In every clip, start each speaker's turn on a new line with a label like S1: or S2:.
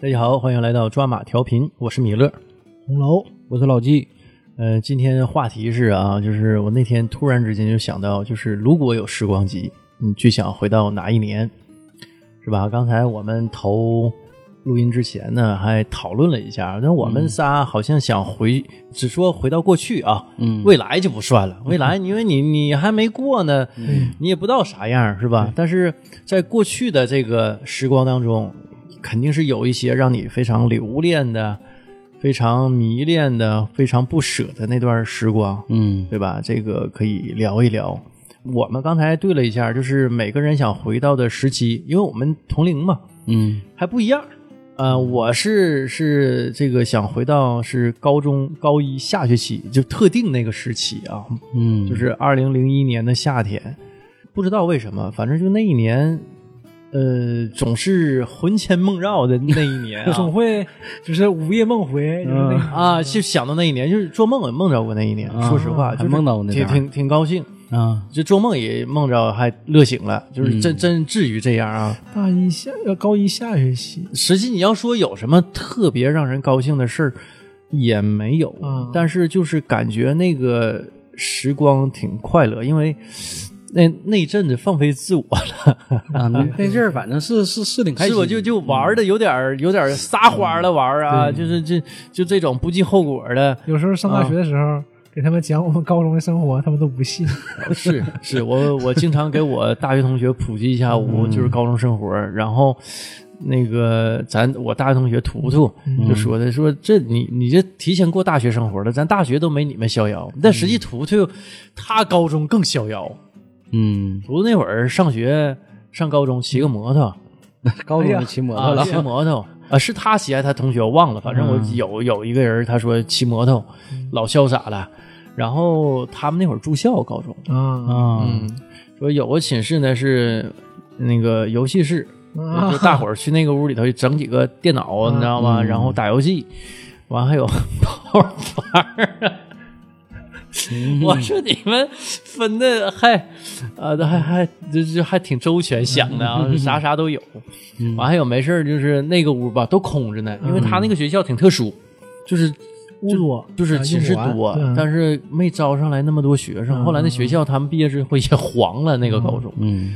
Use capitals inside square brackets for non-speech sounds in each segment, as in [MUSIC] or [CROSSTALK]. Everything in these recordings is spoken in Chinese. S1: 大家好，欢迎来到抓马调频，我是米勒，
S2: 红楼，
S1: 我是老纪。呃，今天话题是啊，就是我那天突然之间就想到，就是如果有时光机，你最想回到哪一年，是吧？刚才我们投录音之前呢，还讨论了一下，但我
S2: 嗯
S1: 们仨好像想回，只说回到过去啊，
S3: 嗯
S1: 未来就不算了，未来因为你你还没过呢，你也不知道啥样，是吧？但是在过去的这个时光当中，肯定是有一些让你非常留恋的、非常迷恋的、非常不舍的那段时光，
S3: 嗯
S1: 对吧？这个可以聊一聊。我们刚才对了一下，就是每个人想回到的时期，因为我们同龄嘛，
S3: 嗯
S1: 还不一样。呃，我是是这个想回到是高中高一下学期，就特定那个时期啊，
S3: 嗯，
S1: 就是二零零一年的夏天，不知道为什么，反正就那一年，呃，总是魂牵梦绕的那一
S3: [LAUGHS]
S1: 年
S2: 总
S1: 啊。
S2: 会就是午夜梦回，就是那个
S1: 啊，就想到那一年，就是做梦也梦着过那一年。
S3: 啊
S1: 说实话，
S3: 还
S1: 就是
S3: 梦到过那
S1: 挺
S3: 点儿
S1: 挺挺高兴，
S3: 啊，
S1: 就做梦也梦着还乐醒了，就是
S3: 嗯
S1: 真、真至于这样啊？
S2: 大一下呃高一下学期，
S1: 实际你要说有什么特别让人高兴的事儿，也没有、
S3: 嗯
S2: 啊，
S1: 但是就是感觉那个时光挺快乐，因为那那阵子放飞自我了，
S3: 啊，那那阵儿反正是是是挺 [LAUGHS] 开
S1: 是
S3: 心，嗯
S1: 我就就玩的有点儿有点儿撒欢了玩儿啊，就是这就这种不计后果的
S2: 有时候上
S1: 啊
S2: 大学的时候给他们讲我们高中的生活，他们都不信。
S1: [LAUGHS] 是是我我经常给我大学同学普及一下我就是高中生活，然后。那个，咱我大学同学图图就说的，说这你你这提前过大学生活了，咱大学都没你们逍遥。但实际图图他高中更逍遥，
S3: 嗯，
S1: 图图那会儿上学上高中骑个摩托，
S3: 高中就骑摩托
S1: 啊，
S3: 了，
S1: 骑摩托啊，是他骑还是他同学我忘了，反正我有有一个人他说骑摩托，老潇洒了。然后他们那会儿住校高中，
S2: 啊
S3: 啊，
S1: 嗯说有个寝室呢是那个游戏室，
S2: 啊嗯
S1: 就大伙儿去那个屋里头整几个电脑，你知道吗？然后打游戏，完还有 [LAUGHS] 泡玩儿。
S2: 嗯
S1: 我说你们分的还，呃，还还这这还挺周全想的
S2: 嗯
S1: 啊，啥啥都有。完还有没事儿就是那个屋吧都空着呢，因为他那个学校挺特殊，就是
S2: 嗯屋多
S1: 就是寝室多，
S2: 嗯
S1: 但是没招上来那么多学生。后来那学校他们毕业之后也黄了，那个高中
S3: 嗯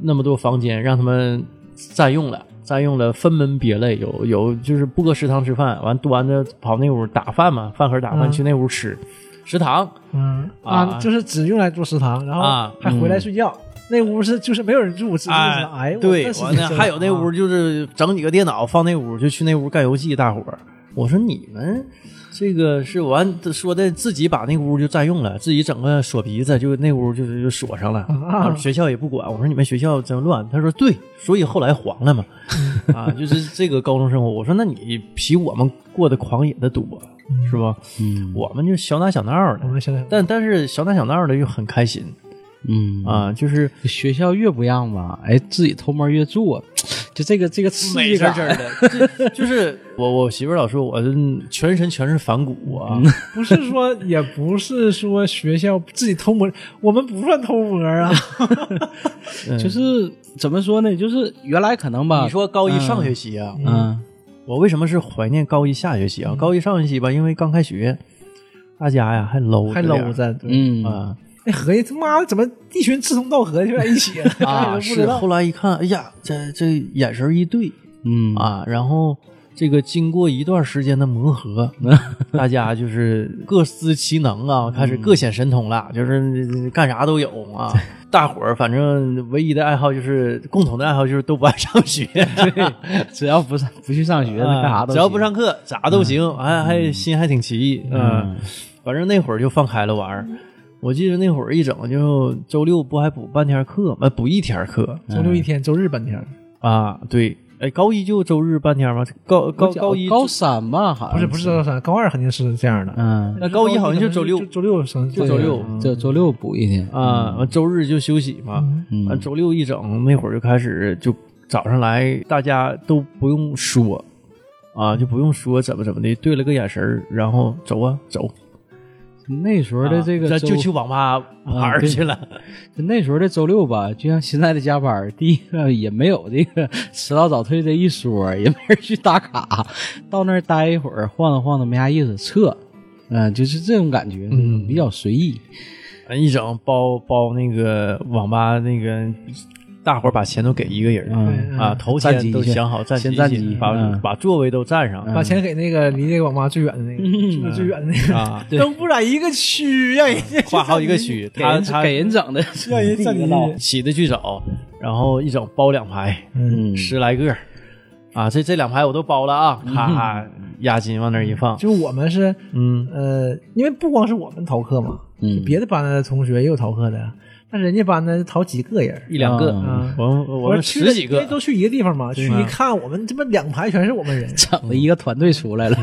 S1: 那么多房间让他们占用了，占用了分门别类，有有就是不搁食堂吃饭，完端着跑那屋打饭嘛，饭盒打饭
S2: 嗯
S1: 去那屋吃，食堂
S2: 嗯
S1: 啊
S2: 啊，就是只用来做食堂，然
S1: 啊
S2: 后还回来睡觉。那屋是就是没有人住，只
S1: 哎
S2: 是啊哎，
S1: 对，
S2: 我
S1: 完了还有那屋就是整几个电脑放那屋，就去那屋干游戏，大伙儿。我说你们这个是完说的自己把那屋就占用了，自己整个锁鼻子，就那屋就是就锁上了，啊学校也不管。我说你们学校真乱，他说对，所以后来黄了嘛，
S2: 嗯
S1: [LAUGHS] 啊，就是这个高中生活。我说那你比我们过得狂野的多，是吧？
S3: 嗯
S1: 我们就小打小闹
S2: 我
S1: 的，
S2: 们想想，
S1: 但但是小打小闹的又很开心
S3: 嗯，
S1: 啊，就是
S3: 学校越不让吧，哎，自己偷摸越做，就这个这个刺激感，
S1: 的， [LAUGHS] 这就是我我媳妇儿老说我嗯全身全是反骨啊，
S2: 不是说，也不是说学校自己偷摸，我们不算偷摸
S1: [LAUGHS]
S2: 啊。
S3: 就是怎么说呢？就是原来可能
S1: [LAUGHS]
S3: 吧，
S1: 你说高一上学期啊，
S3: 嗯
S1: 我为什么是怀念高一下学期啊？高一上学期吧，因为刚开学，大家呀还搂
S2: 还搂着，对
S3: 嗯
S1: 啊
S2: 那合计他妈的怎么一群志同道合就在一起
S1: [LAUGHS] 啊！
S2: 大家都不
S1: 是
S2: 知道
S1: 后来一看，哎呀，这这眼神一对
S3: 嗯
S1: 啊，然后。这个经过一段时间的磨
S3: [LAUGHS]
S1: 合，大家就是各司其能啊，开始
S3: 嗯
S1: 各显神通了，就是干啥都有啊。大伙儿反正唯一的爱好就是共同的爱好就是都不爱上学， [LAUGHS] 啊
S3: 只要不上不去上学，那干啥都
S1: 嗯
S3: 嗯
S1: 只要不上课，咋都行，还还心还挺齐，嗯，反正那会儿就放开了玩儿。我记得那会儿一整就周六不还补半天课吗？呃补一天课
S3: 嗯
S2: 周六一天，周日半天，
S1: 啊？对，哎，高一就周日半天吗？高高高一
S3: 高三吧，好像
S2: 不是不是
S1: 啊
S2: 周三，高二肯定是这样的。
S3: 嗯，
S1: 那高一好像就周六
S2: 就周六上，就
S1: 周六
S3: 这周六补一天，
S1: 啊，完周日就休息嘛。
S3: 嗯
S1: 完周六一整那会儿就开始就早上来，大家都不用说
S3: 嗯
S1: 啊，就不用说怎么怎么的，对了个眼神儿然后走啊走，
S3: 那时候的这个嗯
S1: 咱
S3: 周
S1: 就去网吧玩儿去了。 [LAUGHS]
S3: 就那时候的周六吧，就像现在的加班儿，第一个也没有这个迟到早退这一说，也没人去打卡，到那儿待一会儿，晃荡晃荡没啥意思，撤。嗯、就是这种感觉，
S1: 嗯
S3: 比较随意。
S1: 一整包包那个网吧那个，大伙儿把钱都给一个人儿、
S3: 嗯
S1: 啊，头
S3: 占
S1: 先
S3: 几
S1: 都
S3: 先
S1: 想好占
S3: 先
S1: 几
S3: 占
S1: 起
S3: 几
S1: 把、
S3: 嗯
S1: 把座位都占上、
S2: 把钱给那个离这个网吧最远的那个，
S1: 嗯
S2: 住的最远的
S1: [LAUGHS]
S3: [LAUGHS]
S2: 那
S1: 啊，
S2: 个，都不在一个区呀，人家
S1: 跨好几个区，
S3: 给
S1: 他
S3: 人
S1: 他
S3: 给人整的，
S2: 让人占你。
S1: 起的去找，然后一整包两排，
S3: 嗯，
S1: 十来个儿啊，这这两排我都包了啊，咔咔押金往那儿一放，
S2: 就我们是，
S1: 嗯，
S2: 呃，因为不光是我们逃课嘛，
S3: 嗯
S2: 别的班的同学也有逃课的，但人家班的逃几个人儿。
S1: 一两个，
S3: 啊
S1: 我们我们
S2: 去
S1: 十几
S2: 人家
S1: 个，啊
S2: 都去一个地方嘛，去一看，我们这不两排全是
S1: [LAUGHS]
S2: 我们人，
S3: 整了一个团队出来了。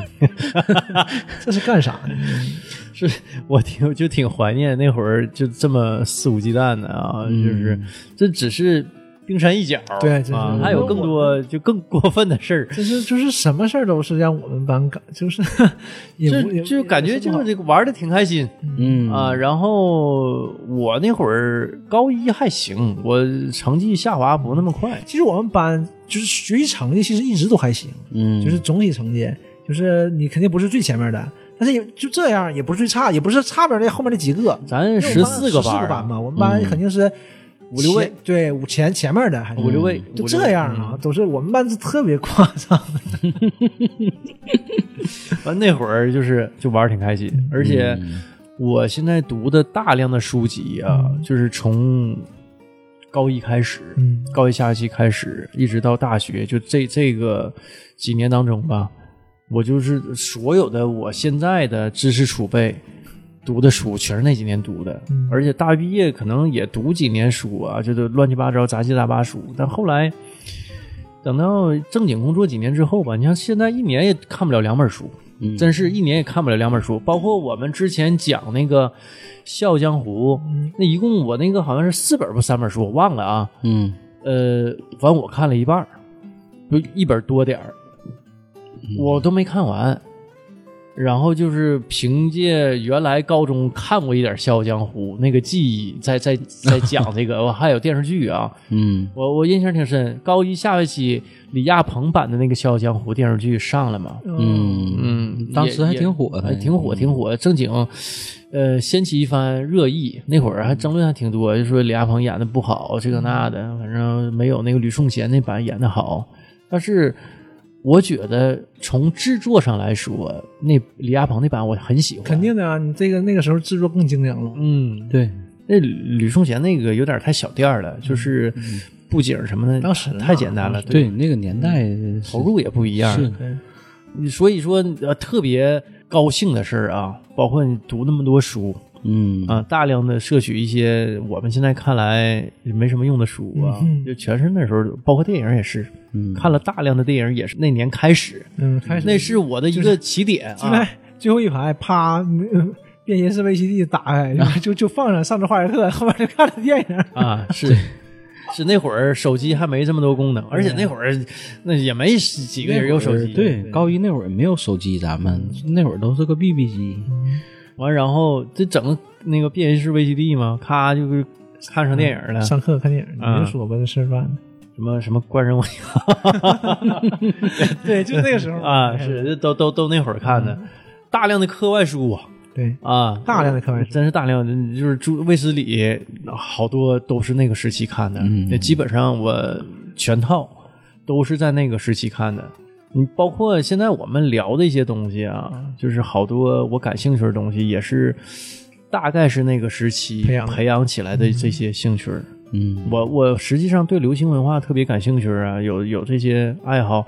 S2: 这是干啥呢？
S1: 嗯是我挺就挺怀念那会儿就这么肆无忌惮的啊，就是这只是冰山一角，
S2: 对就是
S1: 啊，还有更多就更过分的事儿。
S2: 就是就是什么事儿都是让我们班干，就是 [LAUGHS] 也不
S1: 这
S2: 也
S1: 就感觉
S2: 也不
S1: 就是
S2: 好
S1: 这个玩的挺开心
S3: 嗯
S1: 啊，然后我那会儿高一还行，我成绩下滑不那么快，
S2: 其实我们班就是学习成绩其实一直都还行，
S3: 嗯，
S2: 就是总体成绩，就是你肯定不是最前面的，但是也就这样，也不是最差，也不是差边的后面那几个。
S1: 咱
S2: 因为
S1: 十
S2: 我们
S1: 四班
S2: 班14
S1: 儿
S2: 个
S1: 啊
S2: 班嘛，我们班肯定是
S1: 五六位
S2: 前，对，五前前面的还是
S1: 五六位，嗯
S2: 就
S1: 五六
S2: 这
S1: 位
S2: 样啊，都是我们班是特别夸张的。
S1: 完那会儿就是就玩儿挺开心，
S2: 嗯
S1: 而且我现在读的大量的书籍啊，就是从高一开始，
S2: 嗯
S1: 高一下学期开始，一直到大学，就这这个几年当中吧，我就是所有的我现在的知识储备。读的书全是那几年读的，
S2: 嗯
S1: 而且大学毕业可能也读几年书啊，就是乱七八糟杂七杂八书。但后来等到正经工作几年之后吧，你像现在一年也看不了两本书，
S3: 嗯
S1: 真是一年也看不了两本书。包括我们之前讲那个《笑傲江湖》，那一共我那个好像是四本不三本书，我忘了啊。
S3: 嗯
S1: 呃，反正我看了一半儿，不一本多点儿，我都没看完。然后就是凭借原来高中看过一点《笑傲江湖》那个记忆，在在在讲这个，我还有电视剧啊，
S3: 嗯
S1: 我我印象挺深，高一下学期李亚鹏版的那个《笑傲江湖》电视剧上了嘛？
S3: 嗯
S1: 嗯
S3: 当时还嗯挺火的
S1: 还挺火，挺火的，正经，呃，掀起一番热议。那会儿还争论还挺多，就说李亚鹏演的不好，这个那的，反正没有那个吕颂贤那版演的好。但是我觉得从制作上来说，那李亚鹏那版我很喜欢，
S2: 肯。定的啊，你这个那个时候制作更精良了。
S1: 嗯，
S3: 对，
S1: 那吕颂贤那个有点太小调儿了，
S3: 嗯
S1: 就是布景什么的，
S2: 当时
S1: 太简单了，
S3: 啊对，那个年代是
S1: 投入也不一样。
S3: 是
S2: 嗯
S1: 所以说呃特别高兴的事儿啊，包括你读那么多书
S3: 嗯
S1: 啊，大量的摄取一些我们现在看来没什么用的书啊，
S2: 嗯哼
S1: 就全是那时候，包括电影也是，
S3: 嗯
S1: 看了大量的电影也是那年开始，
S2: 嗯，开始
S1: 那是我的一个起点
S2: 进
S1: 啊。
S2: 来最后一排，啪，嗯便携式 VCD 打开，然后就就放上《上次化学课》，后面就看了电影。
S1: 啊，是。是那会儿手机还没这么多功能，而且那会儿那也没几个人有手机。
S3: 对，高一那会儿没有手机，咱们那会儿都是个 BB 机。
S1: 完然后这整个那个便携式 VCD 嘛，咔就是看上电影了。
S2: 上课看电影，你就说吧，这事儿办的。
S1: 什么什么官人我
S2: [LAUGHS] 对，就那个时候哎
S1: 啊，是这都都都那会儿看的，大量的课外书啊
S2: 对，
S1: 啊，
S2: 大量的课外书
S1: [LAUGHS] 真是大量的，就是朱卫斯理好多都是那个时期看的，
S2: 嗯
S1: 那基本上我全套都是在那个时期看的。你包括现在我们聊的一些东西啊，就是好多我感兴趣的东西，也是大概是那个时期
S2: 培养的
S1: 培养起来的这些兴趣儿。
S3: 嗯
S1: 我我实际上对流行文化特别感兴趣啊，有有这些爱好，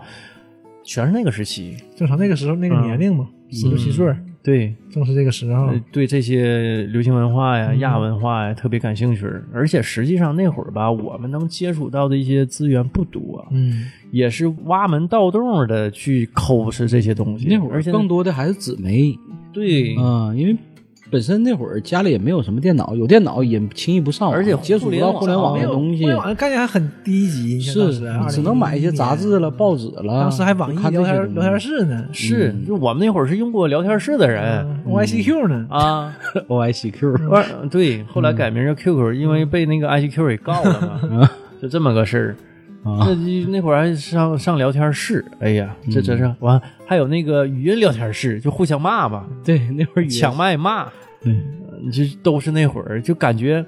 S1: 全是那个时期。
S2: 正常那个时候那个年龄嘛，十六七岁儿，
S1: 对，
S2: 正是这个
S3: 嗯
S2: 时候
S1: 呃。对这些流行文化呀、亚文化呀特别感兴趣儿，而且实际上那会儿吧，我们能接触到的一些资源不多，
S2: 嗯，
S1: 也是挖门盗洞的去抠是这些东西。
S3: 那会
S1: 而
S3: 儿
S1: 且嗯
S3: 更多的还是纸媒
S1: 对，
S3: 啊，因为本身那会儿家里也没有什么电脑，有电脑也轻易不上网，
S1: 而且
S3: 接触不到互联网
S2: 没
S3: 的
S2: 有
S3: 东西
S2: 互，联网的概念还很低级，你像
S3: 是
S2: 当时啊
S3: 你只能买一些杂志了、
S2: 2001年
S3: 报纸了。
S2: 当时还网易
S3: 看这
S2: 聊
S3: 些
S2: 天聊天
S3: 东西
S2: 室呢，
S1: 是，
S3: 嗯
S1: 就我们那会儿是用过聊天室的人
S2: 嗯，YCQ 呢，
S1: 啊，
S3: OICQ，
S1: 不是对，后
S3: 嗯
S1: 来改名叫 QQ，因为被那个 ICQ 给告了嘛， [LAUGHS] 就这么个事儿。
S3: 啊
S1: 那那会儿还上上聊天室，哎呀，这
S3: 嗯
S1: 真是完，还有那个语音聊天室，就互相骂嘛，
S3: 对，那会儿语言
S1: 抢麦骂，
S3: 对
S1: 呃，这都是那会儿，就感觉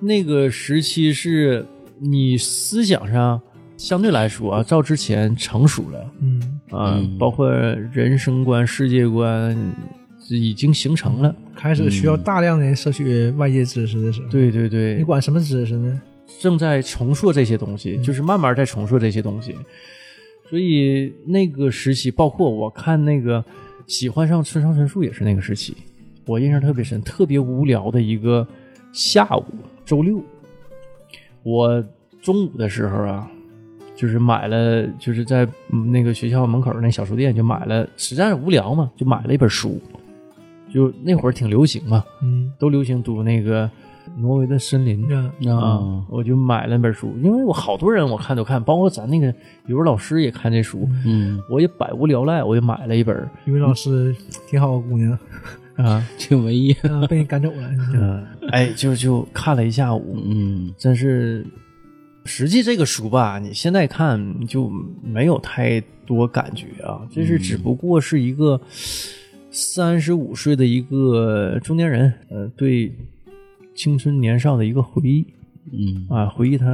S1: 那个时期是你思想上相对来说啊，照之前成熟了
S2: 嗯，
S1: 啊，
S3: 嗯
S1: 包括人生观、世界观已经形成了。
S2: 开始需要大量的摄取外界知识的时候，
S1: 对对对，
S2: 你管什么知识呢？
S1: 正在重塑这些东西，就是慢慢在重塑这些东西。所以那个时期，包括我看那个喜欢上村上春树也是那个时期，我印象特别深，特别无聊的一个下午，周六，我中午的时候啊，就是买了，就是在嗯那个学校门口那小书店就买了，实在是无聊嘛，就买了一本书，就那会儿挺流行嘛，
S2: 嗯，
S1: 都流行读那个《挪威的森林》。
S2: 那
S1: 啊
S3: 啊，，
S1: 我就买了那本书，因为我好多人我看都看，包括咱那个语文老师也看这书，
S3: 嗯，
S1: 我也百无聊赖，我就买了一本
S2: 语文老师挺好的
S3: [LAUGHS]
S2: 姑娘，
S1: 啊，
S3: 挺文艺，
S2: 啊被你赶走了，
S1: 嗯，哎，就就看了一下午，
S3: 嗯，
S1: 真是，实际这个书吧，你现在看就没有太多感觉啊，这是只不过是一个三十五岁的一个中年人，呃，对青春年少的一个回忆
S3: 嗯，
S1: 啊，回忆他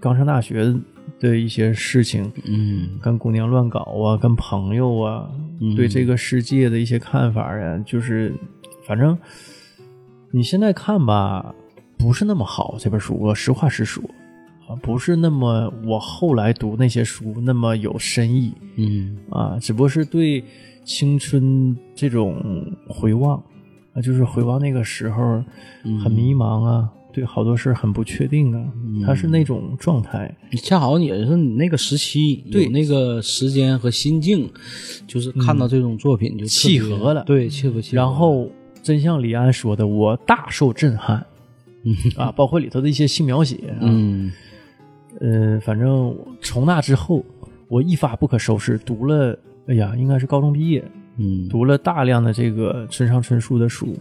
S1: 刚上大学的一些事情，
S3: 嗯，
S1: 跟姑娘乱搞啊，跟朋友啊，
S3: 嗯
S1: 对这个世界的一些看法呀、就是反正你现在看吧，不是那么好这本书，我实话实说啊，不是那么我后来读那些书那么有深意
S3: 嗯，
S1: 啊，只不过是对青春这种回望啊，就是回望那个时候很迷茫啊，对好多事儿很不确定啊，它是那种状态，
S3: 恰好你也是你那个时期
S1: 对
S3: 有那个时间和心境，就是看到这种作品就特别
S1: 嗯契合了
S3: 对，契合契合。
S1: 然后真像李安说的，我大受震撼，啊，包括里头的一些性描写、啊，
S3: 嗯，
S1: 呃，反正从那之后，我一发不可收拾，读了，哎呀，应该是高中毕业，
S3: 嗯
S1: 读了大量的这个村上春树的书，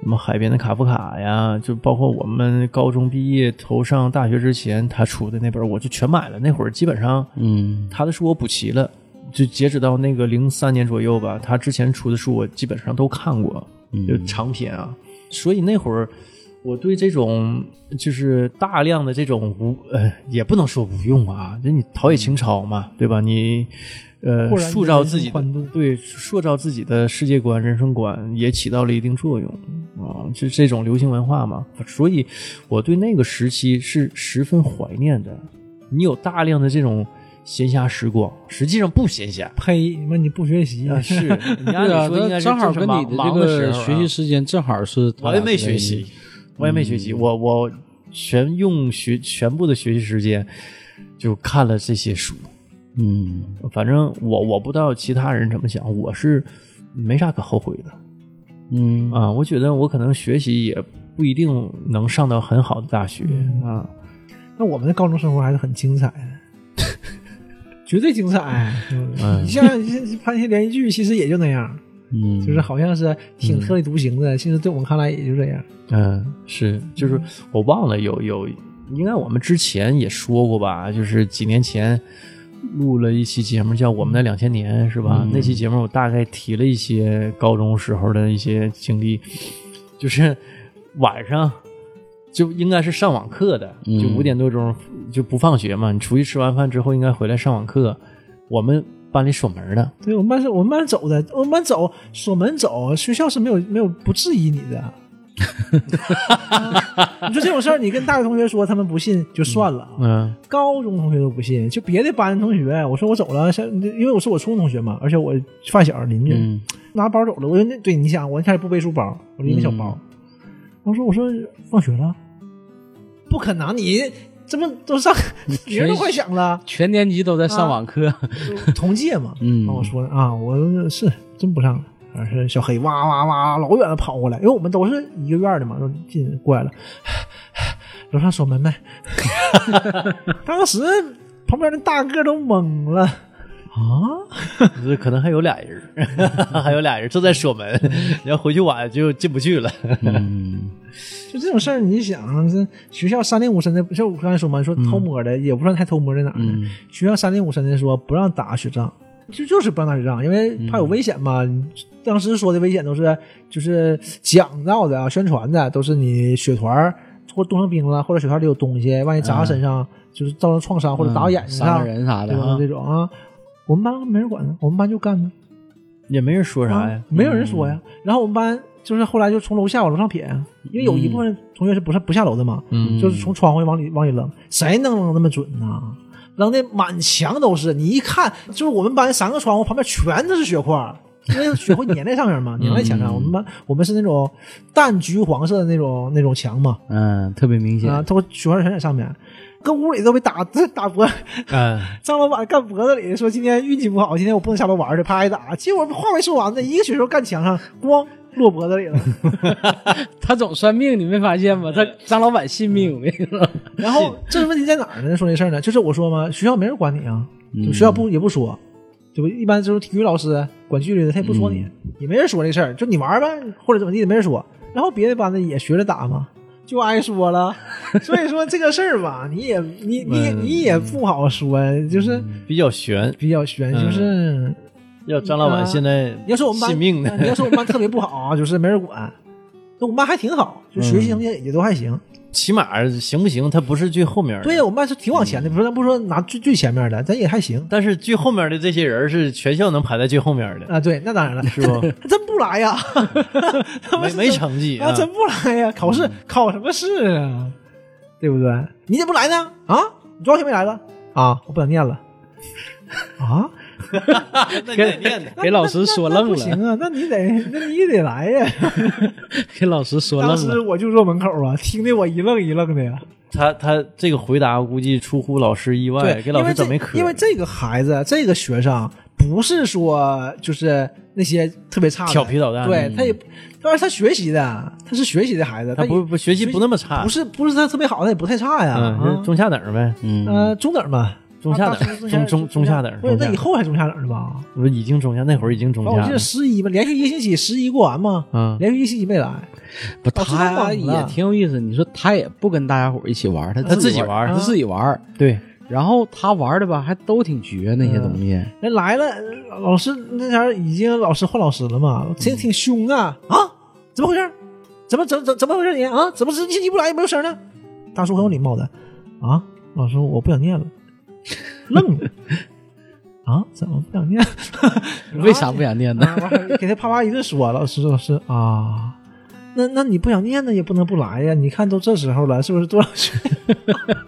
S1: 什么《海边的卡夫卡》呀，就包括我们高中毕业投上大学之前他出的那本，我就全买了。那会儿基本上
S3: 嗯
S1: 他的书我补齐了。就截止到那个零三年左右吧，他之前出的书我基本上都看过，
S3: 嗯
S1: 就长篇啊。所以那会儿我对这种就是大量的这种无呃，也不能说无用啊，就你陶冶情操嘛，对吧？你呃
S2: 豁然
S1: 塑造自己
S2: 人生宽度
S1: 的对塑造自己的世界观、人生观也起到了一定作用啊，就这种流行文化嘛。所以我对那个时期是十分怀念的。你有大量的这种闲暇时光，实际上不闲暇。
S2: 呸，妈你不学习，
S1: 啊， [LAUGHS] 是，你按
S3: 对啊，
S1: 理说应该
S3: 那
S1: 是
S3: 正好
S1: 是
S3: 跟
S1: 忙
S3: 你的
S1: 忙
S3: 这
S1: 的时
S3: 个
S1: 候啊
S3: 学习时间正好是他
S1: 我
S3: 俩
S1: 也没
S3: 之类
S1: 学
S3: 的
S1: 习，，我也没学习，我我全用学全部的学习时间就看了这些书。
S3: 嗯
S1: 反正我我不知道其他人怎么想，我是没啥可后悔的
S3: 嗯
S1: 啊。我觉得我可能学习也不一定能上到很好的大学啊。
S2: 那我们的高中生活还是很精彩的，
S1: [LAUGHS]
S2: 绝对精彩。
S1: 嗯
S2: 你像你像拍那些连续剧，其实也就那样，
S3: 嗯，
S2: 就是好像是挺特立独行的，其实对我们看来也就这样。
S1: 嗯，是，就是我忘了有有，应该我们之前也说过吧，就是几年前录了一期节目叫《我们的两千年》，是吧？
S3: 嗯
S1: 那期节目我大概提了一些高中时候的一些经历，就是晚上。就应该是上网课的，就
S3: 嗯
S1: 五点多钟就不放学嘛。你出去吃完饭之后，应该回来上网课。我们班里锁门的，
S2: 对我们班是我们班走的，我们班走锁门走，学校是没有没有不质疑你的。啊你说这种事儿，你跟大学同学说，他们不信就算了啊。
S1: 嗯
S2: 高中同学都不信，就别的班同学，我说我走了，像因为我是我初中同学嘛，而且我发小邻居，
S3: 嗯
S2: 拿包走了。我说那对，你想，我一开始不背书包，我拎个小包。我说我说放学了，不肯拿你，这不都上铃儿都快响了，
S3: 全
S1: 啊 [LAUGHS]
S3: 年级都在上网课，
S2: 同届嘛。
S3: 嗯
S2: 然后我说啊，我是真不上了。完事小黑哇哇哇老远跑过来，因为我们都是一个院儿的嘛，就进过来了，楼上锁门呗。 [LAUGHS] 当时旁边的大个都懵了啊，
S1: 这 [LAUGHS] 可能还有俩人儿， [LAUGHS] 还有俩人儿正在锁门，
S3: [LAUGHS]
S1: 然后回去晚就进不去了。
S3: 嗯，
S2: 就这种事儿，你想这学校三令五申的，就我刚才说嘛，说偷摸的、也不算太偷摸在哪儿呢。
S3: 嗯
S2: 学校三令五申的说不让打雪仗，就就是不让打雪仗，因为
S3: 嗯
S2: 怕有危险嘛。当时说的危险都是就是讲到的啊，宣传的都是你雪团儿或冻成冰了，或者雪团里有东西，万一砸到身上、就是造成创伤或者打到眼睛
S3: 伤
S2: 上，
S3: 了嗯人啥
S2: 对
S3: 的
S2: 吧
S3: 啊？
S2: 这种啊，我们班没人管呢，我们班就干呢。
S1: 也没人说啥
S2: 啊
S1: 呀？
S2: 没有人说呀。然后我们班就是后来就从楼下往楼上撇呀，因为有一部分同学是不是不下楼的嘛，
S3: 嗯
S2: 就是从窗户往里往里扔，谁能扔那么准呢、扔的满墙都是，你一看就是我们班三个窗户旁边全都是血块儿，因为血会粘在上面嘛，粘在墙上。我们班我们是那种淡橘黄色的那种那种墙嘛，
S3: 嗯，特别明显。
S2: 啊，它会血块全在上面，搁屋里都被打 [LAUGHS] 打脖
S1: 嗯，
S2: 张老板干脖子里，说今天运气不好，今天我不能下楼玩去，啪一打。结果话没说完呢，一个雪球干墙上，咣落脖子里了。
S3: 他总算命，你没发现吗？
S1: 呃
S3: 他张老板信命，
S1: 嗯
S3: 我跟你
S1: [LAUGHS]
S3: 说。
S2: 然后这问题在哪儿呢？说这事儿呢，就是我说嘛，学校没人管你啊，就学校不也不说，对吧？一般就是体育老师管纪律的，他也不说你，也没人说这事儿，就你玩呗，或者怎么地的，没人说。然后别的班的也学着打嘛。就挨说了，所以说这个事儿吧，你也你你你也不好说，就是
S1: 比较悬。
S2: 比较悬，就是。
S1: 要张老板现在
S2: 啊你要说我们班
S1: 信命
S2: 呃你
S1: 的，
S2: 要说我们班特别不好
S3: [LAUGHS]
S2: 啊，就是没人管。那我们班还挺好，就学习成绩也都还行。
S3: 嗯
S1: 起码行不行？他不是最后面儿的，
S2: 对呀，我们班是挺往前的，
S3: 嗯
S2: 不是咱不说拿最最前面的，咱也还行
S1: 但是最后面的这些人是全校能排在最后面的，
S2: 啊。对， [LAUGHS] 那当然了，
S1: 是不？
S2: 他真不来
S3: [LAUGHS]
S2: 呀，他们
S1: 没
S2: 是
S1: 没
S2: 真
S1: 成绩
S2: 啊，真不来
S3: 嗯
S2: 呀，考试考什么试啊？对不对？你怎么不来呢？啊，你多少天没来了？啊，我不想念了。啊，
S3: [LAUGHS]
S1: 那你得
S3: 给
S1: 念的。
S3: 给老师说
S2: 那那
S3: 愣
S2: 不
S3: 了，
S2: 行啊，那你得，那你也得来呀。
S3: 给老师 [LAUGHS] 说
S2: 当
S3: 愣
S2: 时
S3: 了。
S2: 我就坐门口啊，听得我一愣一愣的呀。
S1: 他他这个回答估计出乎老师意外，
S2: 对，
S1: 哎给老
S2: 因
S1: 师
S2: 为
S1: 整
S2: 这
S1: 没磕。
S2: 因为这个孩子，这个学生不是说就是那些特别差的
S1: 调皮捣蛋
S2: 对
S1: 嗯
S2: 他也，但是他学习的，他是学习的孩子，
S1: 他不
S2: 也
S1: 不学习不那么差，
S2: 哎不是不是他特别好，他也不太差呀，
S1: 嗯，就是
S2: 啊
S1: 中下等儿呗，
S3: 嗯
S2: 呃中等吧，
S1: 中下等
S2: 啊
S1: 儿
S2: 大
S1: 中中中下等儿
S2: 不是
S1: 中下
S2: 那以后还中下等儿的吧？
S1: 不是已经中下那会儿已经中
S2: 哦完我
S1: 下
S2: 记
S1: 了
S2: 得，十一吧，连续一个星期十一过完嘛，
S1: 嗯
S2: 连续一个星期没来，
S3: 不，
S2: 老师都
S3: 他
S2: 懵
S3: 也
S2: 了
S3: 挺有意思。你说他也不跟大家伙儿一起玩儿，他
S1: 他自己
S3: 玩儿，
S1: 玩儿
S2: 嗯
S3: 他自己玩儿。
S1: 对，
S3: 然后他玩儿的吧，还都挺绝那些东西。
S2: 人来了，老师那前儿已经老师换老师了嘛，
S3: 嗯
S2: 挺挺凶啊啊！怎么回事儿？怎么怎么怎么怎么回事儿你啊？怎么是你不来也没有声呢？大叔很有礼貌的啊，老师我不想念了，愣了啊，怎么不想念？
S3: 为啥不想念
S2: [LAUGHS]
S3: 呢？
S2: 啊？完事儿给他啪啪一顿说，老师老师啊，那那你不想念呢也不能不来呀，你看都这时候了，是不是多少学？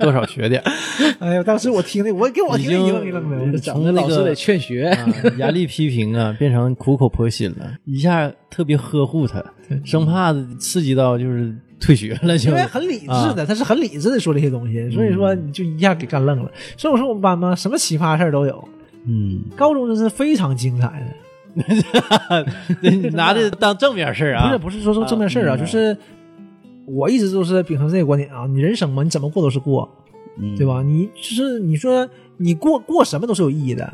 S1: 多少学点儿，
S2: [LAUGHS] 哎呀，当时我听的我给我听的一愣一愣的，我就整
S1: 从
S3: 那
S1: 那
S3: 老师
S1: 个
S3: 得劝学。
S1: [LAUGHS] 啊严厉批评啊，变成苦口婆心了，一下特别呵护他，生怕刺激到就是退学了就
S2: 因为很理智的，他是很理智的说这些东西，所以说你就一下给干愣了。所以我说我们班嘛，什么奇葩事儿都有。
S3: 嗯，
S2: 高中真是非常精彩的，
S1: [LAUGHS] 拿这当正面事儿
S2: 不
S1: 啊
S2: 是，不是说说正面事儿啊，就是我一直都是秉承这个观点啊，你人生嘛，你怎么过都是过，
S3: 嗯
S2: 对？吧？你就是你说你过过什么都是有意义的，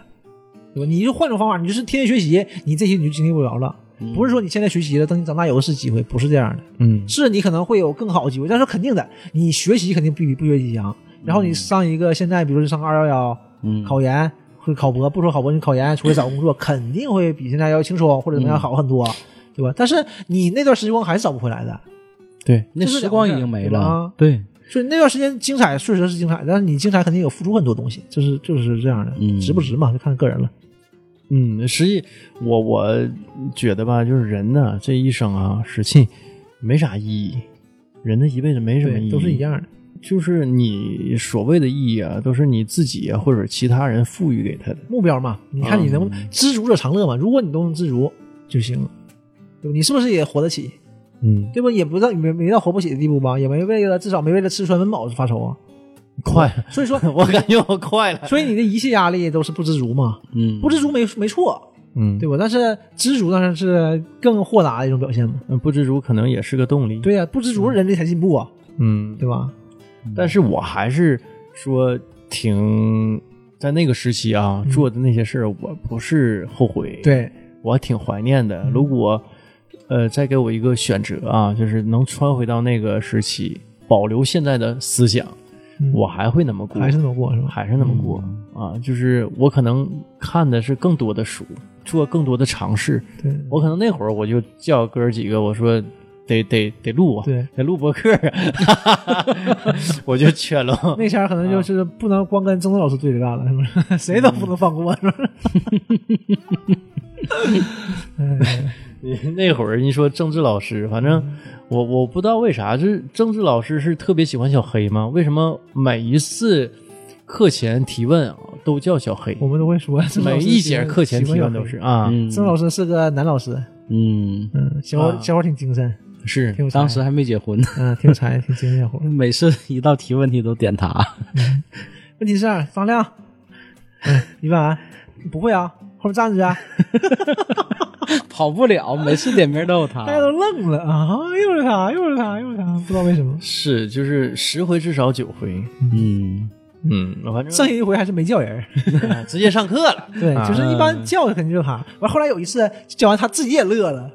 S2: 对吧？你就换种方法，你就是天天学习，你这些你就经历不了了。不是说你现在学习了，等你长大有的是机会，不是这样的。
S1: 嗯，
S2: 是你可能会有更好的机会，但是肯定的，你学习肯定比不学习强。然后你上一个现在，比如说上二幺
S3: 嗯
S2: 幺，考研或者考博，不说考博，你考研出来找
S3: [LAUGHS]
S2: 工作，肯定会比现在要轻松或者怎么样好很多，
S3: 嗯
S2: 对吧？但是你那段时光还是找不回来的，
S1: 对，
S3: 那
S2: 这是
S3: 时光已
S2: 两回事儿
S3: 经没
S2: 对吧
S3: 了
S2: 啊。
S3: 对，
S2: 所以那段时间精彩确实是精彩，但是你精彩肯定有付出很多东西，就是就是这样的，
S3: 嗯
S2: 值不值嘛，就看个人了。
S1: 嗯，实际我我觉得吧，就是人呢这一生啊，实际没啥意义，人的一辈子没什么意
S2: 对，
S1: 义，
S2: 都是一。样的。
S1: 就是你所谓的意义啊，都是你自己啊或者其他人赋予给他的。
S2: 目标嘛，你看你能不
S3: 嗯
S2: 能知足者常乐嘛？如果你都能知足就行了，对吧？你是不是也活得起？
S1: 嗯，
S2: 对吧？也不到没没到活不起的地步吧，也没为了至少没为了吃穿温饱发愁啊。
S1: 快，
S2: 所以说，
S1: [LAUGHS] 我感觉我快了。
S2: 所以你的一切压力都是不知足嘛，
S3: 嗯，
S2: 不知足没没错，
S1: 嗯，
S2: 对吧？但是知足当然是更豁达的一种表现嘛。
S1: 嗯，不知足可能也是个动力。，
S2: 对呀、不知足人类才进步啊，
S1: 嗯，
S2: 对吧？
S1: 但是我还是说挺在那个时期啊、做的那些事儿，我不是后悔，，
S2: 嗯对，嗯
S1: 我还挺怀念的。如果呃再给我一个选择啊，就是能穿回到那个时期，保留现在的思想，
S2: 嗯
S1: 我还会那么过，
S2: 还是那么过嗯是吧？
S1: 还是那么过、啊，就是我可能看的是更多的书，做更多的尝试。
S2: 对
S1: 我可能那会儿我就叫哥儿几个，我说得得得录啊，
S2: 对，
S1: 得录播客啊， [LAUGHS] 我啊就缺了。
S2: 那前儿可能就是不能光跟曾东老师对着干了，是不是？ [LAUGHS] 谁都不能放过，是不是？
S1: 那会儿你说政治老师，反正我我不知道为啥，就是政治老师是特别喜欢小黑吗？为什么每一次课前提问啊都叫小黑？
S2: [LAUGHS] 我们都会说，曾老
S1: 每
S2: 师
S1: 一
S2: 喜
S1: 节
S2: 欢
S1: 课前提问都是。啊，
S3: 嗯
S2: 曾老师是个男老师，
S3: 嗯，
S2: 嗯，小伙
S1: 啊
S2: 小伙挺精神，
S1: 是
S2: 挺有才
S3: 当时还没结婚呢， [LAUGHS]
S2: 嗯，挺有才，挺精神小伙。
S3: 每次一到提问题都点他。 [LAUGHS]
S2: 问题是啊张亮， [LAUGHS] 嗯，李凡，不会啊，后面
S1: [LAUGHS]
S2: 站着啊，
S3: 跑不了，每次点名都有他
S2: 大。家都愣了啊，又是他，又是他，又是啊他，不知道为
S1: [LAUGHS]
S2: 什么。
S1: 是，就是十回至少九回，
S3: 嗯，
S1: 嗯，反正
S2: 剩下一回还是没叫人儿，
S1: 啊直接上课了。
S2: 对，就是一
S1: 嗯
S2: 般叫的肯定就是他。完后来有一次叫完他自己也乐了，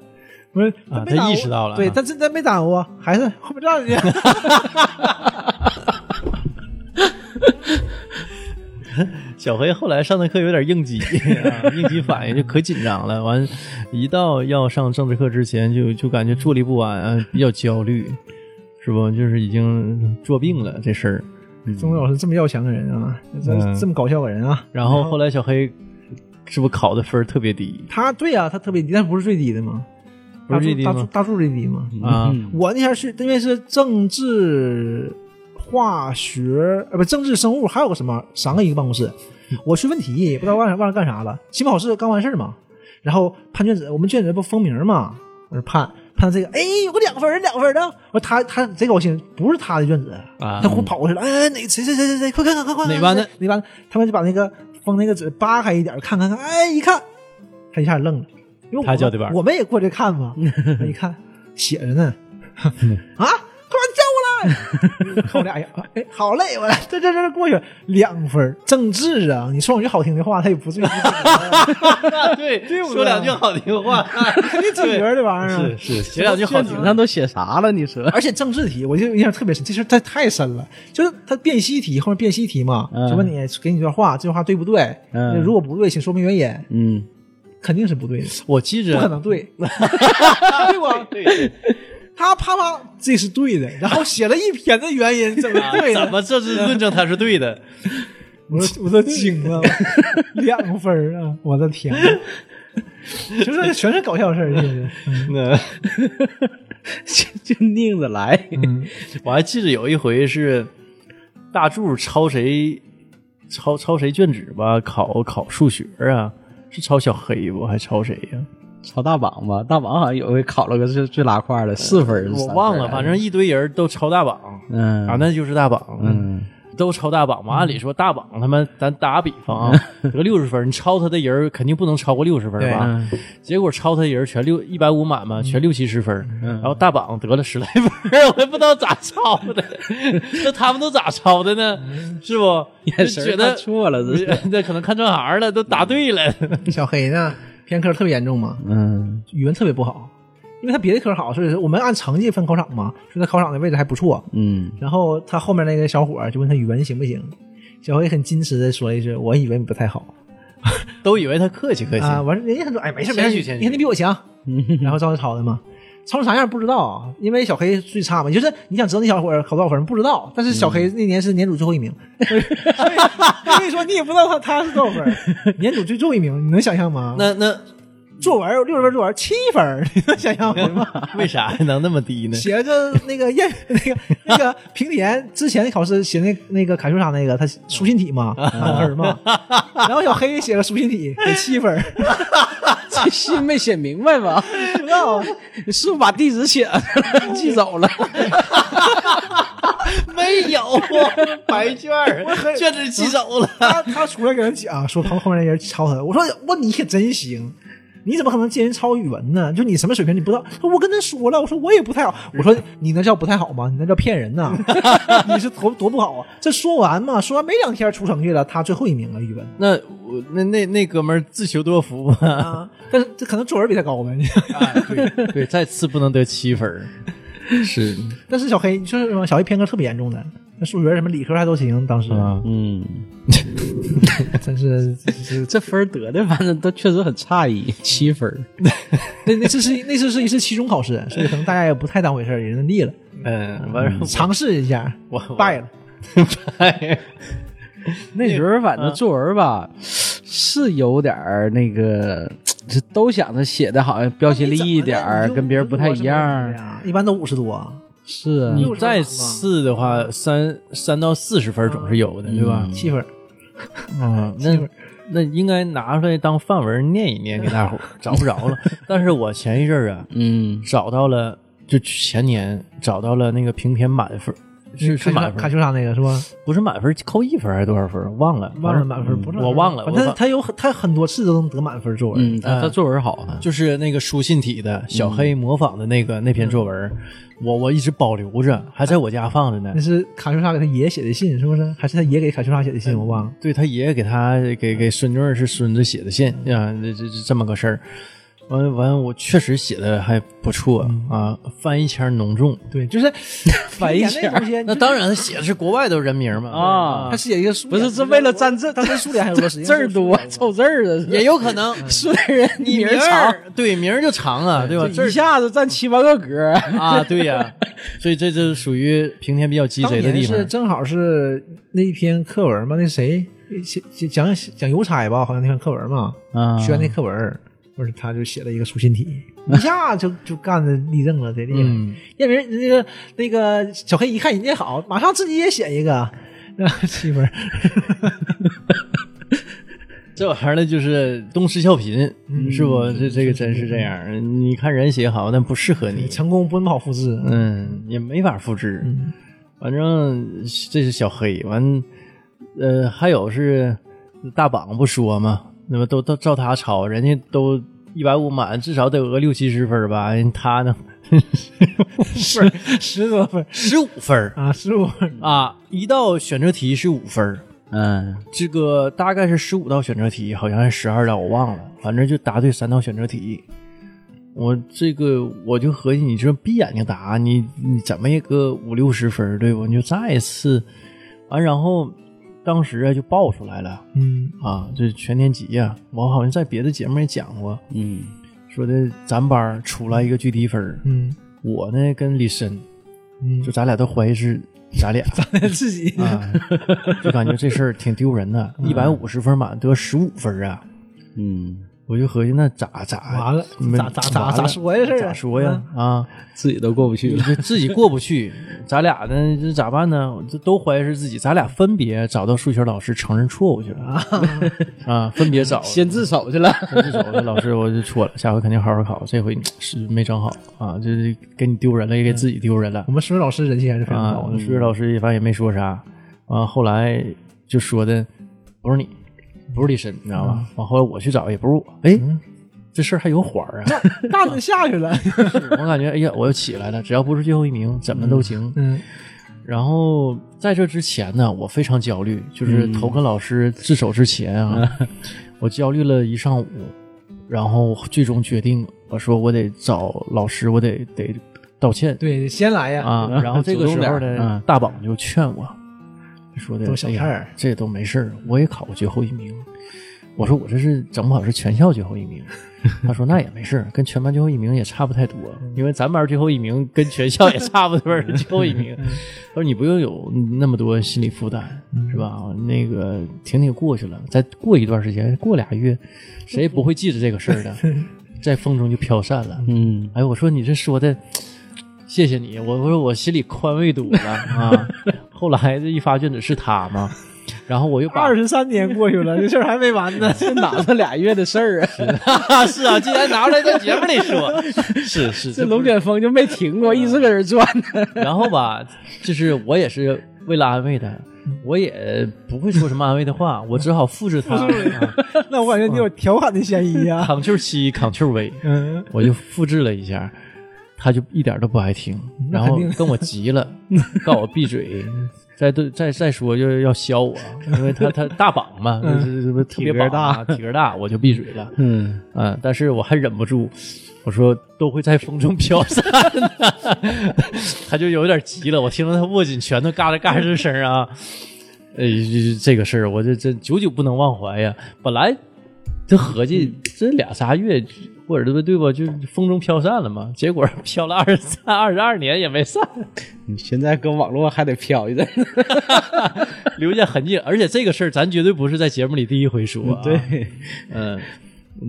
S2: 不是
S1: 啊
S2: 没
S1: 他
S2: 耽误
S1: 意识到了
S2: 对，
S1: 啊
S2: 但是但没耽误，还是后面
S1: [LAUGHS]
S2: 站着去。
S1: 小黑后来上的课有点 [LAUGHS] 应激，啊应激反应就可紧张了。完，一到要上政治课之前就，就感觉坐立不安，啊比较焦虑，是不？就是已经做病了这事儿。
S2: 钟伟老师这么要强的人啊，这
S1: 嗯
S2: 这么搞笑的人啊，
S1: 然后后来小黑是不是考的分儿特别低？
S2: 他对啊，他特别低，但不是最低的嘛，
S1: 不是最低
S2: 大柱
S1: 吗？
S2: 大柱最低嘛。
S1: 啊，
S3: 嗯
S2: 我那天是因为是政治、化学，呃，不，政治、生物，还有个什么三个一个办公室。
S1: 嗯
S2: 我去问题，不知道忘了忘了干啥了。期末考试刚完事儿嘛，然后判卷子，我们卷子不封名嘛，我说判判这个，哎，有个两分儿两分儿的，我说他他贼高兴，不是他的卷子，
S1: 啊
S2: 他给我跑过去了，哎，哪谁谁谁谁谁，快看看快看看
S1: 哪班的
S2: 哪班的，他们就把那个封那个纸扒开一点儿看看看，哎，一看，他一下愣了，因为我
S1: 他叫的班儿
S2: 我们也过去看
S1: [LAUGHS]
S2: 嘛，他一看写着呢，
S1: 嗯
S2: [LAUGHS] 啊，快把你叫过来！ [LAUGHS] 看我俩，哎呀，哎，好嘞，我这这这过去两分儿，政治啊，你说两句好听的话，他也不至
S1: [LAUGHS]
S2: 于
S1: 啊对，
S2: [LAUGHS] 不对
S1: 说两句好听话，
S3: [LAUGHS]
S2: 肯定整角这玩意儿啊。
S1: 是嗯是，写两句好
S2: [LAUGHS]
S1: 听
S3: 顶上都写啥了？你说？
S2: 而且政治题，我就印象特别深，这事儿太太深了。就是他辨析题后面辨析题嘛，
S3: 嗯
S2: 就问你给你一段话，这段话对不对？
S3: 嗯
S2: 如果不对，请说明原因，
S3: 嗯，
S2: 肯定是不对的，
S1: 我记着，
S2: 不可能对，对吧？
S1: 对，
S2: 他啪啪，这是对的，然后写了一篇的原因，怎么
S1: 啊
S2: 对的
S1: 怎？么这是论证他是对 [LAUGHS] 的？
S2: 我都我都惊了，两分儿啊！我的天啊，就是全是搞笑事儿，就是
S1: 那。
S3: [LAUGHS] 就就拧着来。
S1: [LAUGHS] 我还记得有一回是大柱抄谁抄抄谁卷纸吧，考考数学啊，是抄小黑不？还抄谁呀、
S3: 朝大榜吧，大榜好像有回考了个最最拉胯的，四分儿是
S1: 我
S3: 三分儿
S1: 忘了，反正一堆人都抄大榜、
S3: 嗯
S1: 啊，那就是大榜，
S3: 嗯
S1: 都抄大榜嘛。按理说大榜他妈，咱打个比方啊，得六十分，你抄他的人肯定不能超过六十分吧？
S3: 嗯
S1: 结果抄他人全六一百五满嘛，全六七十分儿，然后大榜得了十来分儿，我也不知道咋抄 [LAUGHS] 的，那他们都咋抄的呢？是不？
S3: 眼
S1: 就
S3: 神
S1: 觉
S3: 儿看
S1: 得 [LAUGHS]
S3: 错了，这是
S1: 那可能看正行了，都答对了。
S2: 小黑呢，偏科特别严重嘛，
S3: 嗯
S2: 语文特别不好，因为他别的科好，所以说我们按成绩分考场嘛，所以他考场的位置还不错。
S3: 嗯
S1: [LAUGHS]
S2: 然后他后面那个小伙儿就问他语文行不行，小黑很矜持的说了一句：“我语文不太好。”
S1: 都以为他客气客气，
S2: 啊，完事人家很说，哎，没事没事，
S1: 谦虚
S2: 你
S1: 谦虚
S2: 肯定比
S1: [LAUGHS]
S2: 我强。然后照着抄的嘛，抄成啥样不知道啊，因为小黑最差嘛，就是你想知道那小伙儿考多少分不知道，但是小黑
S1: 嗯
S2: 那年是年组最后一名，
S1: [LAUGHS]
S2: [LAUGHS] 所以说你也不知道他他是多少分儿，年组最后一名，你能想象吗？
S1: 那那
S2: 作文六十分作文七分儿，你能想象吗？
S1: 为啥能那么低呢？
S2: 写个那个验 [LAUGHS] 那个那个平田之前考试写那那个楷书上那个他书信
S1: [LAUGHS]
S2: 体嘛，满分儿嘛，然后小黑写个书信体给七分儿。
S3: 这信没写明白吧？
S1: [LAUGHS]
S2: 不知道啊
S3: 你是不是把地址写上了，寄走了？
S1: 没 [LAUGHS] 没有， [LAUGHS] 白卷儿
S2: 我很
S1: 卷子寄走了。
S2: 他他出来跟人讲，说旁后面那人抄他，我说我你可真行。你怎么可能借人抄语文呢？就你什么水平，你不知道。我跟他说了，我说我也不太好。我说你那叫不太好吗？你那叫骗人呐！ [LAUGHS] 你是多多不好啊！这说完嘛，说完没两天出成绩了，他最后一名了语文
S1: 那我那那那哥们儿自求多福吧。
S2: 啊。但是这可能作文比他高呗。 [LAUGHS]
S1: 啊 [LAUGHS] 对，再次不能得七分儿。
S4: 是，
S2: 但是小黑就是什么小黑偏科特别严重的，那数学什么理科还都行。当时、
S1: 啊
S3: 嗯，
S2: 真是
S3: 这分儿得的，反正都确实很诧异，七分儿。
S2: 那那次是那次是一次期中考试，所以可能大家也不太当回事儿，也认地了，
S1: 嗯，完事
S2: 尝试一下，
S1: 我我
S2: 败了。
S1: 儿
S3: 那时候反
S1: 嗯
S3: 正作文吧，是有点儿那个，这都想着写的好像标新立异点儿，跟别人不太一样儿。
S2: 啊，一般都五十多。
S3: 是啊，
S1: 你再次的话，三三到四十分儿总是有的，对
S3: 嗯
S1: 吧？
S2: 七分儿，
S1: 嗯，那那应该拿出来当范文念一念给大
S2: [LAUGHS]
S1: 伙儿，找不着了。但是我前一阵儿啊，
S3: 嗯，
S1: 找到了，就前年找到了那个评篇满分儿，是是
S2: 卡
S1: 满
S2: 秋
S1: 分
S2: 卡
S1: 儿，
S2: 秋莎那个是吧？
S3: 嗯
S1: 不是满分儿，扣一分儿还是多少分儿？忘了，
S2: 忘
S1: 反
S2: 了
S1: 正
S2: 满分，不是
S1: 我忘了，
S2: 反
S1: 我
S2: 正
S1: 忘
S2: 他有很他很多次都能得满分作文。
S3: 嗯，他他作文好，
S1: 就是那个书信体的小
S2: 嗯
S1: 黑模仿的那个、那篇作文，我我一直保留着，还在我家放着呢
S2: 那。是卡秋莎给他爷爷写的信，是不是？还是他爷给卡秋莎写的信？我忘了。
S1: [LAUGHS] 对他爷爷给他给给孙女儿是孙子写的信啊，这这这这么个事儿。完完，我确实写的还不错、
S2: 嗯
S1: 啊，翻一腔浓重。
S2: 对，就是
S3: 反一
S2: 那东西，
S1: 那当然，写的是国外的人名嘛，
S3: 啊
S2: 他，写一个苏
S3: 不
S2: 联
S3: 是这为了占字，
S2: 当时苏联还有俄罗斯
S3: [LAUGHS] 字儿多凑字儿啊的，
S1: 也有可能
S3: 说的 [LAUGHS] 人
S1: [LAUGHS] 你
S3: 名
S1: 名
S3: 儿长，
S1: 儿对名儿就长啊，对吧？这
S3: 一下子占七八个格儿。
S1: 啊，对呀、 [LAUGHS] 所以这就是属于平田比较鸡
S2: 当
S1: 贼的
S2: 年
S1: 地方
S3: 啊
S2: 是。正好是那一篇课文嘛，那谁写写讲讲邮差吧，好像那篇课文嘛，
S3: 啊
S2: 学完那课文，不是他就写了一个书信体，一下就就干的立正了，贼厉害。
S1: 嗯
S2: 让别人那个那个小黑一看人家好，马上自己也写一个，那七分儿。
S1: 这玩意儿呢，就是东施效颦，是不？这这个嗯真是这样儿。你看人写好，但不适合你，
S2: 成功不能好复制，
S1: 嗯，也没法复制。反正这是小黑，完，呃，还有是大榜不说嘛，那么都都照他抄，人家都一百五满，至少得有个六七十分儿吧，人他呢 [LAUGHS]
S2: 十十多分儿
S1: 十五分儿
S2: [LAUGHS] 啊，十
S1: [LAUGHS]
S2: 五分儿。
S1: 啊，一道选择题是五分儿。
S3: 嗯，
S1: 这个大概是十五道选择题，好像是十二道，我忘了，反正就答对三道选择题。我这个我就合计，你这闭眼睛答，你你怎么也个五六十分儿对不？你就再一次，完然后当时啊就爆出来了
S2: 嗯，
S1: 啊，这全年级呀、我好像在别的节目也讲过，
S3: 嗯，
S1: 说的咱班儿出来一个最低分儿
S2: 嗯
S1: 我呢跟李深，
S2: 嗯
S1: 就咱俩都怀疑是咱俩，
S2: [LAUGHS] 自己
S1: 啊，
S2: 嗯
S1: [LAUGHS] 就感觉这事儿挺丢人的，一百五十分满得十五分啊！
S3: 嗯，
S1: 我就合计那咋咋
S2: 完了
S1: 你们
S2: 咋咋咋
S1: 完了
S2: 咋说呀这嗯事儿
S1: 咋说呀？啊，
S3: 自己都过不去了。
S1: 这自己过不去，咱俩呢这咋办呢？这都怀疑是自己，咱俩分别找到数学老师承认错误去了啊，分别找
S3: 先自首嗯 [LAUGHS] 去了，
S1: 自首了。老师，我就错了，下回肯定好好考，这回是没整好啊，就是给你丢人了，也给自己丢人了
S2: [LAUGHS] 我。们数学老师人气还是非常
S1: 啊
S2: 高，
S1: 数
S2: 的。
S1: 学老师也反正也没说啥，啊，后来就说的不是你，不是李深，你知道
S2: 嗯
S1: 吧？完后来我去找也不是我，哎，这事儿还有缓儿啊！
S2: 大的下去
S1: 啊
S2: 了，
S1: [LAUGHS] 我感觉哎呀，我又起来了，只要不是最后一名，怎么都行。
S2: 嗯，
S1: 然后在这之前呢，我非常焦虑，就是
S2: 嗯
S1: 投跟老师自首之前啊，我焦虑了一上午，然后最终决定，我说我得找老师，我得得道歉。
S2: 对，先来呀，
S1: 啊，然后这个时候
S3: 主动点
S1: 呢
S3: 嗯，
S1: 大宝就劝我，说的
S2: 都小
S1: 哎呀
S2: 事儿啊
S1: 这都没事儿，我也考过最后一名。我说我这是整不好是全校最后一名。他说那也没事儿，跟全班最后一名也差不太多，因为咱班最后一名跟全校也差不多儿最后一名。 [LAUGHS] 他说你不用有那么多心理负担，是吧？那个挺挺过去了，再过一段时间，过俩月，谁也不会记着这个事儿 [LAUGHS] 的，在风中就飘散了。
S3: 嗯，
S1: 哎，我说你这说的，谢谢你，我我说我心里宽慰多了 [LAUGHS] 啊。后来这一发卷子是他嘛，然后我又把 [LAUGHS]
S2: 二十三年过去了，这事儿还没完呢。
S3: 这哪是俩月的事儿啊？
S1: 是啊，竟然拿出来在节目里说， [LAUGHS] 是是
S3: 啊这龙卷风就没停过，一直搁这转呢。
S1: 然后吧，就是我也是为了安慰他，我也不会说什么安慰的话，我只好复制他。啊 [LAUGHS]
S2: [LAUGHS] 那我感觉你有调侃的嫌疑啊。
S1: Ctrl 七，Ctrl V，
S2: 嗯，
S1: 我就复制了一下，他就一点都不爱听，
S2: 那
S1: 然
S2: 肯
S1: 后
S2: 定
S1: 跟我急
S2: [LAUGHS]
S1: 了，告我闭嘴，再对再再说就要削我，因为他他大膀嘛，
S2: 嗯
S1: 就是就是特别
S3: 体格
S1: 膀啊，体格大，我就闭嘴了。
S3: 嗯，
S1: 嗯，但是我还忍不住，我说都会在风中飘散的， [LAUGHS] 他就有点急了。我听到他握紧拳头嘎吱嘎吱的声儿啊，呃，这个事儿我这这久久不能忘怀呀。本来这合
S2: 嗯
S1: 计这俩仨月或者对不对吧，就风中飘散了嘛，结果飘了二十三二十二年也没散， [LAUGHS]
S3: 你现在跟网络还得飘一阵，
S1: 留下痕迹。而且这个事儿咱绝对不是在节目里第一回说、啊，，
S3: [LAUGHS] 对，
S2: [LAUGHS]
S1: 嗯，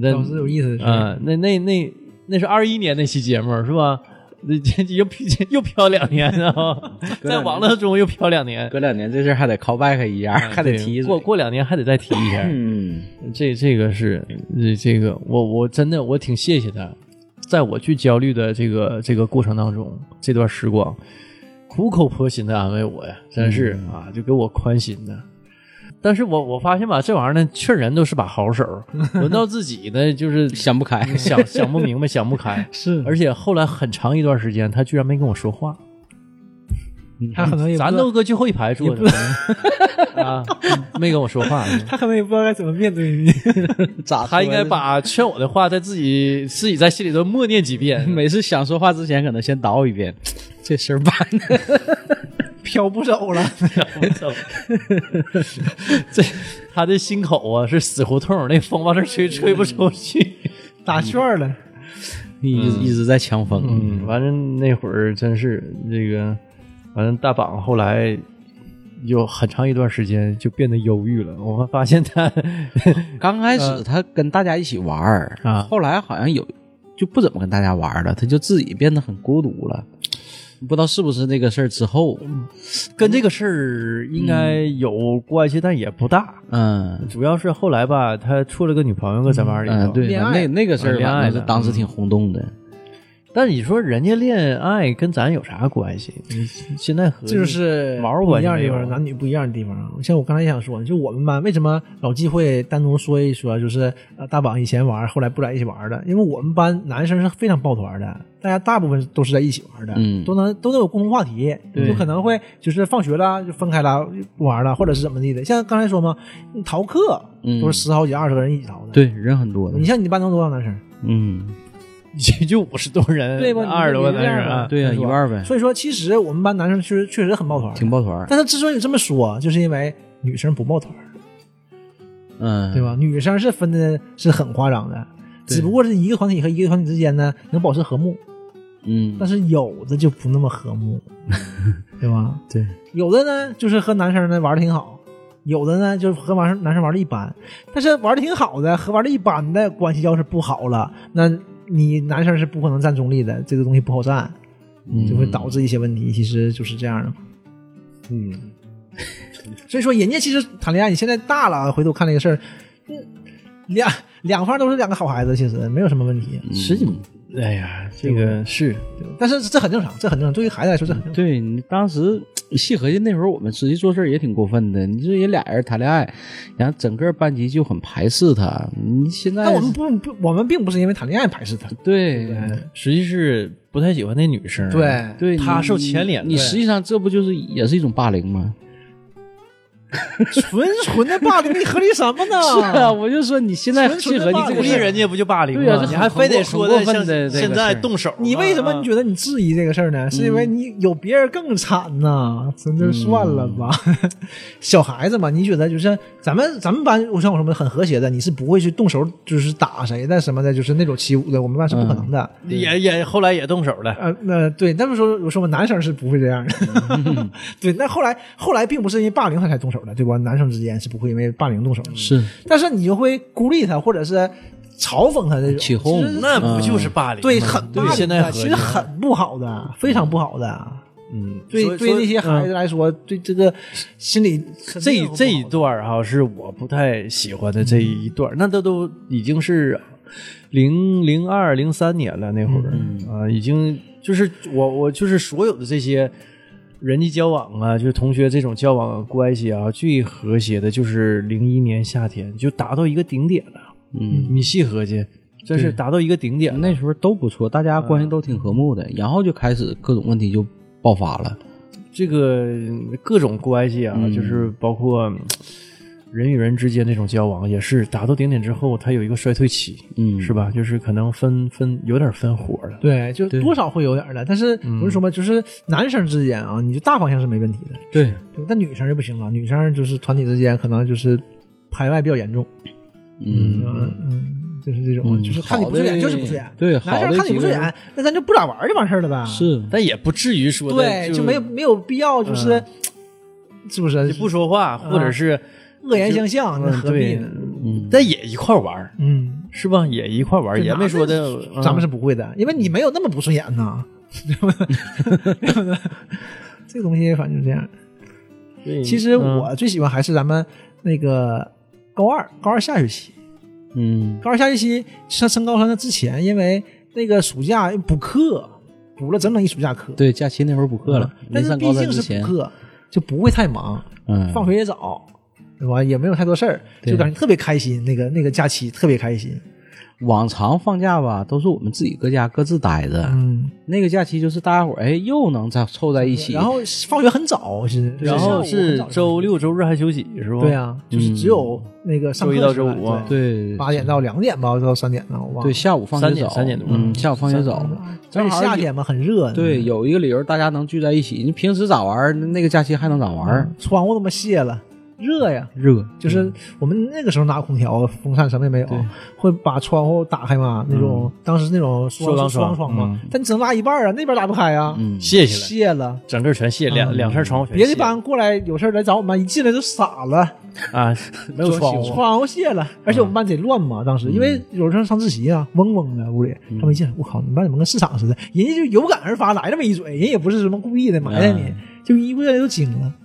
S1: 那
S2: 老师有意思的是，
S1: 啊，那那那那是二一年那期节目是吧？ [LAUGHS] 那这这又飘 [LAUGHS] 又飘两年
S3: [LAUGHS]
S1: 啊，在网络中又飘两年，
S3: 隔两年这事儿还得 call back 一下，还得
S1: 对
S3: 提一嘴
S1: 过过两年还得再提一下。
S3: 嗯，
S1: 这这个是这这个，我我真的我挺谢谢他，在我去焦虑的这个这个过程当中，这段时光苦口婆心的安慰我呀，真是
S3: 嗯
S1: 啊，就给我宽心的。但是我我发现吧，这玩意儿呢，劝人都是把好手儿，
S3: [LAUGHS]
S1: 轮到自己呢，就是
S3: 想不开，
S1: 想想不明白，想不开。
S3: 是
S1: 而且后来很长一段时间，他居然没跟我说话。
S3: 嗯
S2: 他可能也不知道
S1: 咱都搁最后一排坐着呢啊，没跟我说 [LAUGHS] 话。
S2: 他可能也不知道该怎么面对你。
S3: 咋？
S1: 他应该把劝我的话在自己自己在心里头默念几 [LAUGHS] 遍。
S3: [LAUGHS] 每次想说话之前，可能先叨一遍，这事儿办的。
S2: 飘不走了，
S1: 这他的心口啊是死胡同，那风往这吹吹不出去。
S2: 打旋儿了。
S3: 一直一直在强风，
S1: 嗯，反正那会儿真是这个，反正大榜后来有很长一段时间就变得忧郁了。我们发现他
S3: 刚开始他跟大家一起玩儿
S1: 啊
S3: 后来好像有就不怎么跟大家玩儿了，他就自己变得很孤独了。不知道是不是这个事儿之后，
S1: 跟这个事儿应该有关系，但也不大。
S3: 嗯
S1: 主要是后来吧，他处了个女朋友，搁咱们二里头。
S3: 嗯，对，
S2: 恋爱
S3: 那那个事儿
S1: 恋爱
S3: 反
S1: 了
S3: 正是当时挺轰动的。
S1: 但你说人家恋爱跟咱有啥关系？你现在合计
S2: 这就是
S1: 毛儿
S2: 不
S1: 关
S2: 一
S1: 系
S2: 样的
S1: 没
S2: 地
S1: 有
S2: 方，男女不一样的地方啊。像我刚才也想说，就我们班为什么老忌讳单独说一说，就是呃大榜以前玩，后来不在一起玩的，因为我们班男生是非常抱团的，大家大部分都是在一起玩的，
S3: 嗯
S2: 都能都能有共同话题，
S3: 对
S2: 有可能会就是放学了就分开了不玩了，或者是怎么地的。像刚才说嘛，逃课
S3: 嗯
S2: 都是十好几二十个人一起逃的。
S3: 对，人很多的
S2: 你，像你班能多少男生？
S3: 嗯，
S1: [LAUGHS] 也就五十多人， [LAUGHS]
S2: 对吧你
S1: 二十多个男人啊，
S3: 对呀，一半呗，
S2: 所以说，其实我们班男生确实确实很抱团，
S3: 挺抱团儿，
S2: 但是之所以这么说，就是因为女生不抱团。
S3: 嗯，
S2: 对？吧？女生是分的是很夸张的，
S3: 对
S2: 只不过是一个团体和一个团体之间呢能保持和睦，
S3: 嗯
S2: 但，是有的就不那么
S3: [LAUGHS]
S2: 和睦，对吧？
S3: 对，
S2: 有的呢就是和男生呢玩的挺好，有的呢就是和男生男生玩的一般，但是玩的挺好的和玩的一般的关系要是不好了，那你男生是不可能站中立的，这个东西不好站，
S3: 嗯
S2: 就会导致一些问题，其实就是这样的嘛。
S1: 嗯，
S2: 所以说，人家其实谈恋爱，你现在大了，回头看这个事儿，嗯，两两方都是两个好孩子，其实没有什么问题。
S3: 嗯
S1: 十几，哎呀，这个是
S2: 对但是这很正常，这很正常，对于孩子来说这很正常。
S3: 对你当时细合计，那会儿我们实际做事儿也挺过分的。你这也俩人谈恋爱，然后整个班级就很排斥他。你现在
S2: 但我们不不，我们并不是因为谈恋爱排斥他，
S3: 对
S1: 实际是不太喜欢那女生，啊
S2: 对
S3: [LAUGHS] 对
S1: 他
S3: 你
S1: 受牵连
S3: 你你
S1: 对
S3: 实际上这不就是也是一种霸凌吗？
S2: 纯纯的霸凌，你合理什么呢？
S3: [LAUGHS] 是啊，我就说你现在
S2: 纯纯
S3: 细
S2: 的
S3: 合计
S2: 霸
S3: 这
S2: 凌
S1: 鼓
S3: 个
S1: 励
S3: 事儿
S1: 人家不就霸凌
S3: 对呀
S1: 吗？
S3: 这
S1: 你
S3: 很
S1: 还非得
S3: 很
S1: 说
S3: 过
S1: 的
S3: 分
S1: 像
S3: 的这个
S1: 现在
S3: 事儿
S1: 动手啊，
S2: 你为什么
S3: 嗯
S2: 你觉得你质疑这个事儿呢？是因为你有别人更惨呐，真就算了吧。
S3: 嗯
S2: [LAUGHS] 小孩子嘛，你觉得就是咱们咱们班，我像我什么很和谐的，你是不会去动手就是打谁的什么的，就是那种欺侮的，我们班是不可能的。
S1: 也也后来也动手了，
S2: 呃，那对，那么说我说嘛，男生是不会这样
S1: 嗯
S2: 的。 [LAUGHS] 对，那后来后来并不是因为霸凌他才动手的，对吧？男生之间是不会因为霸凌动手的，
S3: 是
S2: 但是你就会孤立他，或者是嘲讽他这种
S3: 起哄
S2: 其实
S1: 哦那不就是霸凌吗？
S2: 对，很霸凌的
S1: 嗯现在合
S2: 其
S1: 计
S2: 实很不好的，非常不好的。啊
S1: 嗯，所
S2: 对
S1: 以
S2: 对，
S1: 说
S2: 那些孩子来说，对这个心理
S1: 这一这一段儿哈、是我不太喜欢的这一段儿，那都都已经是零零二零三年了那会儿啊、已经就是我我就是所有的这些人际交往啊，就是同学这种交往关系啊，最和谐的就是零一年夏天，就达到一个顶点了。
S3: 嗯，
S1: 你细合计，真是达到一个顶点了。
S3: 那时候都不错，大家关系都挺和睦的，然后就开始各种问题就爆发了。
S1: 这个嗯各种关系啊，就是包括嗯人与人之间那种交往，也是达到顶点之后，它有一个衰退期，
S3: 嗯
S1: 是吧？就是可能分分有点分火了。
S2: 对，就
S3: 对
S2: 多少会有点儿的，但是
S1: 嗯
S2: 不是说嘛，就是男生之间啊，你就大方向是没问题的，
S3: 对，
S2: 对但女生就不行了，啊女生就是团体之间可能就是排外比较严重，
S3: 嗯，
S2: 嗯嗯，就是这种，
S3: 嗯
S2: 就是看你不顺眼就是不顺眼，
S3: 对好
S2: 男生
S3: 的
S2: 看你不顺
S3: 几个
S2: 眼，那咱就不咋玩儿就完事儿了呗，，
S3: 是
S1: 但也不至于说的
S2: 对，
S1: 就
S2: 就没有没有必要就是
S1: 嗯，
S2: 是不是
S1: 就不说话，
S2: 嗯
S1: 或者是
S2: 恶言相向，那
S1: 嗯
S2: 何必
S1: 对
S2: 呢？，
S1: 但也一块玩儿
S2: 嗯，
S1: 是吧？也一块玩儿，
S2: 对
S1: 也没说的嗯
S2: 男，咱们是不会
S3: 嗯
S2: 的，因为你没有那么不顺眼
S3: [LAUGHS]
S2: 呐，对不对？这个东西反正就这样。
S3: 嗯
S1: 对
S2: 其实
S1: 嗯
S2: 我最喜欢还是咱们那个高二，高二下学期，
S3: 嗯
S2: 高二下学期上升高三的之前，因为那个暑假补课，补了整整一暑假课。，
S3: 对，假期那会儿补课了，没
S2: 嗯但是
S3: 上
S2: 毕
S3: 高三
S2: 竟
S3: 之
S2: 是
S3: 前
S2: 补，课，就不会太忙，
S3: 嗯，
S2: 放学也早，对吧？也没有太多事儿，就
S3: 对
S2: 感觉特别开心。那个那个假期特别开心，
S3: 往常放假吧，都是我们自己搁家各自待着。
S2: 嗯。
S3: 那个假期就是大家伙儿哎又能再凑在一起，
S2: 然后放学很早，是，
S1: 然后是周六周日还休息是吧？
S2: 对，啊，就是只有那个上课
S1: 周一到
S2: 时段
S1: 周五啊
S3: 嗯对
S2: 八点到两点吧，到三点呢，我忘
S3: 对
S2: 了。
S3: 下午放学早，
S1: 三点三点多
S3: 嗯，下午放学早，
S2: 而且
S3: 正好
S2: 夏天嘛，很热。
S3: 对，有一个理由大家能聚在一起。你平时咋玩儿，那个假期还能咋玩儿？
S2: 窗户都他妈卸了，热呀。
S3: 热，
S2: 就是
S1: 嗯
S2: 我们那个时候哪有空调、风扇什么也没有，会把窗户打开嘛，那种
S1: 嗯
S2: 当时那种
S1: 塑
S2: 双
S1: 钢
S2: 双
S1: 窗
S2: 窗嘛，但你只能拉一半啊，那边拉不开啊，
S3: 嗯，
S1: 嗯卸下来，
S2: 卸了。
S1: 整个全卸，两两扇窗户全
S2: 嗯别的
S1: 卸
S2: 班过来有事儿来找我们班，一进来就傻了，
S1: 啊，
S2: [LAUGHS]
S1: 没有窗户，嗯
S2: 窗户卸了，而且我们班贼乱嘛，当时因为有时候上自习啊，嗡嗡的屋里，他们一进来，我靠，你们班怎么跟市场似的？人家就有感而发来这么一嘴，人也不是什么故意的埋汰你
S3: 嗯，
S2: 就一过来就惊了。 [LAUGHS]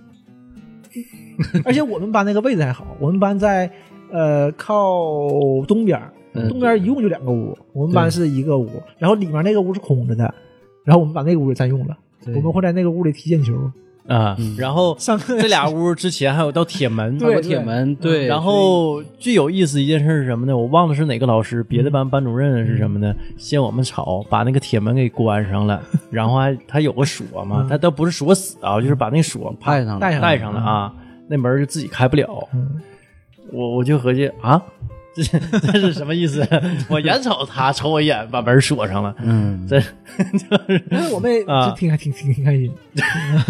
S2: 而且我们班那个位置还好，我们班在呃靠东边儿，
S3: 嗯
S2: 东边儿一共就两个屋，我们班是一个屋，然后里面那个屋是空着的，然后我们把那个屋给占用了，
S3: 对
S2: 我们会在那个屋里
S1: [LAUGHS]
S2: 踢毽球，
S1: 啊，
S2: 嗯
S1: 然后
S2: 上
S1: [LAUGHS]
S2: 课
S1: 这俩屋之前还有道铁门，
S2: 对
S3: 铁门对，
S1: 然后最有意思一件事是什么呢？我忘了是哪个老
S2: 嗯
S1: 师，别的班班主任是什么呢？嫌我们吵，把那个铁门给关上
S2: [LAUGHS]
S1: 了，然后还他有个锁
S2: 嗯
S1: 嘛，他倒不是锁死啊，就是把那锁啪
S3: 派上了
S2: 带上
S1: 带上了啊，那门就自己开不了。
S2: 嗯
S1: 我我就合计啊， [LAUGHS] 这这是什么意
S2: [LAUGHS]
S1: 思？我眼瞅他瞅我一眼，把门锁上了，
S3: 嗯，
S1: 这就是
S2: 但是我们也
S1: 啊
S2: 就挺还挺挺挺开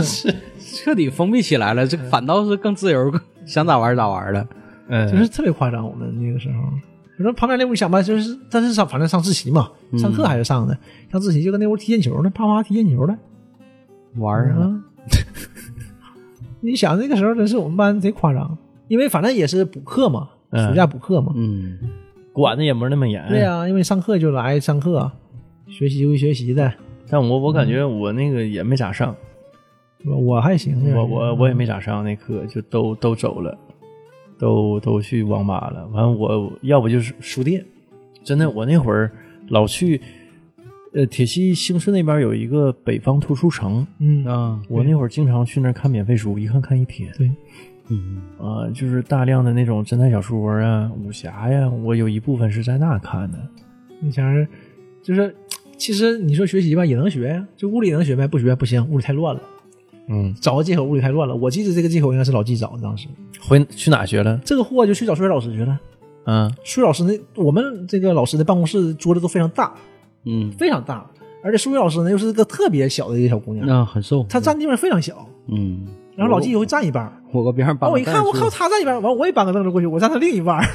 S2: 心，
S3: 彻底封闭起来了，这反倒是更自由，更想咋玩儿咋玩儿了。
S1: 嗯，
S2: 就是特别夸张。我们那个时候，反正旁边那屋想吧，就是但是上反正上自习嘛，
S1: 嗯
S2: 上课还是上的，上自习就跟那屋踢毽球呢，啪啪踢毽球呢。
S3: 玩儿啊，
S2: 啊。你想那个时候真是我们班贼夸张，因为反正也是补课嘛，
S1: 嗯
S2: 暑假补课嘛。
S3: 嗯，
S1: 管的也没那么严。
S2: 对呀、因为上课就来上课，学习归学习的，
S1: 但我我感觉
S2: 嗯
S1: 我那个也没咋上，
S2: 我我还行。
S1: 我我我也没咋上那课，就都都走了，都都去网吧了。完我要不就是书店，真的我那会儿老去，呃，铁西兴顺那边有一个北方图书城，
S2: 嗯，
S3: 啊，
S1: 我那会儿经常去那儿看免费书，一看看一天。
S2: 对，
S3: 嗯，
S1: 啊、就是大量的那种侦探小说啊、武侠呀、我有一部分是在那看的。
S2: 那前儿就是，其实你说学习吧也能学呀，就屋里能学呗，不学不行，屋里太乱了。
S1: 嗯，
S2: 找个借口屋里太乱了。我记得这个借口应该是老纪找的，当时
S1: 回去哪学了？
S2: 这个货就去找数学老师去了。
S1: 嗯
S2: 数学老师那我们这个老师的办公室桌子都非常大，
S3: 嗯，
S2: 非常大，而且数学老师呢又是个特别小的一个小姑娘，
S3: 那很瘦，
S2: 她占地方非常小。
S3: 嗯，
S2: 然后老纪也会站一半儿，
S3: 我搁边上
S2: 完
S3: 搬
S2: 我
S3: 个
S2: 一
S3: 凳
S2: 看，我
S3: 坐
S2: 靠，，她站一半儿，完我也搬个凳子过去，我站她另一半儿，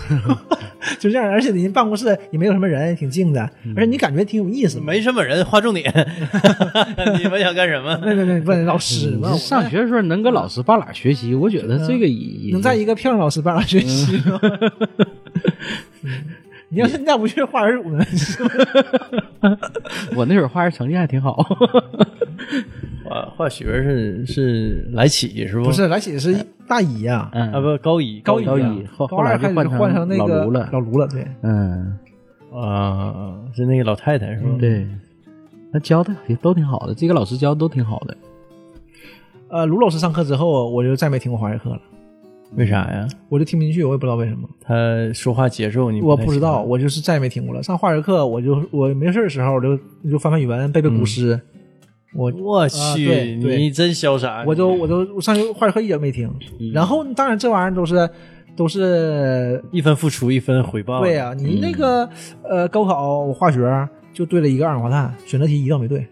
S3: [LAUGHS]
S2: 就这样。而且人家办公室也没有什么人，挺静的，
S3: 嗯
S2: 而且你感觉挺有意思。
S1: 没什么人，划重点。 [LAUGHS] 你们想干什么？
S2: 那那那问老师，
S3: 你
S2: 完
S3: 这
S2: 我
S3: 嗯上学的时候能跟老师半拉学习，我觉得这个也
S2: 能在一个漂亮老师班上
S3: 嗯
S2: 学习
S3: [LAUGHS]
S2: 吗？你要现在不去画二五呢？是吧
S3: 我那会儿化学成绩还挺好，
S1: 化化学是是来起
S3: [LAUGHS]
S1: 是不？
S2: 不是，来写是大一呀，
S3: 嗯
S1: 啊，不高一
S3: 高
S1: 一啊高
S3: 一高
S1: 一
S3: 一后
S2: 高
S3: 后
S2: 二
S3: 来就
S2: 开始
S3: 换
S2: 换
S3: 成
S2: 那
S3: 老
S2: 个
S3: 卢了
S2: 老卢了，对，
S3: 嗯，
S1: 啊，是那个老太太是吧？，
S3: 对，那教的也都挺好的，这个老师教的都挺好的，
S2: 呃，卢老师上课之后，我就再没听过华语课了，
S1: 为啥呀？
S2: 我就听不进去，我也不知道为什么，
S1: 他说话节奏你
S2: 我
S1: 不太
S2: 不知
S1: 喜欢
S2: 道，，我就是再也没听过了。上化学课，我就我没事儿的时候，我就我就翻翻语文，背背
S1: 嗯
S2: 古诗，我
S1: 我
S2: 啊
S1: 去，
S2: 对对
S1: 你真潇洒，
S2: 我都
S1: 你
S2: 我都我上化学课一点没听。
S1: 嗯
S2: 然后当然这玩意儿都是都是
S1: 一分付出一分回报，嗯
S2: 对呀、你那个、呃高考我化学就对了一个二氧化碳，选择题一道没对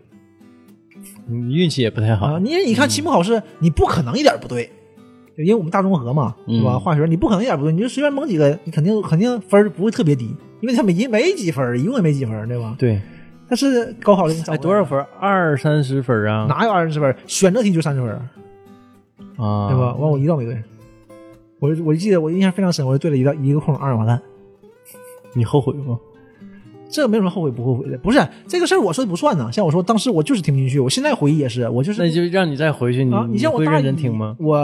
S1: 你运气也不太好
S2: 啊。。你你看期末考试，你不可能一点不对，因为我们大综合嘛，对吧？
S3: 嗯
S2: 化学你不可能一点不对，你就随便蒙几个，你肯定肯定分儿不会特别低，因为他没没几分儿，一共也没几分儿，对吧？
S1: 对，
S2: 但是高考就给你找
S1: 哎，多少？分儿？二三十分儿啊？
S2: 哪有二十分儿？选择题就三十分儿，
S1: 啊，
S2: 对吧？完我一道没对，我就我就记得我印象非常深，我就对了一道一个空二氧化碳。
S1: 你后悔吗？
S2: 这没有什么后悔不后悔的，不是这个事儿我说的不算呢。像我说，当时我就是听不进去，我现在回忆也是，我就是
S1: 那就让你再回去，你
S2: 啊，
S1: 嗯你
S2: 像我
S1: 会
S2: 大
S1: 认
S2: 一
S1: 真听吗？？
S2: 我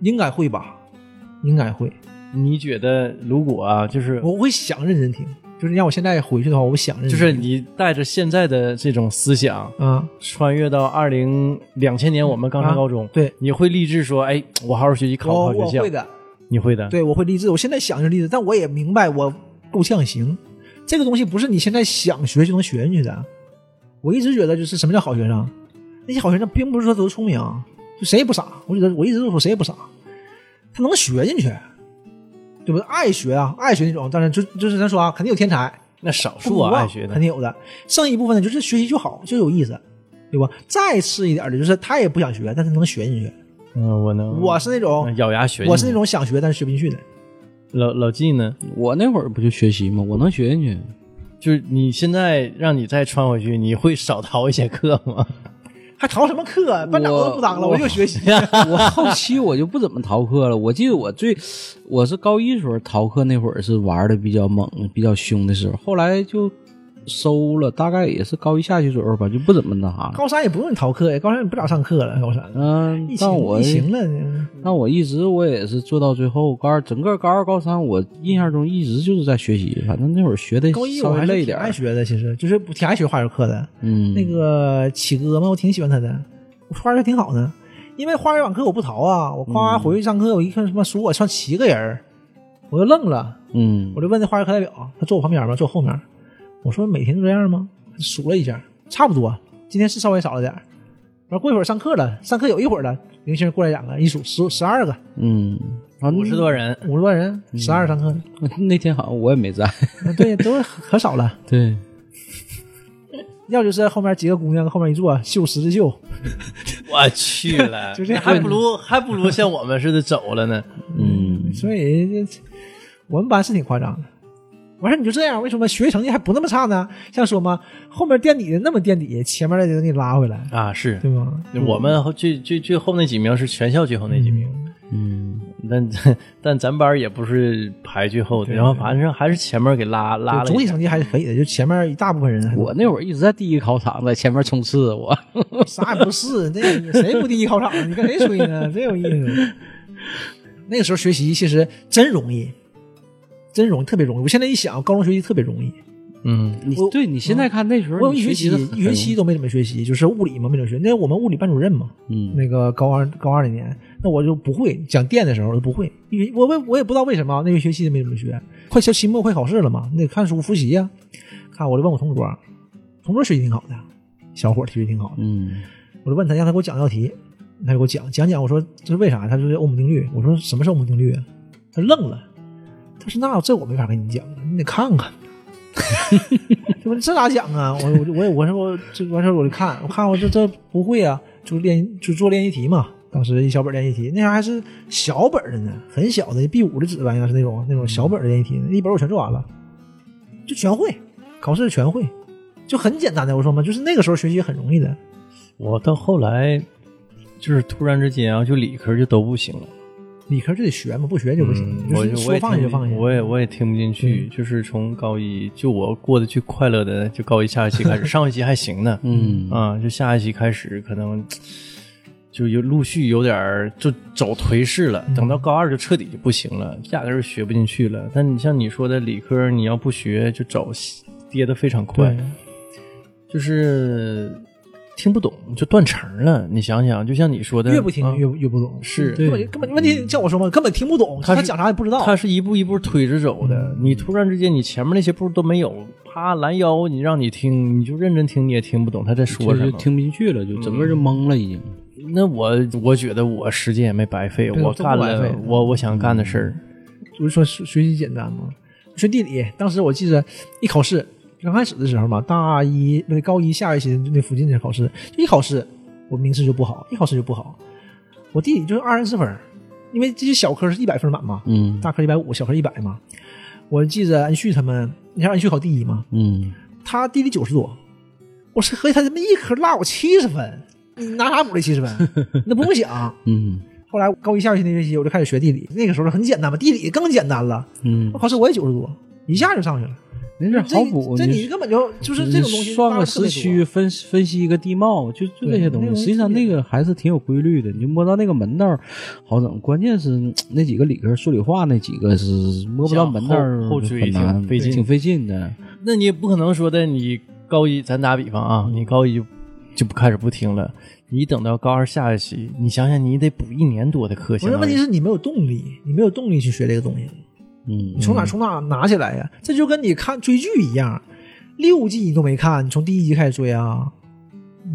S2: 应该会吧，应该会，
S1: 你觉得如果啊，就是
S2: 我会想认真听。就是让我现在回去的话，我会想认真
S1: 就
S2: 听，
S1: 是你带着现在的这种思想，
S2: 啊，
S1: 穿越到二零两千年，我们刚上
S2: 啊
S1: 高中，
S2: 对
S1: 你会励志说，哎，我好好学习，考
S2: 我
S1: 不好
S2: 我
S1: 学校
S2: 会，的，
S1: 你会的，
S2: 对我会励志。我现在想是励志，但我也明白我够呛行，这个东西不是你现在想学就能学进去的。我一直觉得就是什么叫好学生，那些好学生并不是说都聪明，就谁也不傻。我觉得我一直都说谁也不傻，他能学进去，对不对？爱学啊，爱学那种，当然就就是咱说啊，肯定有天才，
S1: 那少
S2: 不
S1: 数啊，
S2: 忘
S1: 爱学的
S2: 肯，定有的。剩一部分呢，就是学习就好，就有意思，对吧？再次一点的，就是他也不想学，但是能学进去。
S1: 嗯，我能，
S2: 我是那种，
S1: 咬牙学进去，
S2: 我是那种想学但是学不进去的。
S1: 老老纪呢，
S3: 我那会儿不就学习吗？我能学进去。
S1: 就是你现在让你再穿回去，你会少逃一些课吗？
S2: 还逃什么课？啊班长我都不当了，
S3: 我
S2: 我就学习。
S3: [LAUGHS] 我后期我就不怎么逃课了。我记得我最，我是高一时候逃课那会儿是玩的比较猛、比较凶的时候，后来就收了，大概也是高一下去左右吧，就不怎么那啥了。
S2: [LAUGHS] 高三也不用你逃课呀，高三你不咋上课了，高三。
S3: 嗯
S2: 疫，情
S3: 但我
S2: 疫情了呢，
S3: 但我一直我也是做到最后，高二整个高二高三，我印象中一直就是在学习，反正那会儿学的
S2: 高一
S3: 稍
S2: 我
S3: 微
S2: 还
S3: 累
S2: 是
S3: 一
S2: 挺
S3: 点儿，
S2: 爱学的，其实就是不挺爱学化学课的。
S3: 嗯，
S2: 那个启哥嘛，我挺喜欢他的，我化学挺好的。因为化学网课我不逃啊，我夸
S3: 嗯
S2: 夸回去上课，我一看什么数我上七个人儿，我就愣了，
S3: 嗯
S2: 我就问那化学课代表，他坐我旁边嘛，坐我后面，我说每天都这样吗？他数了一下，差不多，今天是稍微少了点儿。完过一会儿上课了，上课有一会儿了，零星过来两个，一数十十二个，
S3: 嗯，啊，
S1: [LAUGHS] 五十多人，
S2: 五十多人，十二上课，
S3: 那天好像我也没在，
S2: 啊对，都可少了。
S3: 对，
S2: 要就是后面几个姑娘后面一坐，绣十字绣，
S1: 我去 [LAUGHS] 了，
S2: 就这样
S1: 还不如还不 [LAUGHS] 如像我们似的走了呢。
S3: 嗯，
S2: 所以这我们班是挺夸张的。完事儿你就这样，为什么学习成绩还不那么差呢？像说嘛，后面垫底的那么垫底，前面的就给你拉回来，
S1: 啊，是
S2: 对吗？
S1: 我们后最最最后那几名是全校最后那几名，
S3: 嗯，
S1: 但 [LAUGHS] 但咱班也不是排最后的，然后反正还是前面给拉拉了
S2: 就总
S1: 一
S2: 体
S1: 下。
S2: 成绩还是可以的，就前面一大部分人还
S3: 我那会儿一直在第一考场，在前面冲刺，我
S2: 啥也不是，这谁不第一考场？你跟谁吹呢？真有意思。那个时候学习其实真容易，真容易，特别容易。我现在一想，高中学习特别容易，
S1: 嗯，
S3: 你
S2: 我
S3: 对你现在看那时候
S2: 我有
S3: 你
S2: 一学期
S3: 习是很
S2: 一学期，都没怎么学习，就是物理嘛没怎么学。那我们物理班主任嘛，
S3: 嗯
S2: 那个高二高二那年，那我就不会讲电的时候我就不会，因为我我我也不知道为什么那个学期没怎么学，快期期末快考试了嘛，那得看书复习呀、看我就问我同桌，同桌学习挺好的，小伙儿学习挺好的，
S3: 嗯
S2: 我就问他让他给我讲道题，他就给我讲讲讲，我说这是为啥？他说这欧姆定律，我说什么是欧姆定律啊？他愣了，他说那这我没法跟你讲，你得看 [LAUGHS] 看。这不这咋讲啊？我我就我也我说我这完事儿我就看，我看我这这不会啊，就练就做练习题嘛。当时一小本练习题，那时候还是小本儿的呢，很小的 B 五的纸吧，应该是那种那种小本儿的练习题，一本我全做完了，就全会，考试全会，就很简单的。我说嘛，就是那个时候学习很容易的，
S1: 我到后来就是突然之间啊，就理科就都不行了。
S2: 理科就得学嘛，不学就不行，
S1: 嗯
S2: 就
S1: 我
S2: 是
S1: 我
S2: 说
S1: 也
S2: 放下就
S1: 听不
S2: 放下。嗯
S1: 我也我也听不进去。就是从高一，就我过得最快乐的，就高一下学期
S2: [LAUGHS]
S1: 开始，上学期还行呢，
S3: 嗯
S1: 啊，就下学期开始可能就有陆续有点儿就走颓势了。
S2: 嗯
S1: 等到高二就彻底就不行了，压根儿学不进去了。但你像你说的理科，你要不学就走跌得非常快
S2: 对，
S1: 就是听不懂，就断层了。你想想，就像你说的，
S2: 越不听
S1: 啊
S2: 越越不懂，
S1: 是
S2: 根本根本问题像我说嘛，根本听不懂，
S1: 他是
S2: 他讲啥也不知道。
S1: 它是一步一步推着走的。你突然之间，你前面那些步都没有，啪拦腰，你让你听，你就认真听，你也听不懂他在说
S3: 就
S1: 什
S3: 是
S1: 么。
S3: 听不进去了，就整个就懵了，已经。
S1: 那我我觉得我时间也没白费，
S2: 对
S1: 我
S2: 都不
S1: 干
S2: 白
S1: 了
S2: 费
S1: 我我想干的事儿。
S2: 不是说学学习简单吗？学地理，当时我记着一考试，刚开始的时候嘛，大一那高一下学期那附近的考试，一考试我名次就不好，一考试就不好，我地理就是二三十分儿，因为这些小科是一百分满嘛，
S3: 嗯
S2: 大科一百五，小科一百嘛。我记着安旭他们，你像安旭考第一嘛，
S3: 嗯，
S2: 他地理九十多，我是合计他这么一科落我七十分，你拿啥补这七十 [LAUGHS] 分？那不用想。
S3: 嗯
S2: 后来高一下学期那学期我就开始学地理，那个时候很简单嘛，地理更简单了。
S3: 嗯
S2: 我，考试我也九十多，一下就上去了。
S3: 那是好补，啊
S2: 这这
S3: 你
S2: 你根本就就是这种东西，
S3: 算个时区，，啊分分析一个地貌，就就这些东
S2: 对那个东
S3: 西。
S2: 西
S3: 实际上那个还是挺有规律的，你就摸到那个门道儿好整。关键是嗯那几个理科数理化那几个是摸不到门道儿
S1: 像后后追
S3: 很难
S1: 挺费劲
S3: 挺费劲的。
S1: 那你也不可能说的，你高一，咱打比方啊，你高一就就不开始不听了，你等到高二下学期，你想想，你得补一年多的课，
S2: 不
S1: 相
S2: 是
S1: 当于
S2: 问题是你没有动力，你没有动力去学这个东西，
S3: 嗯
S2: 你，从哪从哪拿起来呀？这就跟你看追剧一样，六季你都没看，你从第一集开始追啊？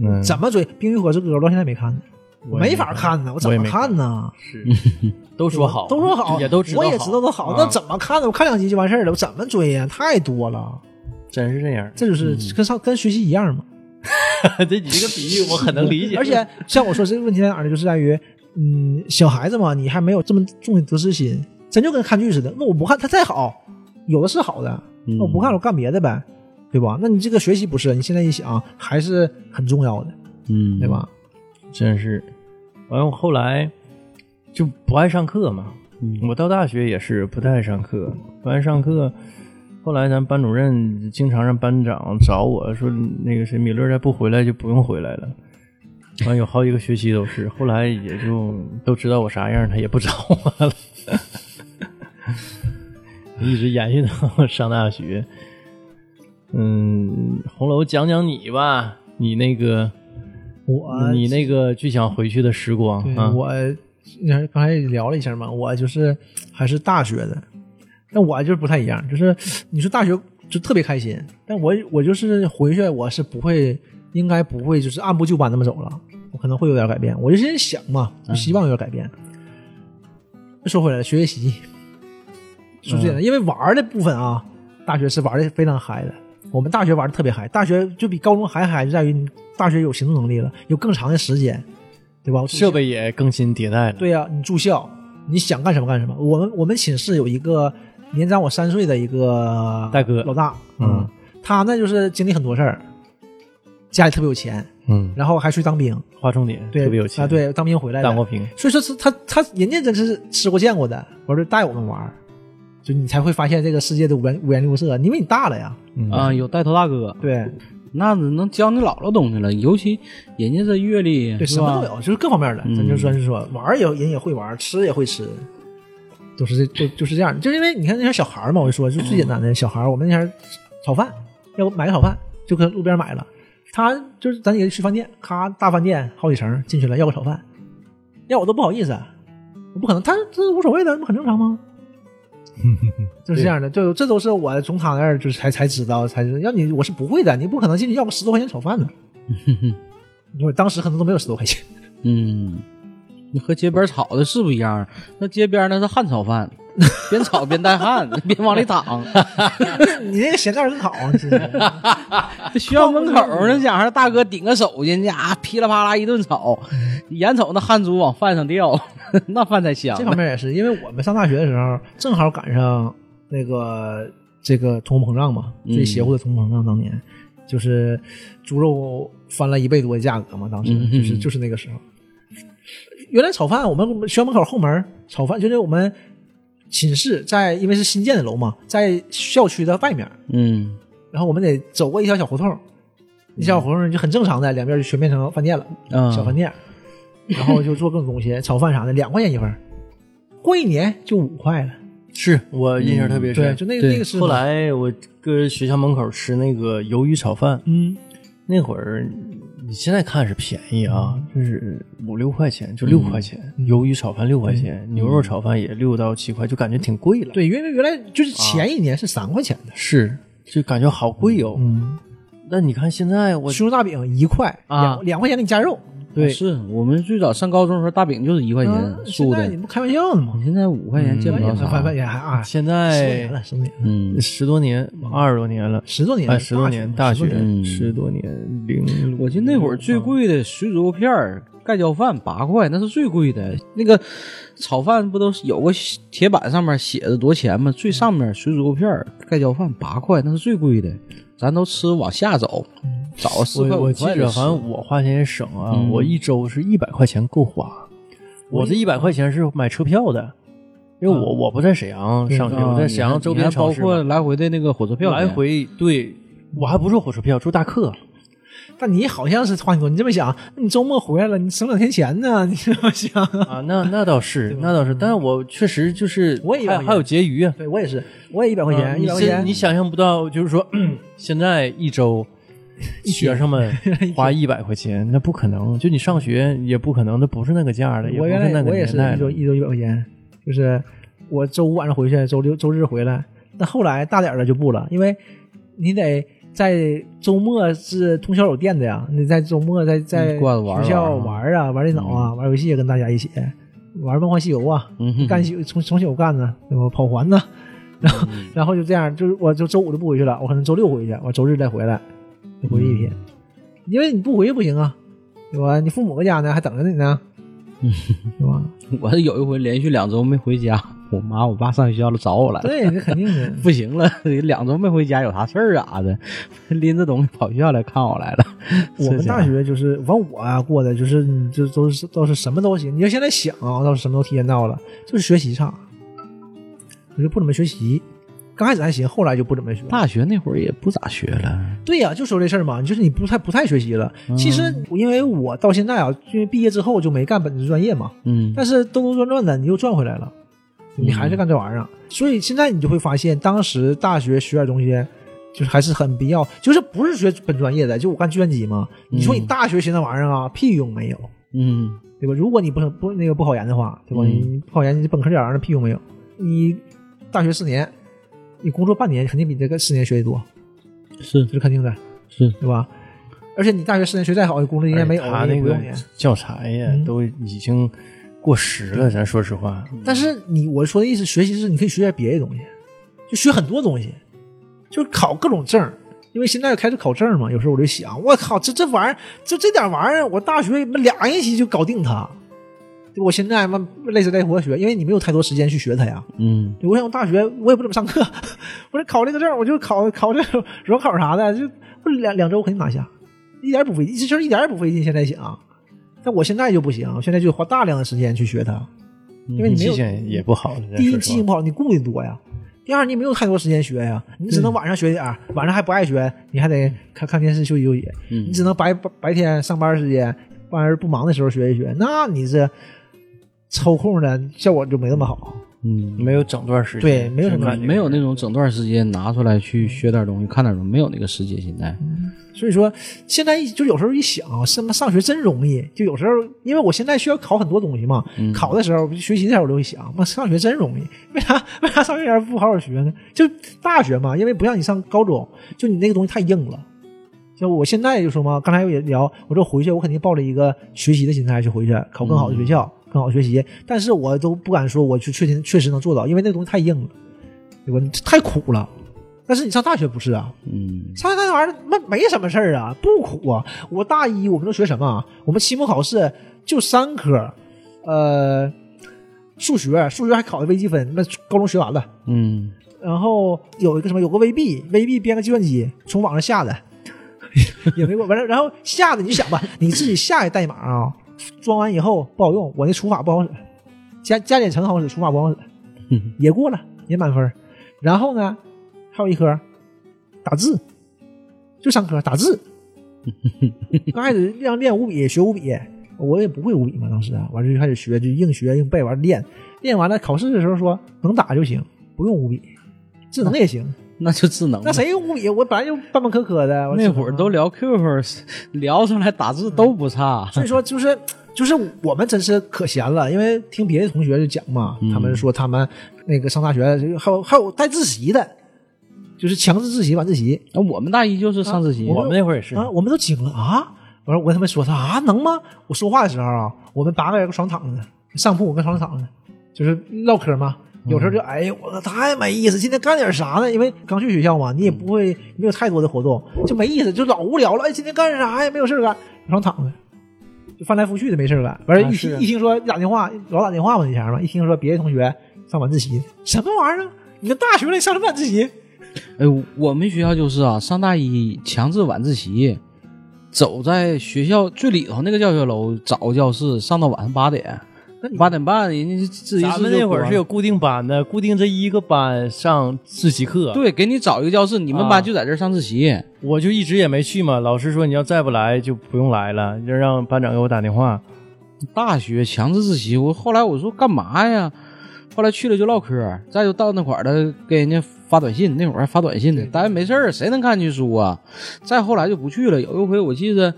S1: 嗯，
S2: 怎么追？《冰与火之歌》我到现在没看呢，
S1: 我也
S2: 没法看呢，我怎
S1: 我也
S2: 么
S1: 没看
S2: 看呢？
S1: 是都说好，
S2: 都说好，
S1: 也都知道
S2: 我也知道都好，
S1: 啊
S2: 那怎么看呢？我看两集就完事儿了，我怎么追呀？太多了，
S1: 真是这样。
S2: 这就是
S1: 嗯
S2: 跟上跟学习一样嘛。
S1: [LAUGHS] 这一个比喻我很能 [LAUGHS] 理解，
S2: 而且像我说，这个问题在哪儿呢？ [LAUGHS] 就是在于，嗯，小孩子嘛，你还没有这么重的得失心，真就跟看剧似的。那我不看，它再好，有的是好的，
S3: 嗯
S2: 那我不看，我干别的呗，对吧？那你这个学习不是？你现在一想，还是很重要的，
S3: 嗯，
S2: 对？吧？
S1: 真是。完，我后来就不爱上课嘛。我到大学也是不太爱上课，不爱上课。后来咱班主任经常让班长找我说，那个谁米勒再不回来就不用回来了。完有好几个学期都是，后来也就都知道我啥样，他也不找我了。一直延续到上大学。嗯，红楼讲讲你吧，你那个
S2: 我
S1: 你那个最想回去的时光
S2: 对，
S1: 啊，
S2: 嗯我你看刚才也聊了一下嘛，我就是还是大学的，但我就是不太一样，就是你说大学就特别开心，但我我就是回去我是不会，应该不会就是按部就班那么走了，我可能会有点改变，我就是想嘛，就希望有点改变。说回来了，学习说这样的，因为玩儿的部分啊，大学是玩的非常嗨的。我们大学玩的特别嗨，大学就比高中还嗨，就在于你大学有行动能力了，有更长的时间，对吧？
S1: 设备也更新迭代了。
S2: 对呀、你住校，你想干什么干什么。我们我们寝室有一个年长我三岁的一个
S1: 大哥
S2: 老大，
S1: 嗯，
S2: 他呢就是经历很多事儿，家里特别有钱，
S1: 嗯，
S2: 然后还去当兵，
S1: 划重点，
S2: 对，
S1: 特别有钱，
S2: 啊，，对，当兵回来
S1: 当过
S2: 的，
S1: 兵，
S2: 所以说是他他人家真是吃过见过的，完了带我们玩儿，就你才会发现这个世界的五颜五颜六色，因为你大了呀，
S1: 嗯
S3: 啊，有带头大哥，
S2: 对
S3: 那能教你老多东西了，尤其人家这阅历，
S2: 对，
S3: 是
S2: 什么
S3: 吧
S2: 都？有，就是各方面的，咱就
S3: 嗯
S2: 算是说玩儿也人也会玩儿，吃也会吃，都是这就就是这样，就是因为你看那些小孩儿嘛，我就说就最简单的小孩儿，我们那前炒饭，要不买个炒饭就搁路边买了，他就是咱也去饭店，咔大饭店好几层进去了要个炒饭，要我都不好意思，我不可能，他这无所谓的，那不很正常吗？
S3: 嗯
S2: 就是这样的，就这都是我从他那儿就是才才知道，才知道要你我是不会的，你不可能进去要个十多块钱炒
S3: [LAUGHS]
S2: 饭的，我当时可能都没有十多块钱，
S3: 嗯，你和街边炒的是不一样，那街边那是汗炒
S2: [LAUGHS]
S3: 饭，边炒边带汗，边往里淌。
S2: 你那个斜盖儿更好啊！其
S3: [LAUGHS]
S2: 实
S3: 这学校门口儿那家伙，大哥顶个手进去啊，噼里啪啦一顿炒，眼瞅那汗珠往饭上掉， [LAUGHS] 那饭才香
S2: 这。方面也是，因为我们上大学的时候正好赶上那个这个通货膨胀嘛，
S3: 嗯
S2: 最邪乎的通货膨胀，当年、就是猪肉翻了一倍多的价格嘛，当时、
S3: 嗯
S2: 就是就是那个时候。原来炒饭，我们学校门口后门炒饭，就是我们寝室在，因为是新建的楼嘛，在校区的外面，
S3: 嗯
S2: 然后我们得走过一条小胡同，一条小胡同就很正常的，两边就全变成饭店了。
S3: 啊，
S1: 嗯
S2: 小饭店，然后就做各种东西，炒饭啥的，两块钱一份儿，过一年就五块了。
S1: 是我印象特别
S2: 对，
S1: 深。
S2: 就那个
S3: 对
S2: 那个是
S1: 后，来我搁学校门口吃那个鱿鱼炒饭，
S2: 嗯，
S1: 那会儿你现在看是便宜啊，就是五六块钱，
S2: 嗯
S1: 就六块钱，鱿鱼炒饭六块钱，牛肉炒饭也六到七块，就感觉挺贵了。
S2: 对，因为原来
S1: 啊
S2: 就是前一年是三块钱的，
S1: 是，就感觉好贵哦。
S2: 嗯，
S1: 那你看现在我
S2: 酥油大饼一块，
S1: 啊
S2: 两两块钱给你加肉，
S1: 对
S3: 是我们最早上高中的时候，大饼就是一块
S2: 啊
S3: 钱
S2: 现
S3: 素
S2: 在
S3: 的
S2: 你，不开玩笑呢
S1: 嗯
S2: 吗哎
S3: 你？现在五块钱见不着啥
S2: 反。反也还啊，
S1: 现
S2: 十多年
S1: 在
S2: 了，十多年了，
S3: 嗯，
S1: 十多年，二十多年了，
S2: 十多年了，
S1: 哎，十多年大
S2: 十多年
S1: 学，
S3: 嗯
S1: 十多年零，
S3: 我记得那会儿最
S1: 嗯
S3: 贵的水煮肉片儿、盖浇饭八块，那是最贵的。那个炒饭不都是有个铁板上面写着多钱吗？最上面水煮肉片儿、盖浇饭八块，那是最贵的。咱都吃往下走，找个四块
S1: 嗯我
S3: 五
S1: 我记
S3: 块的
S1: 着，
S3: 吃
S1: 反正我花钱也省啊，
S3: 嗯
S1: 我一周是一百块钱够花。我嗯这一百块钱是买车票的，因为我我不在沈阳上学，
S3: 啊
S1: 我在沈阳周边
S3: 你还
S1: 城
S3: 包
S1: 市嘛
S3: 括来回的那个火车票钱，
S1: 来回对我还不坐火车票，坐大客。嗯
S2: 但你好像是花很多，你这么想，那你周末回来了，你省两天钱呢，你这么想。 [LAUGHS]
S1: 啊，那那倒是，那倒是，但是我确实就是，
S2: 我也有
S1: 还还有结余啊。
S2: 对我也是，我也一百块
S1: 啊
S2: 钱，一
S1: 你
S2: 百块
S1: 现
S2: 钱，
S1: 你想象不到，就是说现在一
S2: [LAUGHS]
S1: 周。学生们花一百块钱，那不可能。就你上学也不可能，那不是那个价儿的，也不
S2: 我
S1: 是
S2: 原
S1: 那
S2: 来
S1: 个
S2: 我也
S1: 年
S2: 是
S1: 代
S2: 一
S1: 的
S2: 周。一周一百块钱，就是我周五晚上回去，周六周日回来。但后来大点儿了就不了，因为你得在周末是通宵有店的呀，你在周末在在
S3: 嗯挂着玩儿
S2: 学校
S3: 玩
S2: 玩啊，玩电脑
S1: 嗯
S2: 啊，玩游戏跟大家一起玩《梦幻西游》啊，
S3: 嗯哼
S2: 干西从从小干呢，对吧跑环呢，然后然后就这样，就是我就周五就不回去了，我可能周六回去，我周日再回来，就回去一天，因为你不回去不行啊，对吧？你父母搁家呢，还等着你呢， [LAUGHS] 对吧？
S3: 我有一回连续两周没回家，我妈我爸上学校了找我来了。。
S2: 对，这肯定的
S3: 不行了，两周没回家，有啥事儿啊的，拎着东西跑学校来看我来了。
S2: 我们大学就是，反正我啊过的就是，嗯就都是都是什么都行。你要现在想啊，倒是什么都体验到了，就是学习差，我就不怎么学习。刚开始还行，后来就不怎么学了。
S3: 大学那会儿也不咋学了，
S2: 对呀、就说这事儿嘛，就是你不太不太学习了。其实因为我到现在啊，因为毕业之后就没干本职专业嘛，
S3: 嗯，
S2: 但是兜兜转转的你又转回来了，你还是干这玩意儿。啊所以现在你就会发现，当时大学学点东西，就是还是很必要，就是不是学本专业的，就我干计算机嘛。你说你大学学那玩意儿啊，屁用没有，
S3: 嗯，
S2: 对吧？如果你不不那个不考研的话，对吧？
S3: 嗯
S2: 你不考研，你本科这玩意儿屁用没有。你大学四年，你工作半年，肯定比这个四年学的多，
S3: 是
S2: 这是肯定的。
S3: 是，
S2: 对吧？而且你大学四年学再好，工作经验没有，
S1: 哎他
S2: 你
S1: 那
S2: 也不
S1: 个
S2: 用也
S1: 教材呀，
S2: 嗯
S1: 都已经过时了。咱说实话，
S2: 但是你我说的意思，学习是你可以学点别的东西，就学很多东西，就是考各种证儿。因为现在开始考证儿嘛，有时候我就想，我靠，这这玩意儿，就这点玩意儿，我大学俩学期就搞定它。我现在嘛累死累活学，因为你没有太多时间去学它呀。
S3: 嗯，
S2: 我想大学我也不怎么上课，我这考这个证儿，我就考考这种软考啥的，就我两两周肯定拿下，一点儿不费劲，其实一点儿也不费劲。现在想，但我现在就不行，现在就花大量的时间去学它，因为你没
S1: 记
S2: 有
S1: 性也不好了。咱
S2: 第一
S1: 说
S2: 记
S1: 实
S2: 性
S1: 话
S2: 不好，你顾虑多呀。第二，你没有太多时间学呀，你只能晚上学点儿，晚上还不爱学，你还得看看电视休息休息。
S3: 嗯
S2: 你只能白白白天上班时间，晚上不忙的时候学一学，那你这抽空的效果就没那么好。
S3: 嗯，
S1: 没有整段时间，
S2: 对没有什么
S1: 感觉
S3: 没有那种整段时间拿出来去学点东西、看点东西，没有那个时间。现在，
S2: 所以说，现在一就有时候一想，什么上学真容易。就有时候，因为我现在需要考很多东西嘛，考的时候学习的时候我就会想，妈上学真容易，为啥 [LAUGHS] 为啥上学前不好好学呢？就大学嘛，因为不像你上高中，就你那个东西太硬了。就我现在就说嘛，刚才也聊，我说回去我肯定抱着一个学习的心态去回去考更好的学校，更好的学习，但是我都不敢说我去确定确实能做到，因为那个东西太硬了，对吧？你太苦了。但是你上大学不是啊，
S3: 嗯，
S2: 上那玩意儿那没什么事儿啊，不苦啊。我大一我们都学什么啊？我们期末考试就三科，呃，数学，数学还考的微积分，那高中学完了。
S3: 嗯，
S2: 然后有一个什么，有个 VB，VB 编个计算机，从网上下的， [LAUGHS] 也没过。完了，然后下的你就想吧，你自己下的代码啊，装完以后不好用，我那除法不好使，加加减乘好使，除法不好使，也过了，也满分。然后呢，还有一科打字，就三科打字。刚开始让练五笔，学五笔，我也不会五笔嘛，当时啊，完了就开始学，就硬学硬背，完了练，练完了考试的时候说能打就行，不用五笔，智能也行。
S3: 那就智能吧。
S2: 那谁五米？我本来就半半磕磕的，我
S3: 那会儿 [LAUGHS]
S2: 只能
S3: 都聊 QQ，聊上来打字都不差。
S2: 所以说就是就是我们真是可闲了，因为听别的同学就讲嘛，
S3: 嗯
S2: 他们说他们那个上大学还有还有带自习的，就是强制自习晚自习
S3: 那我们大一就是上自习，
S1: 我们那会儿也是，
S2: 啊，我们都惊了啊！完了我跟他们说他啊能吗？我说话的时候啊，我们八个人搁床躺着呢，上铺我跟床上躺着呢，就是唠嗑嘛。
S1: 嗯
S2: 有时候就哎呀，我太没意思，今天干点啥呢？因为刚去学校嘛，你也不会没有太多的活动，
S1: 嗯
S2: 就没意思，就老无聊了。哎，今天干啥呀？没有事儿干，搁床躺着。就翻来覆去的没事儿干。完
S1: 啊
S2: 了，一听、
S1: 是啊
S2: 一听说打电话，老打电话嘛那前儿嘛，一听说别的同学上晚自习，什么玩意儿啊？你个大学了，你上什么晚自习？
S3: 哎，我们学校就是啊，上大一强制晚自习，走在学校最里头那个教学楼找教室，上到晚上八点，八点半人家自习室
S1: 咱们
S3: 就
S1: 那会儿
S3: 关
S1: 是有固定班的，固定这一个班上自习课。
S3: 了对，给你找一个教室，你们
S1: 啊
S3: 班就在这儿上自习。
S1: 我就一直也没去嘛。老师说你要再不来就不用来了，就让班长给我打电话。
S3: 大学强制自习，我后来我说干嘛呀？后来去了就唠嗑，再就到那块儿了，给人家发短信，那会儿还发短信呢。大家没事儿，谁能看进去书啊？再后来就不去了。有一回我记得，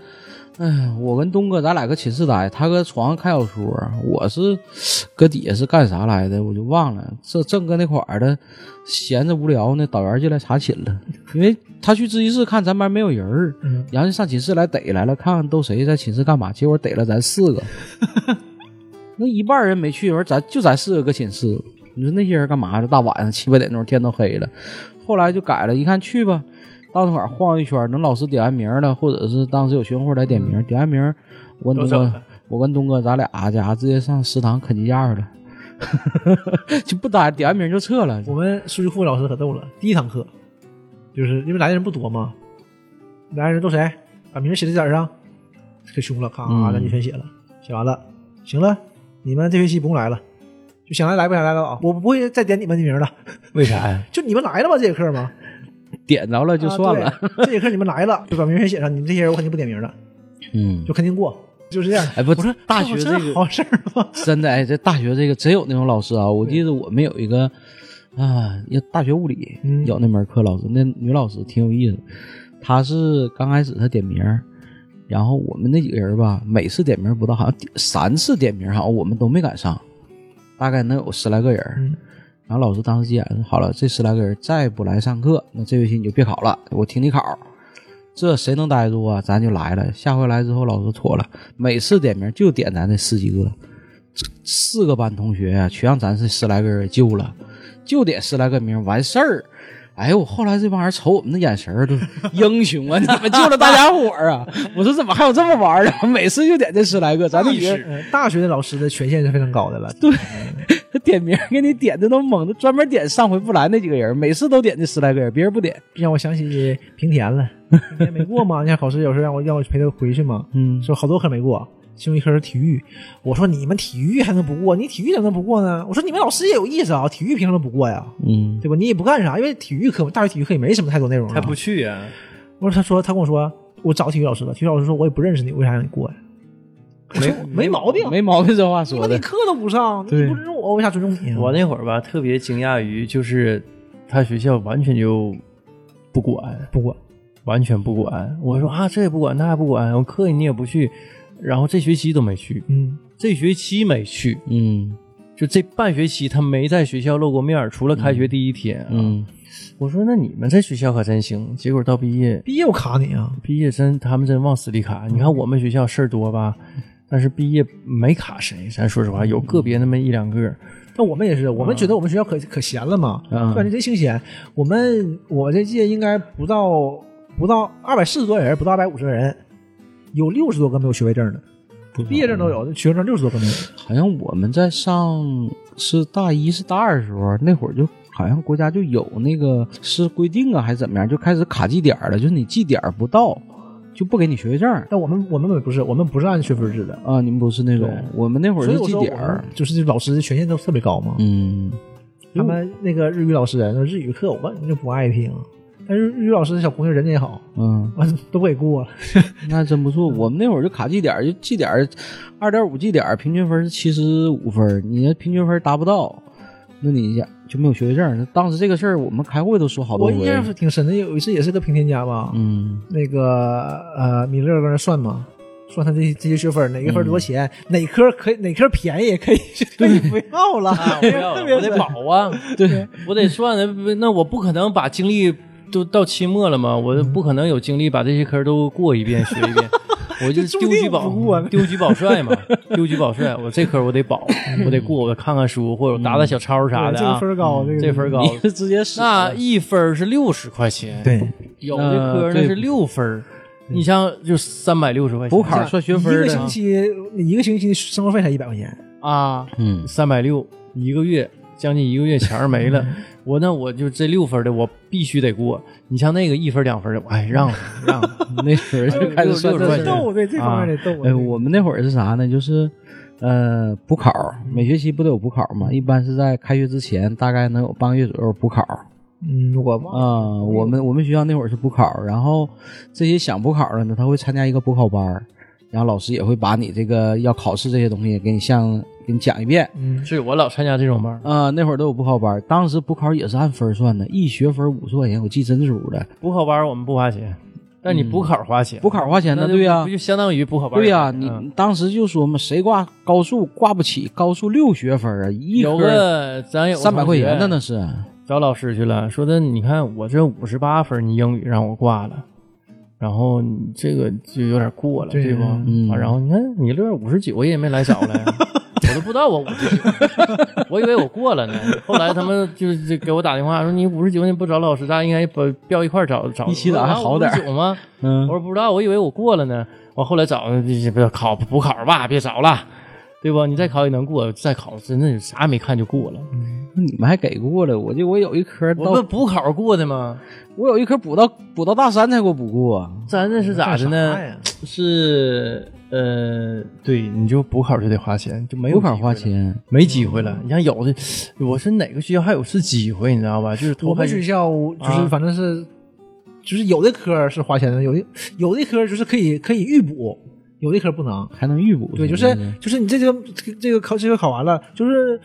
S3: 哎，我跟东哥咱俩搁寝室待，他搁床上看小说，我是搁底下是干啥来的，我就忘了。这正搁那块儿的闲着无聊呢，导员进来查寝了，因为他去自习室看咱班没有人儿，然后就上寝室来逮来了，看看都谁在寝室干嘛。结果逮了咱四
S2: [LAUGHS]
S3: 个，那一半人没去，我说咱就咱四个搁寝室。你说那些人干嘛？这大晚上七八点钟，天都黑了。后来就改了，一看去吧，到那块儿晃一圈，能老师点完名了，或者是当时有学生会来点
S2: 嗯
S3: 名，点完名，我跟
S1: 都
S3: 东
S1: 走
S3: 哥，我跟东哥，咱俩家伙直接上食堂啃鸡架去了， [LAUGHS] 就不待，点完名就撤了。
S2: 我们数据库老师可逗了，第一堂课就是因为来的人不多嘛，来的人都谁把名儿写在纸儿上，可凶了，咔
S3: 嗯
S2: 咱就全写了，写完了，行了，你们这学期不用来了，就想来来不想来了啊，我不会再点你们的名儿了，
S1: 为啥呀？
S2: 就你们来了吧这节课嘛，
S3: 点着了就算了。
S2: 啊对这节课你们来了，就把名儿全写上，你们这些人我肯定不点名了，
S3: 嗯，
S2: 就肯定过，就是这样。
S3: 哎不
S2: 我说
S3: 大学
S2: 这
S3: 这个
S2: 好事儿吗？
S3: [LAUGHS] 真的，哎，这大学这个真有那种老师啊！我记得我们有一个啊，要大学物理
S2: 嗯
S3: 有那门课，老师那女老师挺有意思。她是刚开始她点名儿，然后我们那几个人吧，每次点名儿不到，好像三次点名儿，好像我们都没赶上，大概能有十来个人儿。
S2: 嗯
S3: 然后老师当时急眼说：“好了，这十来个人再不来上课，那这学期你就别考了，我听你考。这谁能待住啊？咱就来了。下回来之后，老师妥了，每次点名就点咱这十几个，这四个班同学呀、全让咱这十来个人救了，就点十来个名完事儿。哎呦，我后来这帮人瞅我们的眼神儿都英雄啊！你 [LAUGHS] 们救了大家伙儿啊！我说怎么还有这么玩儿的？ [LAUGHS] 每次就点这十来个，咱就觉得
S2: [LAUGHS] 嗯大学的老师的权限是非常高的了，
S3: 他点名给你点的都猛的，专门点上回不来那几个人，每次都点这十来个人，别人不点。
S2: 让我想起平田了，平田没过嘛？你看考试有时候让我让我陪他回去嘛，
S3: 嗯
S2: 说好多科没过，其中一科是体育。我说你们体育还能不过？你体育怎么能不过呢？我说你们老师也有意思啊，体育凭什么不过呀？
S3: 嗯，
S2: 对吧？你也不干啥，因为体育课大学体育课也没什么太多内容啊。
S1: 他不去呀、
S2: 我说他说他跟我说我找体育老师了，体育老师说我也不认识你，为啥让你过呀？我说
S1: 没
S2: 没毛病，
S3: 没毛病，这话
S2: 你
S3: 说
S2: 把你
S3: 的。
S2: 课都不上，你
S3: 对
S2: 不尊重我，我为啥尊重你啊？
S1: 我那会儿吧，特别惊讶于就是他学校完全就不管，
S2: 不过
S1: 完全不管。我说啊，这也不管，那也不管，我课你也不去，然后这学期都没去，
S2: 嗯，
S1: 这学期没去，
S3: 嗯
S1: 就这半学期他没在学校露过面儿，除了开学第一天、啊。
S3: 嗯，
S1: 我说那你们这学校可真行，结果到毕业，
S2: 毕业我卡你啊，
S1: 毕业真他们真往死里卡。你看我们学校事儿多吧，但是毕业没卡谁，咱说实话，有个别那么一两个。
S2: 但我们也是，我们觉得我们学校可、可闲了嘛，
S3: 嗯
S2: 就感觉贼清闲。我们我这届应该不到不到二百四十多人，不到二百五十个人，有六十多个没有学位证的，毕业证都有，学位证六十多个没有。
S3: 好像我们在上是大一是大二的时候，那会儿就好像国家就有那个是规定啊，还是怎么样，就开始卡绩点儿了，就是你绩点儿不到就不给你学位证儿
S2: 但我们我们不是，我们不是按学分制的，
S3: 啊。你们不是那种
S2: 对，
S3: 我们那会儿
S2: 所以
S3: 是
S2: 我
S3: 绩
S2: 说
S3: 点
S2: 我
S3: 儿
S2: 们。就是老师的权限都特别高嘛。
S3: 嗯，
S2: 他们那个日语老师，那日语课我根本就不爱听，但是日语老师小姑娘人家也好， [LAUGHS]
S3: 嗯，
S2: 完都不给过。
S3: 那真不错。我们那会儿就卡绩点儿，就绩点儿二点五绩点儿，平均分是七十五分儿，你的平均分儿达不到，那你呀就没有学位证儿。那当时这个事儿，我们开会都说好多
S2: 我印
S3: 回。
S2: 象是挺深的，有一次也是个评天家吧，
S3: 嗯，
S2: 那个呃米勒搁那算嘛，算他这这些学分儿，哪个分儿
S1: 嗯
S2: 多少钱，哪科可以哪科便宜可以，
S1: [LAUGHS]
S2: 可以不要了，
S1: 啊，我
S2: [LAUGHS]
S1: 要了我得保啊，
S3: 对，
S1: 我得算的，不那我不可能把精力都到期末了嘛，我不可能有精力把这些科都过一遍学一
S2: [LAUGHS]
S1: 遍，我就
S2: 注
S1: 丢
S2: 定
S1: 车保
S2: 不过呢
S1: 丢车保帅嘛，丢车保帅，我这科我得保，我得过，我看看书或者打打小抄啥
S2: 嗯对
S1: 的
S2: 这个
S1: 啊
S2: 分，儿高，这个
S1: 这分儿高，
S3: 你是直接死
S1: 那
S3: 了。
S1: 一分儿是六十块钱，
S2: 对
S1: 有的科那是六分儿，你像就三百六十块钱，
S3: 补考算学分
S2: 一
S3: 儿
S2: 个
S3: 的
S2: 星，期你一个星期生活费才一百块钱，
S1: 啊，
S3: 嗯，
S1: 三百六一个月，将近一个月钱儿没
S3: [LAUGHS]
S1: 了。我那我就这六分儿的，我必须得过。你像那个一分儿两分儿的，我哎
S3: [LAUGHS]
S1: 让了让了，
S3: 那时候就开始算
S1: 六十块钱啊
S3: 这事儿。
S2: 逗对这方面得逗。
S3: 哎，我们那会儿是啥呢？就是，呃，补考，每学期不都有补考嘛？一般是在开学之前，大概能有半个月左右补考啊、
S2: 嗯，我忘了
S3: 我们我们学校那会儿是补考，然后这些想补考的呢，他会参加一个补考班儿，然后老师也会把你这个要考试这些东西给你像给你讲一遍。
S2: 嗯，
S1: 是我老参加这种班儿，
S3: 啊、那会儿都有补考班儿，当时补考也是按分儿算的，一学分五十块钱，我记真足的。
S1: 补考班儿我们不花钱，但你补考花钱，
S3: 补考花钱
S1: 那
S3: 的，
S1: 就
S3: 嗯对呀、
S1: 不就相当于补考班儿
S3: 对呀、
S1: 花钱
S3: 你
S1: 嗯
S3: 你当时就说嘛，谁挂高数挂不起，高数六学分啊，一
S1: 有
S3: 科
S1: 个咱有个
S3: 三百块钱的
S1: 同
S3: 那
S1: 学
S3: 是。
S1: 找老师去了，说的你看我这五十八分儿，你英语让我挂了。然后你这个就有点过了，
S2: 对
S1: 对吧？
S3: 嗯
S1: 啊，然后你看米勒五十九也没来少
S3: [LAUGHS]
S1: 来，我都不知道我五十九，我以为我过了呢。后来他们就就给我打电话说你五十九你不找老师，咱应该把标一块儿找找。啊
S3: 一起打还好点儿
S1: 九吗？我
S3: 嗯，
S1: 说不知道，我以为我过了呢。我后来找，别别考补考吧，别找了，对吧？你再考也能过，再考真的啥也没看就过了。
S3: 嗯你们还给过了，我就我有一科到
S1: 我
S3: 我
S1: 不补考过的吗？
S3: 有一科补到补到大三才给我补过，
S1: 咱这是咋的
S2: 干啥
S1: 呢
S2: 呀？
S1: 是呃，对，你就补考就得花钱，就没有
S3: 补考
S1: 机会
S3: 花
S1: 了，
S3: 钱。
S2: 嗯
S1: 没机会了。你像有的，我是哪个学校还有是机会，你知道吧？就是
S2: 我
S1: 投
S2: 们
S1: 还
S2: 学校就是
S1: 啊
S2: 反正是，就是有的科是花钱的，有的有的科就是可以可以预补，有的科不能。
S3: 还能预补，
S2: 对，就是
S3: 嗯
S2: 就是你这个这个考这个考完了，就是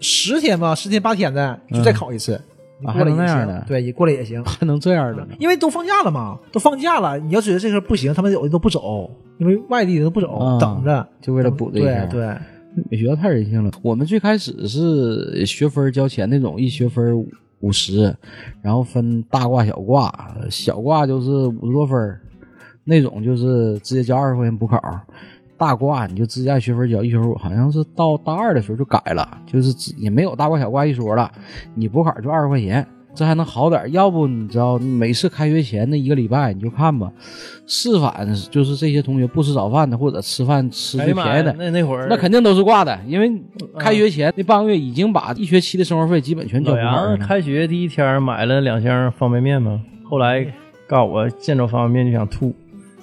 S2: 十天吧，十天八天的就再考一次，你
S3: 嗯啊
S2: 过了
S3: 还能
S2: 也
S3: 那样
S2: 行，
S3: 的
S2: 对，你过了也行，
S3: 还能这样的呢
S2: 因为都放假了嘛，都放假了，你要觉得这科不行，他们有的都不走，因为外地的都不走，
S3: 啊
S2: 等着
S3: 就为了补这一
S2: 对
S3: 科
S2: 对，
S3: 美学校太人性了。我们最开始是学分交钱那种，一学分五十，然后分大挂小挂，小挂就是五十多分儿那种就是直接交二十块钱补考。大挂你就直接按学分交，一学分五好像是到大二的时候就改了，就是只也没有大挂小挂一说了，你补考就二十块钱，这还能好点儿。要不你知道，每次开学前那一个礼拜你就看吧，是反就是这些同学不吃早饭的，或者吃饭吃
S1: 哎
S3: 最
S1: 呀妈
S3: 便宜
S1: 呀
S3: 的，
S1: 那那会儿
S3: 那肯定都是挂的，因为
S1: 嗯
S3: 开学前那半个月已经把一学期的生活费基本全交
S1: 老
S3: 补好
S1: 杨
S3: 了。
S1: 啊开学第一天买了两箱方便面嘛，后来告诉我见着方便面就想吐，就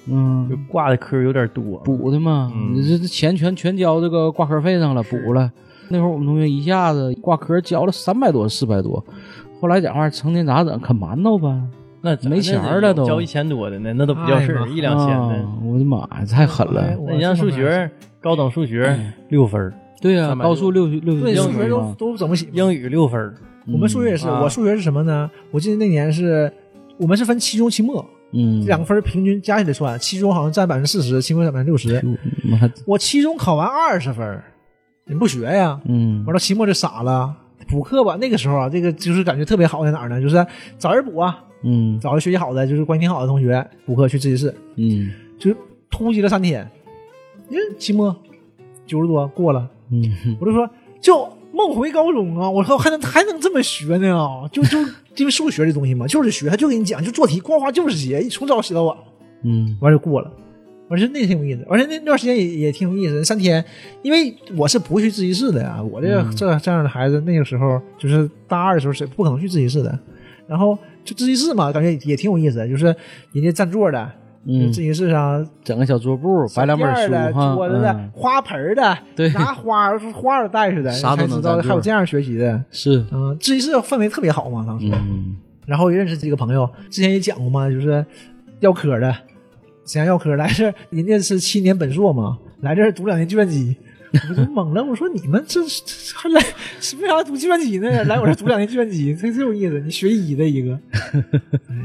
S3: 嗯，
S1: 挂的科有点多。
S3: 补的嘛，
S1: 嗯
S3: 你这这钱全全交这个挂科费上了，补了。那会儿我们同学一下子挂科交了三百多、四百多，后来讲话成天咋整？啃馒头吧，
S1: 那咱
S3: 没钱儿了都
S1: 那交一千多的呢，那都不叫事
S2: 哎呀
S1: 儿，
S2: 妈
S1: 一两千的。
S3: 啊我的妈呀，太狠
S2: 哎
S3: 了！
S2: 我
S1: 那你像
S2: 这
S1: 数
S2: 方面
S1: 学，高等数学六分儿，
S3: 对呀、
S1: 360
S3: 高数六六
S2: 对
S3: 六
S2: 数
S1: 英
S2: 学
S1: 语
S2: 都
S3: 嘛
S2: 都整不起嘛，
S1: 英语六分儿，
S2: 我们数学也是，
S1: 嗯啊
S2: 我数学是什么呢？我记得那年是我们是分期中期末，
S3: 嗯，
S2: 这两个分儿平均加起来算，期中好像占百分之四十，期末占百分之六十。
S3: 妈嗯还
S2: 我期中考完二十分儿，你不学呀？
S3: 嗯
S2: 完了期末就傻了，补课吧。那个时候啊，这个就是感觉特别好在哪儿呢？就是找人补啊，
S3: 嗯
S2: 找人学习好的，就是关系挺好的同学补课去自习室，
S3: 嗯
S2: 就是突击了三天。因为期末九十多过了，
S3: 嗯，
S2: 我就说就梦回高中啊！我靠，还能还能这么学呢？啊就就因为数学这东西嘛，就是学，他就给你讲，就做题，呱呱就是写，一从早写到晚，
S3: 嗯
S2: 完就过了。完事那挺有意思，而且那那段时间也也挺有意思，三天，因为我是不会去自习室的啊，我这个这这样的孩子，那个时候就是大二的时候是不可能去自习室的，然后就自习室嘛，感觉也挺有意思的，就是人家占座的，
S3: 嗯
S2: 自习室上
S3: 整个小桌布，摆两本
S2: 垫
S3: 书
S2: 儿的、
S3: 哈，
S2: 桌子的、
S3: 嗯
S2: 花盆儿的，
S3: [LAUGHS] 对
S2: 拿花儿花儿带似的，
S3: 啥都
S2: 才
S3: 能
S2: 知道
S3: 占地儿
S2: 还有这样学习的。
S3: 是
S2: 嗯，自习室氛围特别好嘛，当时。
S3: 嗯。
S2: 然后也认识几个朋友，之前也讲过嘛，就是药科的，沈阳药科来这儿，人家是七年本硕嘛，来这儿读两年计算机，我就懵了，我说你们这这这还来是为啥读计算机呢？来我这读两年计算机，这这有意思。你学医的一个，哎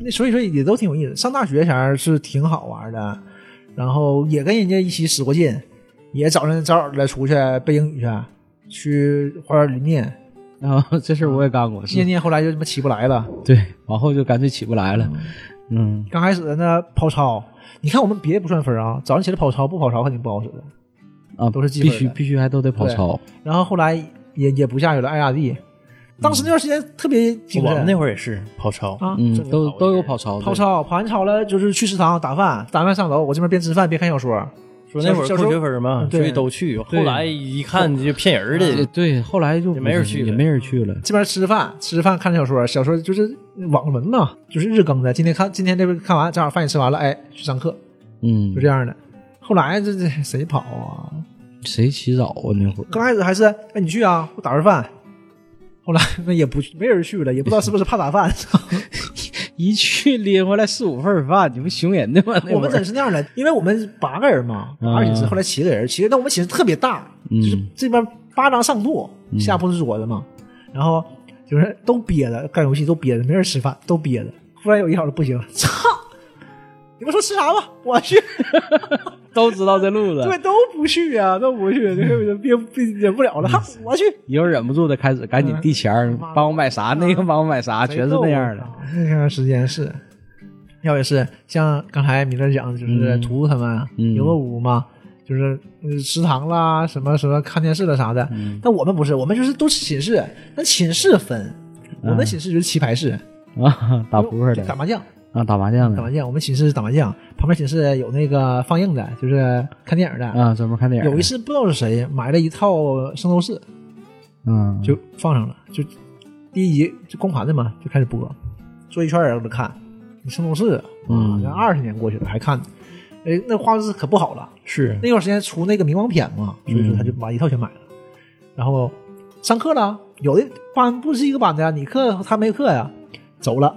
S2: 那所以说也都挺有意思。上大学前儿是挺好玩的，然后也跟人家一起使过劲，也早上早早的出去背英语去，去花园林念。
S3: 啊、 [LAUGHS] 这事儿我也干过，是
S2: 念念后来就他妈起不来了。
S3: 对，往后就干脆起不来了。嗯，
S2: 刚开始呢跑操，你看我们别的不算分啊，早上起来跑操不跑操肯定不好使的。
S3: 啊，
S2: 都是记
S3: 必
S2: 分
S3: 须
S2: 的
S3: 必须还都得跑操。
S2: 然后后来也也不下去了，爱咋地。当时那段时间特别精
S1: 我
S2: 神，
S1: 们那会儿也是跑操，
S2: 啊，
S3: 嗯
S1: 这，个
S3: 都
S1: 跑
S3: 都有
S1: 也
S3: 跑操的。
S2: 跑操，跑完操了就是去食堂打饭，打完上楼，我这边边吃饭边看小说。
S1: 说那会儿
S2: 小
S1: 扣
S2: 时候
S1: 学分嘛，
S2: 嗯对
S1: 所以都去。后来一看就骗人
S3: 对
S1: 的，
S3: 对，后来就
S1: 也没人去了
S3: 也没人去了。
S2: 这边吃饭，吃饭看小说，小说就是网文嘛，就是日更的。今天看，今天这边看完，正好饭也吃完了，哎，去上课，
S3: 嗯
S2: 就，这样的。后来这这谁跑啊？
S3: 谁起早啊？那会儿
S2: 刚开始还是哎你去啊，我打份饭。后来 [LAUGHS] 那也不没人去了，也不知道是不是怕打饭。
S3: 一去拎回来四五份儿饭，你不熊人的吗？ [LAUGHS] 那会儿
S2: 我们真是那样的，因为我们八个人嘛，
S3: 嗯
S2: 八个寝室，后来七个人，其实但我们寝室特别大，
S3: 嗯
S2: 就是这边八张上铺，下铺是桌子嘛，然后就是都憋着干游戏，都憋着，没人吃饭，都憋着。忽然有一小子不行，操！你们说吃啥吧？我去，
S3: 都知道这路子，
S2: 对，都不去啊，都不去，就是
S3: 嗯
S2: 憋憋忍不了了，哈我去，
S3: 以后忍不住的开始赶紧递钱儿，帮我买啥，那个帮我买啥，全是啊
S2: 啊
S3: 那样的。
S2: 的。那段时间是，要也是像刚才米勒讲，就是图啊他们
S3: 嗯
S2: 游乐屋嘛，就是呃食堂啦，什么什么看电视了啥的。
S3: 嗯
S2: 但我们不是，我们就是都是寝室，那寝室分，我们寝室就是棋牌室，
S3: 嗯啊， [LAUGHS] 打扑克
S2: 就打
S3: 的
S2: 麻将，
S3: 啊，打麻将
S2: 打
S3: 的
S2: 麻将。我们寝室是打麻将，旁边寝室有那个放映的，就是看电影的。
S3: 啊，专门看电影。
S2: 有一，次不知道是谁买了一套《圣斗士》，
S3: 嗯，
S2: 就放上了，就第一集就光盘的嘛，就开始播，坐一圈人都看，你圣斗士啊，
S3: 嗯
S2: 那二十年过去了还看，哎，那画质可不好了。
S1: 是
S2: 那段时间出那个冥王篇嘛，
S3: 嗯
S2: 所以说他就把一套全买了。然后上课了，有的班不是一个班的呀，你课他没课呀，走了，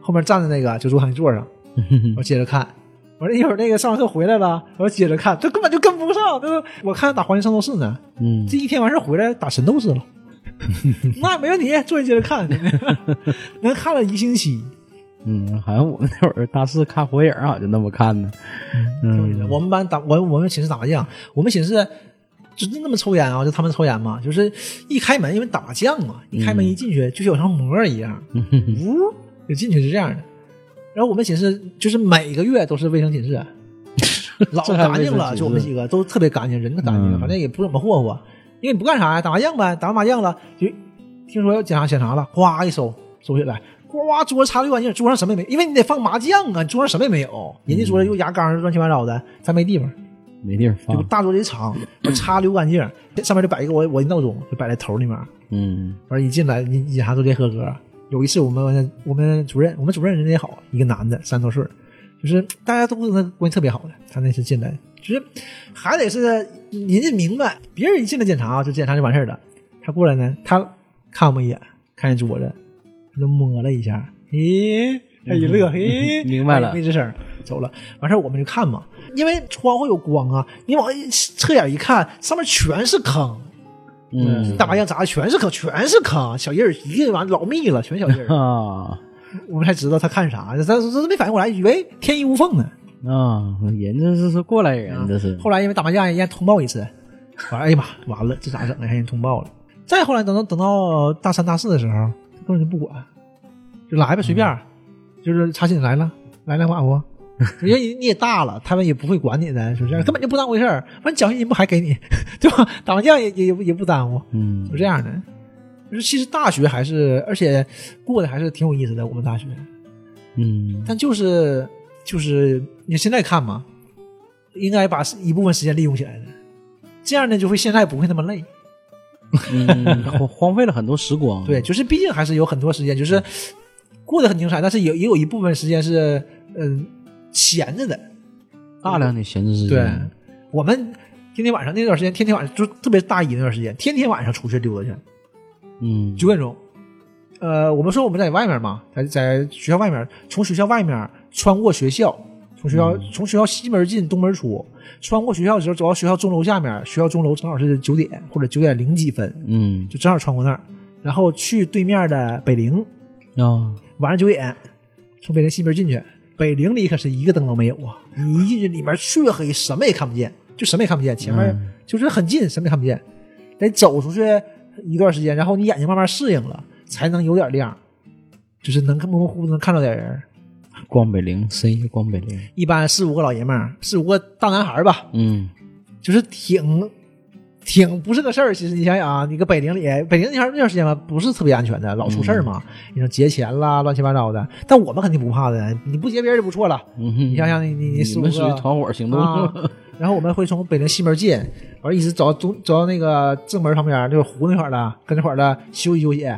S2: 后面站着那个就坐他那座上，
S3: 嗯
S2: 我接着看。完了一会儿那个上完课回来了，我接着看，他根本就跟不上。他说我看打《黄金圣斗士》呢，
S3: [LAUGHS] 嗯
S2: 这一天完事儿回来打神斗士了，那没问题，坐下接着看， [LAUGHS] 能看了一星期。
S3: 嗯，好像我们那会儿大四看火影，好像就那么看的。嗯，
S2: 我们班打我我们寝室打麻将，我们寝室就是那么抽烟啊，就他们抽烟嘛，就是一开门因为打麻将嘛，一开门一进去就像有层膜一样，
S3: 嗯
S2: 呜就进去是这样的。然后我们寝室就是每个月都是卫生寝
S3: [LAUGHS]
S2: 室，啊老
S3: 这还
S2: 干净了，
S3: 卫生寝室
S2: 就我们几个都特别干净，人都干净，
S3: 嗯
S2: 反正也不怎么霍霍，因为你不干啥呀，打麻将呗，打完麻将了就听说要检查检查了，哗一收收起来，呱桌子擦溜干净，桌上什么也没，因为你得放麻将啊，桌上什么也没有，人家桌上有牙缸乱七八糟的，咱没地方，
S3: [LAUGHS] 没地儿
S2: 就
S3: 放。
S2: 大桌子一长，我擦溜干净，上面就摆一个我我闹钟，就摆在头里面，
S3: 嗯
S2: 完一进来哎你你啥都得合格。有一次我们我们主任我们主任人也好，一个男的三十多岁儿，就是大家都跟他关系特别好的，他那次进来就是还得是人家明白，别人一进来检查啊就检查就完事儿了，他过来呢，他看我们一眼，看见桌子，他就摸了一下，咦、他一乐，嘿、
S3: 明白了
S2: 没吱声儿，走了。完事儿我们就看嘛，因为窗户有光啊，你往一侧眼一看，上面全是坑，
S3: 嗯
S2: 大麻将砸的全是坑，全是坑，小印儿一个完老密了，全小印儿。 [LAUGHS]
S3: 啊
S2: 我们才知道他看啥，咱都没反应过来，以为天衣无缝呢。
S3: 啊，人这是是过嗯来人，这是
S2: 后来因为打麻将，人家通报一次，完了，哎呀妈，完了，这咋整啊？让人通报了。再后来等到等到大三大四的时候，根本就不管，就来呗，随便儿，就是查寝来了，来来骂我。因为你也大了，他们也不会管你的，是不是？根本就不当回事儿，完奖学金不还给你， [LAUGHS] 对吧？打麻将也也也不也不耽误。
S3: 嗯
S2: 就这样的。就是其实大学还是，而且过得还是挺有意思的。我们大学，
S3: 嗯 [LAUGHS]
S2: 但就是就是你现在看嘛，应该把一部分时间利用起来的，这样呢就会现在不会那么累。
S3: 嗯，荒荒废了很多时光。
S2: 对，就是毕竟还是有很多时间，就是过得很精彩，但是也也有一部分时间是嗯闲着的。
S3: 大量的闲置时
S2: 对
S3: 间。，
S2: 我们天天晚上那段时间，天天晚上就特别大一那段时间，天天晚上出去溜达去，
S3: 嗯，
S2: 九点钟，呃，我们说我们在外面嘛，在在学校外面，从学校外面穿过学校，从从学校从学校西门进东门出，穿过学校的时候走到学校钟楼下面，学校钟楼正好是九点或者九点零几分，
S3: 嗯
S2: 就正好穿过那儿，然后去对面的北陵，
S3: 啊，
S2: 晚上九点从北陵西门进去，北陵里可是一个灯都没有啊！你一进去里面黢黑，什么也看不见，就什么也看不见，前面就是很近，什么也看不见，得走出去一段时间，然后你眼睛慢慢适应了，才能有点亮，就是能模模糊糊能看到点人。
S3: 逛北陵，深夜逛北陵，
S2: 一般四五个老爷们儿，四五个大男孩儿吧，
S3: 嗯
S2: 就是挺挺不是个事儿。其实你想想啊，你个北陵里，北陵那段那段时间吧，不是特别安全的，老出事儿嘛，你说劫钱啦，乱七八糟的。但我们肯定不怕的，你不劫别人就不错了。
S3: 嗯哼，
S2: 你想想你，你你四
S3: 你
S2: 五个
S3: 们属于团伙行动，
S2: 啊，然后我们会从北陵西门进，完一直走到东走到那个正门旁边，就是湖那块儿的，跟那块儿的休息休息，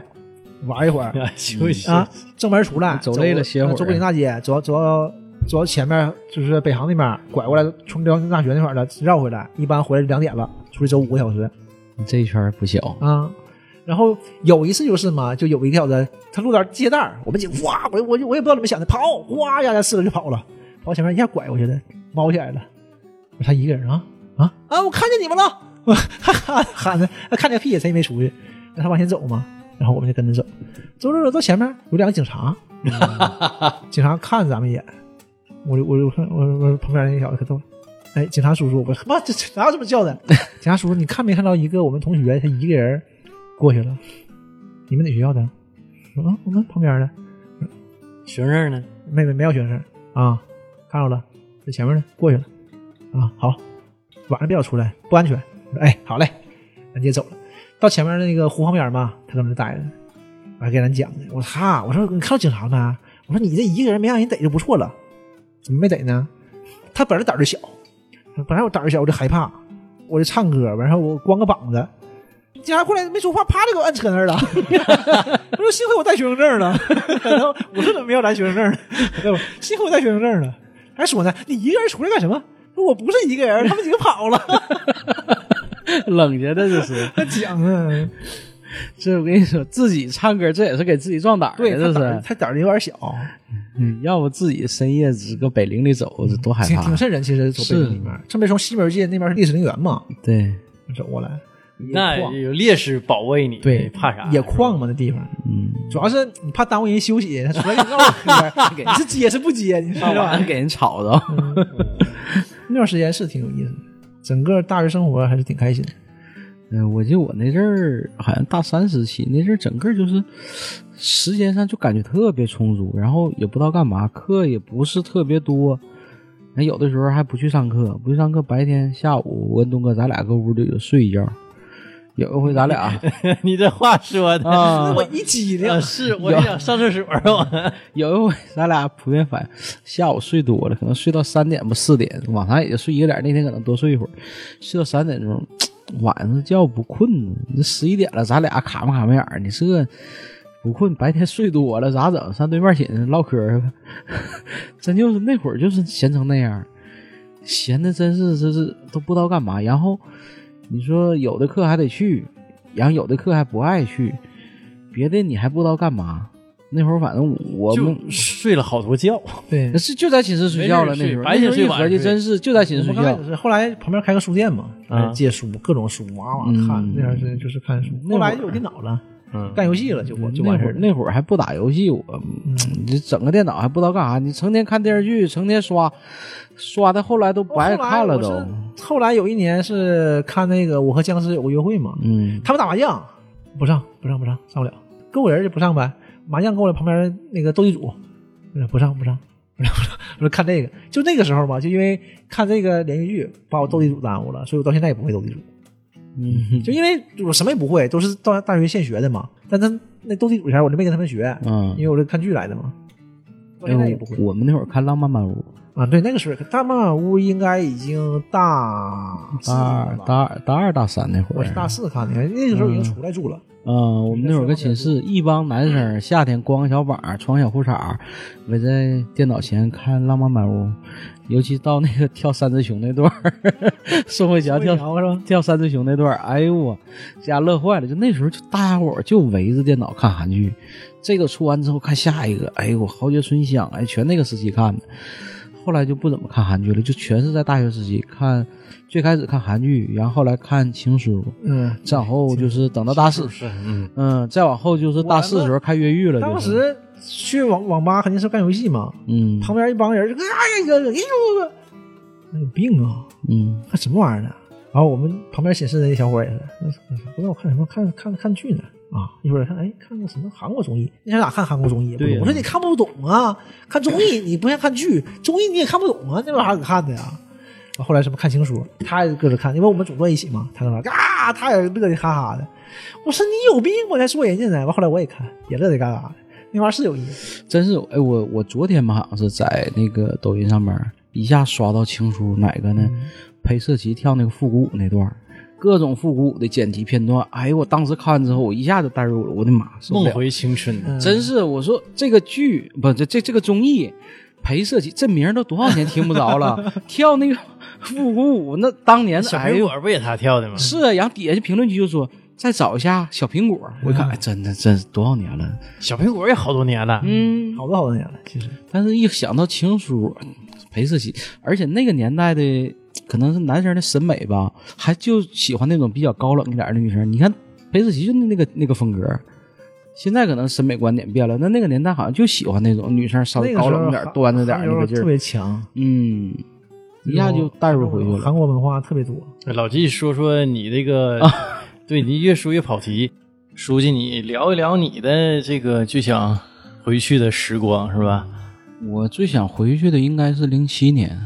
S2: 玩一会儿
S1: [LAUGHS] 休
S3: 嗯
S1: 息
S2: 啊。正门出来，
S3: 走累了歇会儿
S2: 走北京大街，走到走到走到前面就是北航那边，拐过来从辽宁大学那块儿的绕回来，一般回来两点了，出去走五个小时
S3: 你 [LAUGHS] 这一圈儿不小，
S2: 啊。然后有一次就是嘛，就有一个小子，他路边接单儿，我们几个哇，我我就我也不知道怎么想的，跑，哇一下，咱四个就跑了，跑前面一下拐过去的，猫起来了，我说他一个人啊啊啊！我看见你们了，我哈哈喊的，啊看见个屁，谁也没出去，让他往前走嘛，然后我们就跟着走，走走走到前面有两个警察，警察看着咱们一眼，我就我就看我我旁边那小子可逗，哎，警察叔叔，我他妈这这哪有这么叫的？ [LAUGHS] 警察叔叔，你看没看到一个我们同学，他一个人过去了？你们哪学校的？我说啊，我们旁边的，
S1: 学生呢？
S2: 没没没有学生啊，看到了，在前面呢，过去了啊，好，晚上别老出来，不安全。我说哎，好嘞，咱姐走了，到前面那个湖旁边嘛，他搁那待着，我还给咱讲呢，我说哈，我说你看到警察没？我说你这一个人没让人逮就不错了，怎么没逮呢？他本来胆儿就小，本来我胆儿小我就害怕，我就唱歌，完后我光个膀子。警察过来没说话，啪就给我按车那儿了。我说幸亏我带学生证了，然后我说怎么没有咱学生证呢？对吧？幸亏我带学生证了，还说呢，你一个人出来干什么？说我不是一个人，他们几个跑了。
S3: [LAUGHS] 冷家的这是，
S2: 他 [LAUGHS] 讲啊，
S3: [LAUGHS] 这我跟你说，自己唱歌这也是给自己壮胆儿的，
S2: 对，
S3: 这
S2: 他胆儿
S3: 是，
S2: 他胆儿有点小，
S3: 嗯要不自己深夜只搁北陵里走，这多害
S2: 挺
S3: 怕啊
S2: 挺，瘆嗯人。其实走北
S3: 是
S2: 京里面，这边从西门进，那边是历史陵园嘛， [LAUGHS]
S3: 对，
S2: 走过来
S1: 那
S2: 也旷
S1: 有劣势保卫你，
S2: 对
S1: 怕啥？
S2: 也旷嘛那地方，
S3: 嗯。
S2: 主要是你怕耽误人休息，他出来给你唠嗑，你是接是不接？你知道
S3: 到
S2: 吧
S3: 晚？上给人吵着，
S2: 嗯那段时间是挺有意思的，整个大学生活还是挺开心的。
S3: 嗯、我记得我那阵儿好像大三时期，那阵儿整个就是时间上就感觉特别充足，然后也不知道干嘛，课也不是特别多，那有的时候还不去上课，不去上课，白天下午我跟东哥咱俩搁屋里就睡一觉，有一回咱俩
S1: [LAUGHS]
S2: [LAUGHS]
S1: 你这话说的， [LAUGHS]
S3: 啊，
S2: 我一激灵
S1: 啊，是我就想上厕所儿，啊我
S3: 有一回咱俩普遍反映，下午睡多了，可能睡到三点吧四点，晚上也就睡一个点儿，那天可能多睡一会儿，睡到三点钟，晚上觉不困呢。你这十一点了，咱俩卡巴卡巴眼儿，你这不困，白天睡多了咋整？上对面寝室唠嗑儿去 [LAUGHS] 吧，真就是那会儿就是闲成那样儿，闲的真是真是都不知道干嘛。然后你说有的课还得去，然后有的课还不爱去，别的你还不知道干嘛。那会儿反正我们
S1: 就睡了好多
S3: [LAUGHS]
S1: 觉。
S2: 对，
S3: 是就在寝室睡觉了，
S1: 没事
S3: 那时
S1: 睡
S3: 候
S1: 白天
S3: 那时
S1: 睡
S3: 候一
S1: 晚上
S3: 合计
S1: 睡
S3: 真是就在寝室睡
S2: 我们刚开
S3: 觉
S2: 始。是后来旁边开个书店嘛，
S1: 啊
S2: 借书各种书，哇哇
S3: 嗯
S2: 看。那段时间就是看书，
S3: 那
S2: 后来
S3: 会儿
S2: 就有电脑了，
S1: 嗯，
S2: 干游戏了就我就
S3: 那
S2: 完
S3: 会
S2: 事儿
S3: 儿
S2: 了。
S3: 那会儿还不打游戏，我嗯你整个电脑还不知道干啥，你成天看电视剧，成天刷，刷的后来都不爱看了都
S2: 后。来我是后来有一年是看那个《我和僵尸有个约会》嘛，
S3: 嗯
S2: 他们打麻将，不上不上不上上不了，跟我人就不上呗。麻将跟我旁边那个斗地主，呃不上不上不上不上，我说看这个，就那个时候嘛，就因为看这个连续剧把我斗地主耽误了，所以我到现在也不会斗地主。
S3: 嗯
S2: 就因为我什么也不会，都是到大学现学的嘛。但他那斗地主前我就没跟他们学，
S3: 嗯哎
S2: 因为我是看剧来的嘛。到现在也不会
S3: 我们那会儿看《浪漫满屋
S2: 啊。对，那个时候大漫屋应该已经大》，四
S3: 大二
S2: 了吧
S3: 大二大二大三那会
S2: 我
S3: 儿
S2: 是，大四看的，那个时候已经出来住了。
S3: 嗯，我们那会儿跟寝室一帮男生，夏天光个小膀儿，穿小裤衩儿，围在电脑前看《浪漫满屋》，尤其到那个跳三只熊那段儿， [LAUGHS] 宋慧乔
S2: 我一
S3: 跳
S2: 聊是吧？
S3: 跳三只熊那段儿，哎呦我家乐坏了。就那时候就大家伙儿就围着电脑看韩剧，这个出完之后看下一个，哎呦我豪杰春香，哎全那个时期看的。后来就不怎么看韩剧了，就全是在大学时期看，最开始看韩剧，然后后来看《情书》，
S2: 嗯，
S3: 再往后就是等到大四，
S1: 嗯，
S3: 嗯，再往后就是大四的时候看越狱了，
S2: 当
S3: 就是，
S2: 时去网网吧肯定是干游戏嘛，
S3: 嗯
S2: 旁边一帮人就啊呀一个一个，那有病啊，
S3: 嗯
S2: 看什么玩意儿呢？然后我们旁边寝室那小伙也是，那是干啥不知道看什么，看看看剧呢啊！一会儿看，哎，看个什么韩国综艺？那想哪看韩国综艺？
S1: 对呀
S2: 我说你看不懂啊，看综
S3: [LAUGHS]
S2: 艺你不像看剧，综艺你也看不懂啊，这玩意儿可看的呀。然后后来什么看情书，他也搁这看，因为我们总坐一起嘛，他搁那嘎，他也乐得哈哈的。我说你有病，我才说人家呢。完后来我也看，也乐得嘎嘎的，那玩意儿是有意思。
S3: 真是，哎，我我昨天吧，好像是在那个抖音上面一下刷到情书哪个呢？裴瑟琪跳那个复古舞那段儿，各种复古舞的剪辑片段，哎呦，我当时看完之后，我一下就代入了，我的妈，受不
S1: 梦
S3: 了嗯
S1: 回青春，
S3: 真是，我说这个剧不这这这个综艺，裴瑟琪这名儿都多少年听不着了， [LAUGHS] 跳那个复古舞，那当年
S1: 小
S3: 哎
S1: 苹
S3: 呦
S1: 果不也他跳的吗？
S3: 是啊，然后底下就评论区就说再找一下小苹果，我一
S2: 嗯
S3: 看，哎，真的真是多少年了，
S1: 小苹果也好多年了，
S3: 嗯，
S2: 好多好多年了，其实
S3: 但是一想到情书，裴瑟琪，而且那个年代的可能是男生的审美吧，还就喜欢那种比较高冷一点的女生。你看裴瑟琪就那个那个风格，现在可能审美观点变了，那那个年代好像就喜欢那种女生稍
S2: 那
S3: 微
S2: 个
S3: 高
S2: 时
S3: 冷
S2: 候
S3: 一点、
S2: 韩
S3: 端着点儿
S2: 韩
S3: 那
S2: 流
S3: 个劲
S2: 特
S3: 儿，
S2: 别强，
S3: 嗯，一下就带入回去了。
S2: 韩国文化特别多。
S1: 老纪说说你这个，
S3: 啊
S1: [LAUGHS] 对你越说越跑题。书记，你聊一聊你的这个就想回去的时光是吧？
S3: 我最想回去的应该是零七年，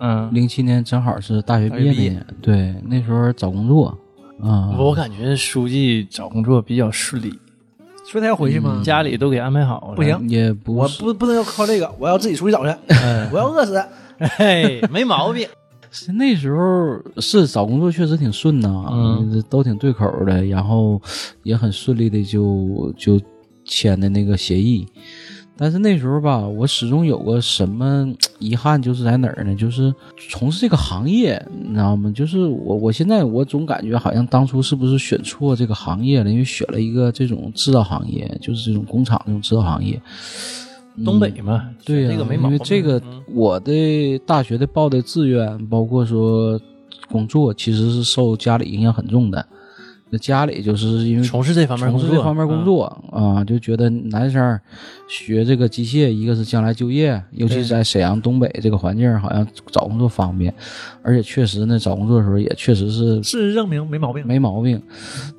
S1: 嗯，
S3: 零七年正好是大学毕业
S1: 大学毕
S3: 那
S1: 业
S3: 年，对，那时候找工作，啊、
S1: 我感觉书记找工作比较顺利，
S2: 说他要回去吗？
S1: 家里都给安排好了。[LAUGHS]
S2: 不行，
S3: 也嗯不
S2: 我
S3: 是
S2: 不不能要靠这个，我要自己出去找去，我要饿死。
S1: 嘿，哎没毛病。
S3: 是那时候是找工作确实挺顺呐，
S1: 嗯
S3: 都挺对口的，然后也很顺利的就就签的那个协议。但是那时候吧，我始终有个什么遗憾，就是在哪儿呢？就是从事这个行业，你知道吗？就是我，我现在我总感觉好像当初是不是选错这个行业了？因为选了一个这种制造行业，就是这种工厂这种制造行业。嗯
S1: 东北嘛，
S3: 对呀、
S1: 这个没毛
S3: 因为
S1: 病。
S3: 这个
S1: 嗯
S3: 我的大学的报的志愿，包括说工作，其实是受家里影响很重的。那家里就是因为
S1: 从事这方面工
S3: 从事
S1: 作，嗯
S3: 这方面工作啊，就觉得男生学这个机械，一个是将来就业，尤其是在沈阳、东北这个环境，好像找工作方便，而且确实呢，找工作的时候也确实是
S2: 事实证明没毛病，
S3: 没毛病。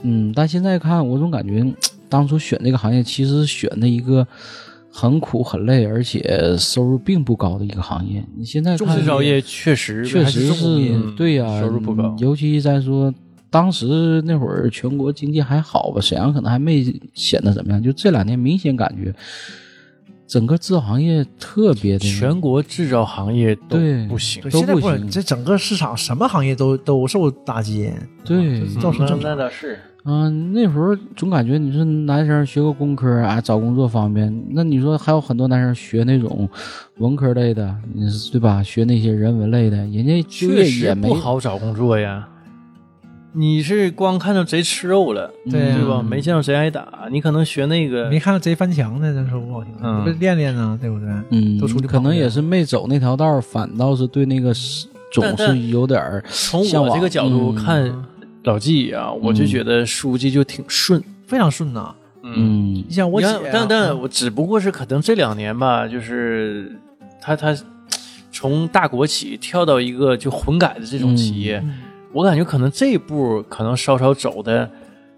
S3: 嗯，但现在看，我总感觉当初选这个行业，其实选的一个很苦、很累，而且收入并不高的一个行业。你现在
S1: 嗯。
S3: 看
S1: 制造业确实
S3: 确
S1: 还
S3: 实
S1: 重工业
S3: 是对呀、
S1: 收入不高
S3: 嗯。尤其再说当时那会儿全国经济还好吧，沈阳可能还没显得怎么样，就这两年明显感觉整个制造行业特别的
S1: 全国制造行业都
S3: 对
S1: 不行
S2: 对，，
S3: 都
S2: 现在
S3: 不
S2: 不是
S3: 行
S2: 这整个市场什么行业都都受打击，
S3: 对
S2: 这造成这
S1: 倒是
S3: 嗯，那时候总感觉你说男生学个工科啊，找工作方便。那你说还有很多男生学那种文科类的，你是对吧？学那些人文类的，人家就
S1: 确
S3: 业
S1: 实
S3: 也没 [LAUGHS]
S1: 不好找工作呀。你是光看到贼吃肉了，
S2: 对呀
S1: 对吧？没见到贼挨打，你你可能学那个
S2: 没看到贼翻墙呢，这说不好听，
S1: 嗯
S2: 不是练练呢，对不对？
S3: 嗯，
S2: 都出去跑
S3: 可能也是没走那条道儿，反倒是对那个是总
S1: 但
S3: 是有点儿
S1: 从
S3: 向
S1: 我
S3: 往
S1: 这个角度看老纪啊，我就觉得书记就挺顺。
S2: 非常顺呐。
S3: 嗯
S2: 你想我
S1: 你
S2: 姐
S1: 看
S2: 啊，
S1: 但但我只不过是可能这两年吧，就是他他从大国企跳到一个就混改的这种企
S2: 嗯
S1: 业，我感觉可能这一步可能稍稍走的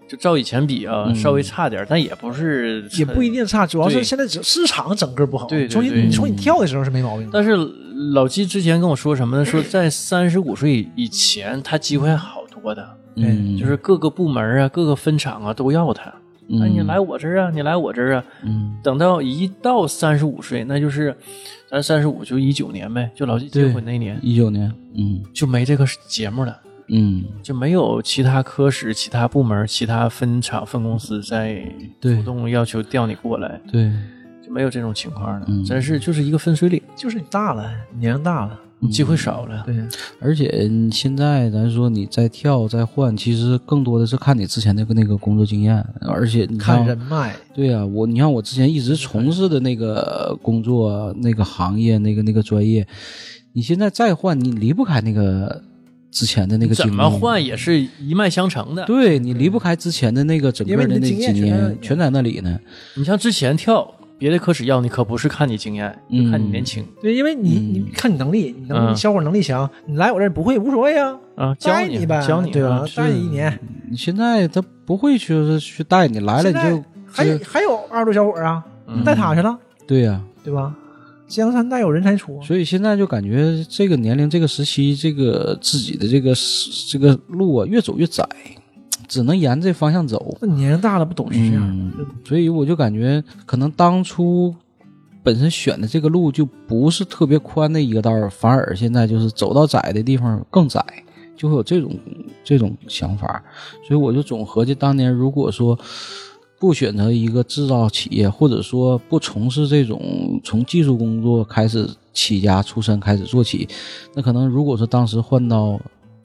S1: 就照以前比啊、稍微差点儿，但也不是
S2: 嗯也不一
S1: 定。
S2: 定差，主要是
S1: 对
S2: 现在只市场整个不好。
S1: 对对
S2: 从你
S1: 对
S2: 你从你跳的时候是没毛病的，
S1: 但是老纪之前跟我说什么呢？说在三十五岁以前，他机会还好多的，
S3: 嗯，
S1: 就是各个部门啊、各个分厂啊都要他。
S2: 嗯
S1: 哎，你来我这儿啊，你来我这儿啊。
S3: 嗯
S1: 等到一到三十五岁，那就是咱三十五就一九年呗，就老纪结
S3: 对
S1: 婚那年
S3: 一九年，嗯
S1: 就没这个节目了，
S3: 嗯，
S1: 就没有其他科室、其他部门、其他分厂、分公司在
S3: 对
S1: 主动要求调你过来。
S3: 对，
S1: 就没有这种情况了
S3: 嗯，
S1: 真是就是一个分水岭，
S2: 就是你大了，年龄大了，
S1: 机会少了。
S2: 对，
S3: 而且你现在咱说你再跳再换，其实更多的是看你之前那个那个工作经验，而且你像
S2: 看人脉，
S3: 对啊，我你看我之前一直从事的那个工作、那个行业、那个那个专业，你现在再换，你离不开那个之前的那个经历
S1: 怎么？换也是一脉相承的。
S3: 对你离不开之前的那个整个
S2: 因为你
S3: 那
S2: 的
S3: 几
S2: 经验全在那
S3: 年全在那
S2: 里
S3: 里呢。
S1: 你像之前跳别的科室要你，可不是看你经验，就看你年轻
S2: 对，因为你你看你能力，你能
S1: 嗯
S2: 你小伙能力强，你来我这儿不会无所谓啊，
S1: 啊，教
S2: 带
S1: 你
S2: 呗，
S1: 教你
S2: 对吧
S1: 啊？
S2: 带你一年，
S3: 你现在他不会去是去带你来了
S2: 现
S3: 你就嗯
S2: 在还有还有二十多小伙儿啊，带他去了，
S3: 对呀、
S2: 对吧？江山代有人才出，啊
S3: 所以现在就感觉这个年龄、这个时期、这个自己的这个这个路啊，越走越窄，只能沿这方向走。
S2: 那年龄大了不都是这样？
S3: 嗯，所以我就感觉，可能当初本身选的这个路就不是特别宽的一个道儿，反而现在就是走到窄的地方更窄，就会有这种这种想法。所以我就总合计，当年如果说不选择一个制造企业，或者说不从事这种从技术工作开始起家出身开始做起，那可能如果说当时换到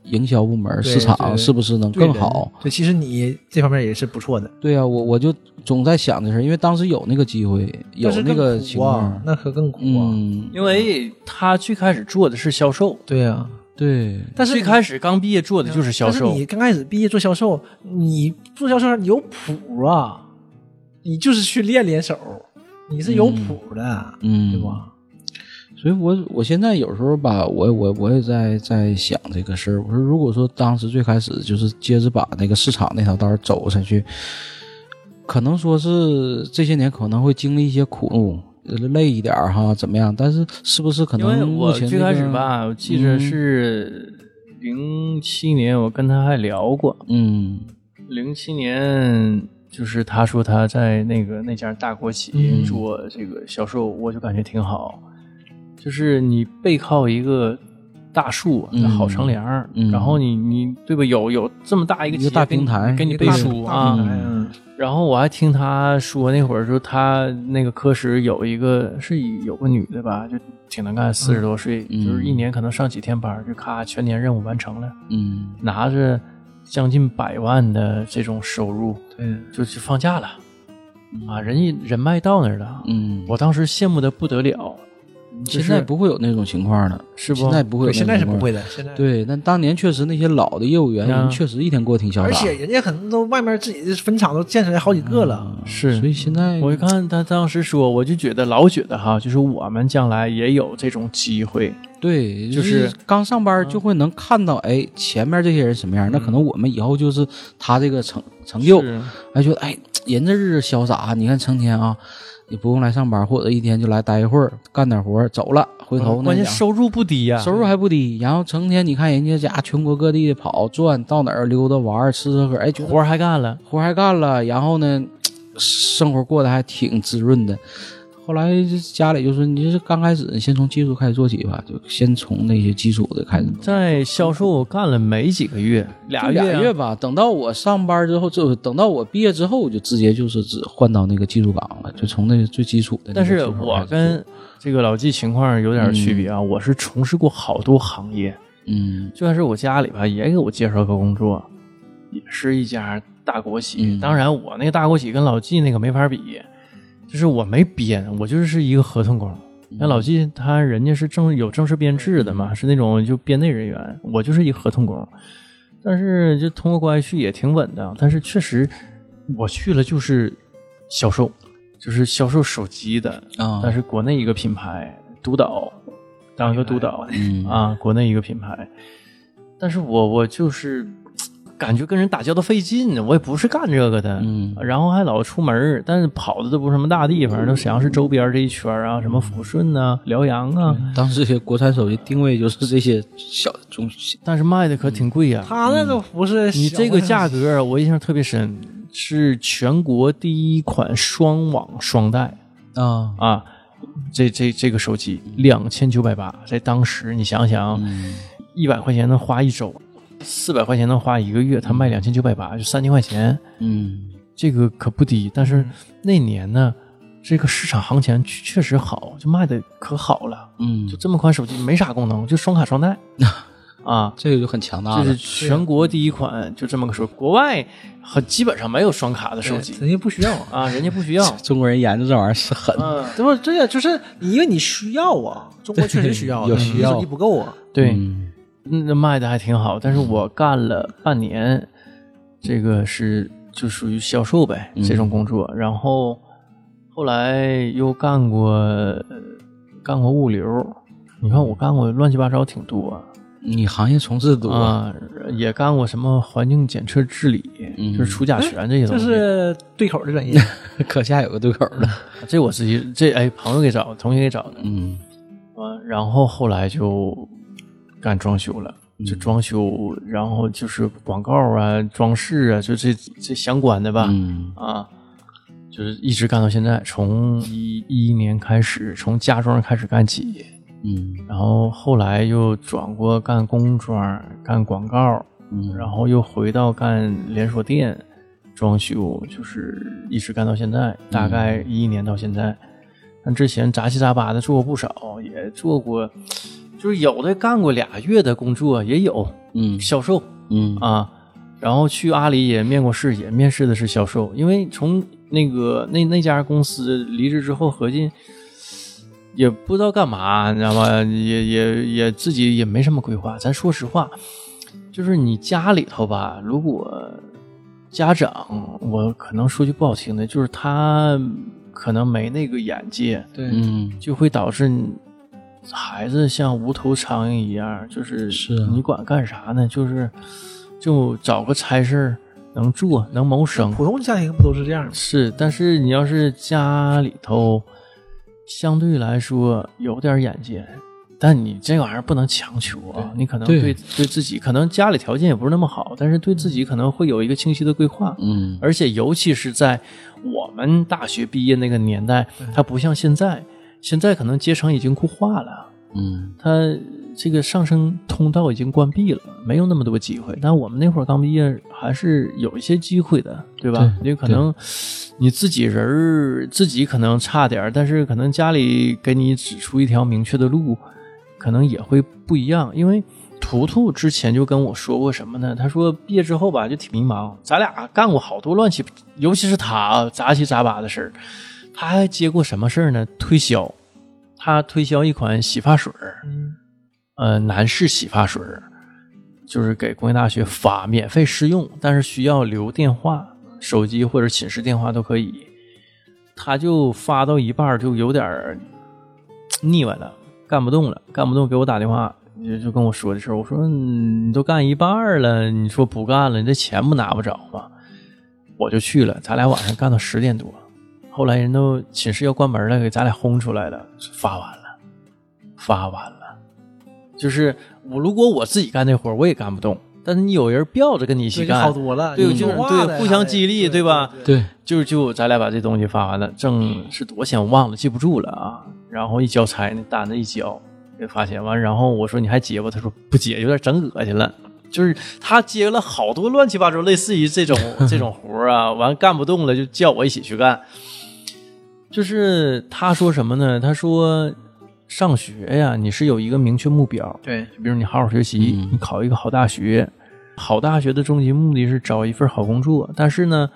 S3: 营销部门、
S2: 对
S3: 市
S2: 对
S3: 场，是不是能
S2: 对
S3: 更
S2: 人
S3: 好？。
S2: 对，其实你这方面也是不错的，
S3: 对呀、啊我我就总在想这事儿，因为当时有那个机会，有
S2: 但是
S3: 那个
S2: 更
S3: 情
S2: 苦
S3: 况，
S2: 啊，那可更苦啊。
S3: 嗯，
S1: 因为他最开始做的是销售，
S2: 对啊，
S3: 对，
S2: 但是
S1: 最
S2: 你
S1: 开始刚毕业做的就是销
S2: 但是
S1: 售，
S2: 你刚开始毕业做销售，你做销售你有谱啊，你就是去练练手，你是有谱的，
S3: 嗯，
S2: 对？吧？
S3: 所以我我现在有时候吧，我我我也在在想这个事儿。我说，如果说当时最开始就是接着把那个市场那条道儿走下去，可能说是这些年可能会经历一些苦。呃累一点儿哈，怎么样？但是是不是可
S1: 因为
S3: 能目
S1: 我
S3: 前、这
S1: 最
S3: 个、
S1: 开始，吧，我记着是零七年，我跟他还聊过，
S3: 嗯
S1: 零七年就是他说他在那个那家大国企
S3: 嗯
S1: 做这个销售，我就感觉挺好，就是你背靠一个。大树，
S3: 嗯
S1: 好乘凉儿，
S3: 嗯
S1: 然后你你对吧？有有这么大一个
S3: 一个大
S1: 企业给你
S3: 平台
S1: 给你
S2: 一个
S1: 背
S2: 大
S1: 书
S2: 大
S1: 啊，
S2: 平台嗯
S1: 然后我还听他说那会儿说他那个科室有一个是有个女的吧，就挺能干，四十多岁，
S3: 嗯
S1: 就是一年可能上几天班儿，就咔全年任务完成了，
S3: 嗯
S1: 拿着将近百万的这种收入，
S3: 嗯
S2: 对，
S1: 就去放假了，啊，人家人脉到那儿了，
S3: 嗯，
S1: 我当时羡慕的不得了，
S3: 现在不会有那种情况了，
S1: 是不
S3: 现在不会有
S2: 对，
S3: 那种
S2: 现在是
S3: 情况
S2: 不会的，现在。
S3: 对，但当年确实那些老的业务员，
S1: 啊
S3: 人确实一天过得挺潇洒。
S2: 而且人家可能都外面自己的分厂都建出来好几个了，
S1: 是
S3: 啊所以现在
S1: 嗯我一看他当时说，我就觉得老觉得哈，就是我们将来也有这种机会，
S3: 对，
S1: 就是，
S3: 刚上班就会能看到，哎，前面这些人什么样，那可能我们以后就是他这个成成就是哎，觉得哎，人这日子潇洒，你看成天啊，也不用来上班，或者一天就来待一会儿，干点活儿走了，回头那
S1: 嗯关键
S3: 两
S1: 收入不低呀、
S3: 收入还不低，然后成天你看人家家全国各地的跑转，到哪儿溜达玩儿吃喝喝，哎，觉得
S1: 活儿还干了。
S3: 活儿还干了，然后呢，生活过得还挺滋润的。后来家里就说：“你就是刚开始，你先从基础开始做起吧，就先从那些基础的开始做。
S1: 在销售干了没几个月，俩
S3: 就
S1: 月啊、
S3: 俩月吧，等到我上班之后，就等到我毕业之后，我就直接就是只换到那个技术岗了，就从那最基础的那
S1: 但
S3: 个技
S1: 是
S3: 术
S1: 我
S3: 开始做。
S1: 跟这个老纪情况有点区别啊，我是从事过好多行业，
S3: 嗯
S1: 就算是我家里吧，也给我介绍个工作，也是一家大国企。
S3: 嗯
S1: 当然，我那个大国企跟老纪那个没法比，就是我没编，我就是一个合同工。
S3: 嗯
S1: 那老纪他人家是正有正式编制的嘛，是那种就编内人员，我就是一合同工。但是就通过关系也挺稳的，但是确实我去了就是销售，就是销售手机的，
S3: 啊，
S1: 但是国内一个品牌督导，当一个督导，
S3: 嗯
S1: 啊，国内一个品牌。但是我我就是感觉跟人打交道费劲，我也不是干这个的，
S3: 嗯
S1: 然后还老出门儿，但是跑的都不是什么大地方，都沈阳市周边儿这一圈儿
S3: 嗯
S1: 啊，什么抚顺呐、辽阳啊，
S3: 当时这些国产手机定位就是这些小中小
S1: 但是卖的可挺贵呀、
S2: 他那都不是
S1: 你
S2: 小
S1: 这个价格啊我印象特别深，是全国第一款双网双待
S3: 啊，
S1: 啊。这这这个手机两千九百八，在当时你想想，
S3: 嗯
S1: 一百块钱能花一周，四百块钱能花一个月，他卖两千九百八，就三千块钱，
S3: 嗯
S1: 这个可不低。但是那年呢，这个市场行情确确实好，就卖的可好了。
S3: 嗯
S1: 就，这么款手机没啥功能，就双卡双待 [LAUGHS] 啊，
S3: 这个就很强大
S1: 这
S3: 了。
S1: 是全国第一款，就这么个说。国外很基本上没有双卡的手机
S2: 人家不需要啊。
S1: 啊，人家不需要。
S3: [LAUGHS] 中国人研究这玩意儿是狠，
S1: 嗯，
S2: [LAUGHS] 这不真的就是你，因为你需要啊，中国确实需要啊，
S3: 对有需要
S2: 手机不够啊。
S1: 对，
S3: 嗯
S1: 那卖的还挺好，但是我干了半年，这个是就属于销售呗、这种工作，然后后来又干过呃干过物流，你看我干过乱七八糟挺多
S3: 你行业从事多，
S1: 啊、也干过什么环境检测治理，
S3: 嗯
S1: 就是除甲醛这些东
S2: 这
S1: 西，
S2: 是对口的专业，
S3: [LAUGHS] 可下有个对口的。
S1: 这我自己这哎朋友给找的，同学给找的，
S3: 嗯
S1: 嗯，然后后来就干装修了，就装修，然后就是广告啊、装饰啊，就这这相关的吧，
S3: 嗯
S1: 啊，就是一直干到现在，从一一年开始，从家装开始干起，
S3: 嗯
S1: 然后后来又转过干工装、干广告，
S3: 嗯，
S1: 然后又回到干连锁店装修，就是一直干到现在，大概一一年到现在。但之前杂七杂八的做过不少，也做过，就是有的干过俩月的工作，也有
S3: 嗯
S1: 销售
S3: 嗯
S1: 啊。然后去阿里也面过试，也面试的是销售，因为从那个那那家公司离职之后，合计也不知道干嘛，你知道吗？也也也自己也没什么规划。咱说实话，就是你家里头吧，如果家长，我可能说句不好听的，就是他可能没那个眼界，
S2: 对
S3: 嗯
S1: 就会导致你孩子像无头苍蝇一样，就是
S3: 是啊
S1: 你管干啥呢？就是就找个差事儿能做，能谋生。
S2: 普通家庭不都是这样吗？
S1: 是，但是你要是家里头相对来说有点眼界，但你这玩意儿不能强求啊。你可能
S3: 对
S1: 对对自己，可能家里条件也不是那么好，但是对自己可能会有一个清晰的规划。
S3: 嗯
S1: 而且尤其是在我们大学毕业那个年代，它不像现在，现在可能阶层已经固化了，
S3: 嗯
S1: 它这个上升通道已经关闭了，没有那么多机会。但我们那会儿刚毕业，还是有一些机会的，对吧？
S3: 对
S1: 你可能你自己人儿自己可能差点儿，但是可能家里给你指出一条明确的路，可能也会不一样，因为。图图之前就跟我说过什么呢？他说毕业之后吧，就挺迷茫。咱俩干过好多乱七，尤其是他啊杂七杂八的事儿。他还接过什么事儿呢？推销，他推销一款洗发水儿，
S2: 嗯，
S1: 呃，男士洗发水儿，就是给工业大学发免费试用，但是需要留电话、手机或者寝室电话都可以。他就发到一半儿就有点儿嘖腻歪了，干不动了，干不动，给我打电话。就就跟我说的事儿，我说嗯你都干一半儿了，你说不干了，你这钱不拿不着吗？我就去了，咱俩晚上干到十点多，后来人都寝室要关门了，给咱俩轰出来了，发完了，发完了。就是我如果我自己干这活儿，我也干不动。但是你有人吊着跟你一起
S2: 这就
S1: 干，
S2: 好多了，
S1: 对
S2: 有
S1: 就是
S2: 文化
S1: 对
S2: 的呀
S1: 互相激励对吧
S3: 对，
S1: 就就咱俩把这东西发完了，正是多钱我忘了，记不住了啊。然后一交差，那单子一交，给发现完，然后我说你还结吧，他说不结，有点整恶心了。就是他接了好多乱七八糟，类似于这种这种活儿啊，完干不动了就叫我一起去干。就是他说什么呢？他说上学呀，你是有一个明确目标，
S2: 对
S1: 比如你好好学习，
S3: 嗯
S1: 你考一个好大学，好大学的终极目的是找一份好工作。但是呢，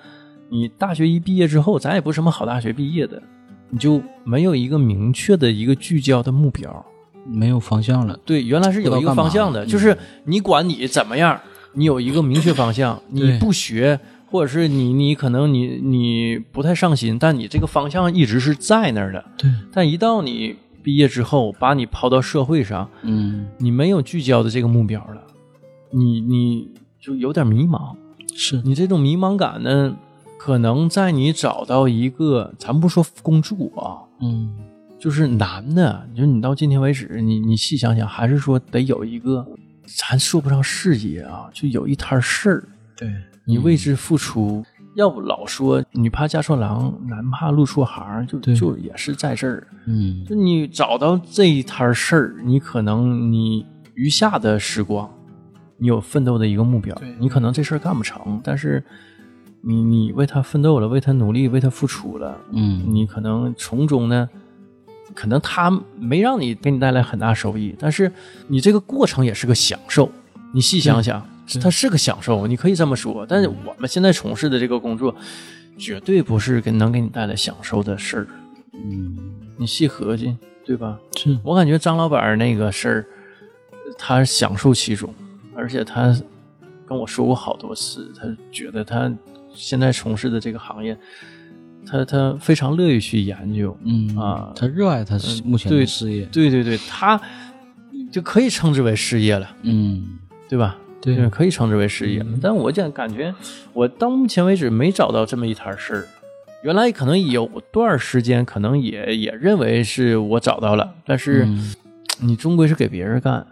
S1: 你大学一毕业之后，咱也不是什么好大学毕业的，你就没有一个明确的一个聚焦的目标。
S3: 没有方向了。
S1: 对，原来是有一个方向的，
S3: 不知道干嘛嗯
S1: 就是你管你怎么样，你有一个明确方向，你不学。或者是你，你可能你你不太上心，但你这个方向一直是在那儿的。
S3: 对，
S1: 但一到你毕业之后，把你抛到社会上，
S3: 嗯，
S1: 你没有聚焦的这个目标了，你你就有点迷茫。
S3: 是嗯
S1: 你这种迷茫感呢，可能在你找到一个，咱不说工作啊，
S3: 嗯
S1: 就是男的，你说你到今天为止，你你细想想，还是说得有一个，咱说不上事业啊，就有一摊事儿，
S2: 对，
S1: 你为之付出。要不老说女怕嫁错郎，男怕入错行，就
S3: 对
S1: 就也是在这儿。
S3: 嗯
S1: 就你找到这一摊事儿，你可能你余下的时光，你有奋斗的一个目标
S2: 对，
S1: 你可能这事儿干不成，但是你你为他奋斗了，为他努力，为他付出了，
S3: 嗯
S1: 你可能从中呢，可能他没让你给你带来很大收益，但是你这个过程也是个享受。你细想想，它是个享受，你可以这么说。但是我们现在从事的这个工作，绝对不是给能给你带来享受的事儿。
S3: 嗯，
S1: 你细合计，对吧？
S3: 是
S1: 我感觉张老板儿那个事儿，他享受其中，而且他跟我说过好多次，他觉得他现在从事的这个行业，他他非常乐意去研究。
S3: 嗯
S1: 啊
S3: 他热爱他是目前的
S1: 对
S3: 事业，
S1: 对对对，他就可以称之为事业了，
S3: 嗯
S1: 对吧？
S3: 对
S1: 就是可以称之为事业
S2: 嗯
S1: 了。但我讲感觉，我到目前为止没找到这么一摊事儿。原来可能有段儿时间，可能也也认为是我找到了，但是
S3: 嗯
S1: 你终归是给别人干。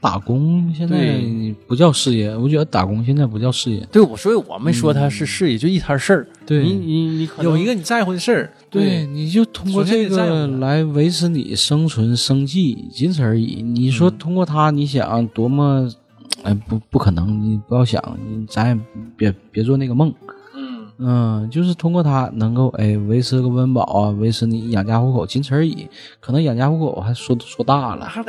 S3: 打工现在
S1: 对
S3: 不叫事业，我觉得打工现在不叫事业，
S1: 对，我所以我没说他是事业，就一摊事儿。
S3: 对
S1: 你你你可能
S2: 嗯有一个你在乎的事儿，
S3: 对，你就通过
S2: 首先
S3: 这
S2: 得占
S3: 个
S2: 有它
S3: 来维持你生存生计，仅此而已。你说
S2: 嗯
S3: 通过它，你想多么，哎，不不可能，你不要想，你咱也别别做那个梦。
S1: 嗯
S3: 嗯，就是通过它能够哎维持个温饱啊，维持你养家糊口，仅此而已。可能养家糊口还说说大了，
S1: [LAUGHS]
S2: 还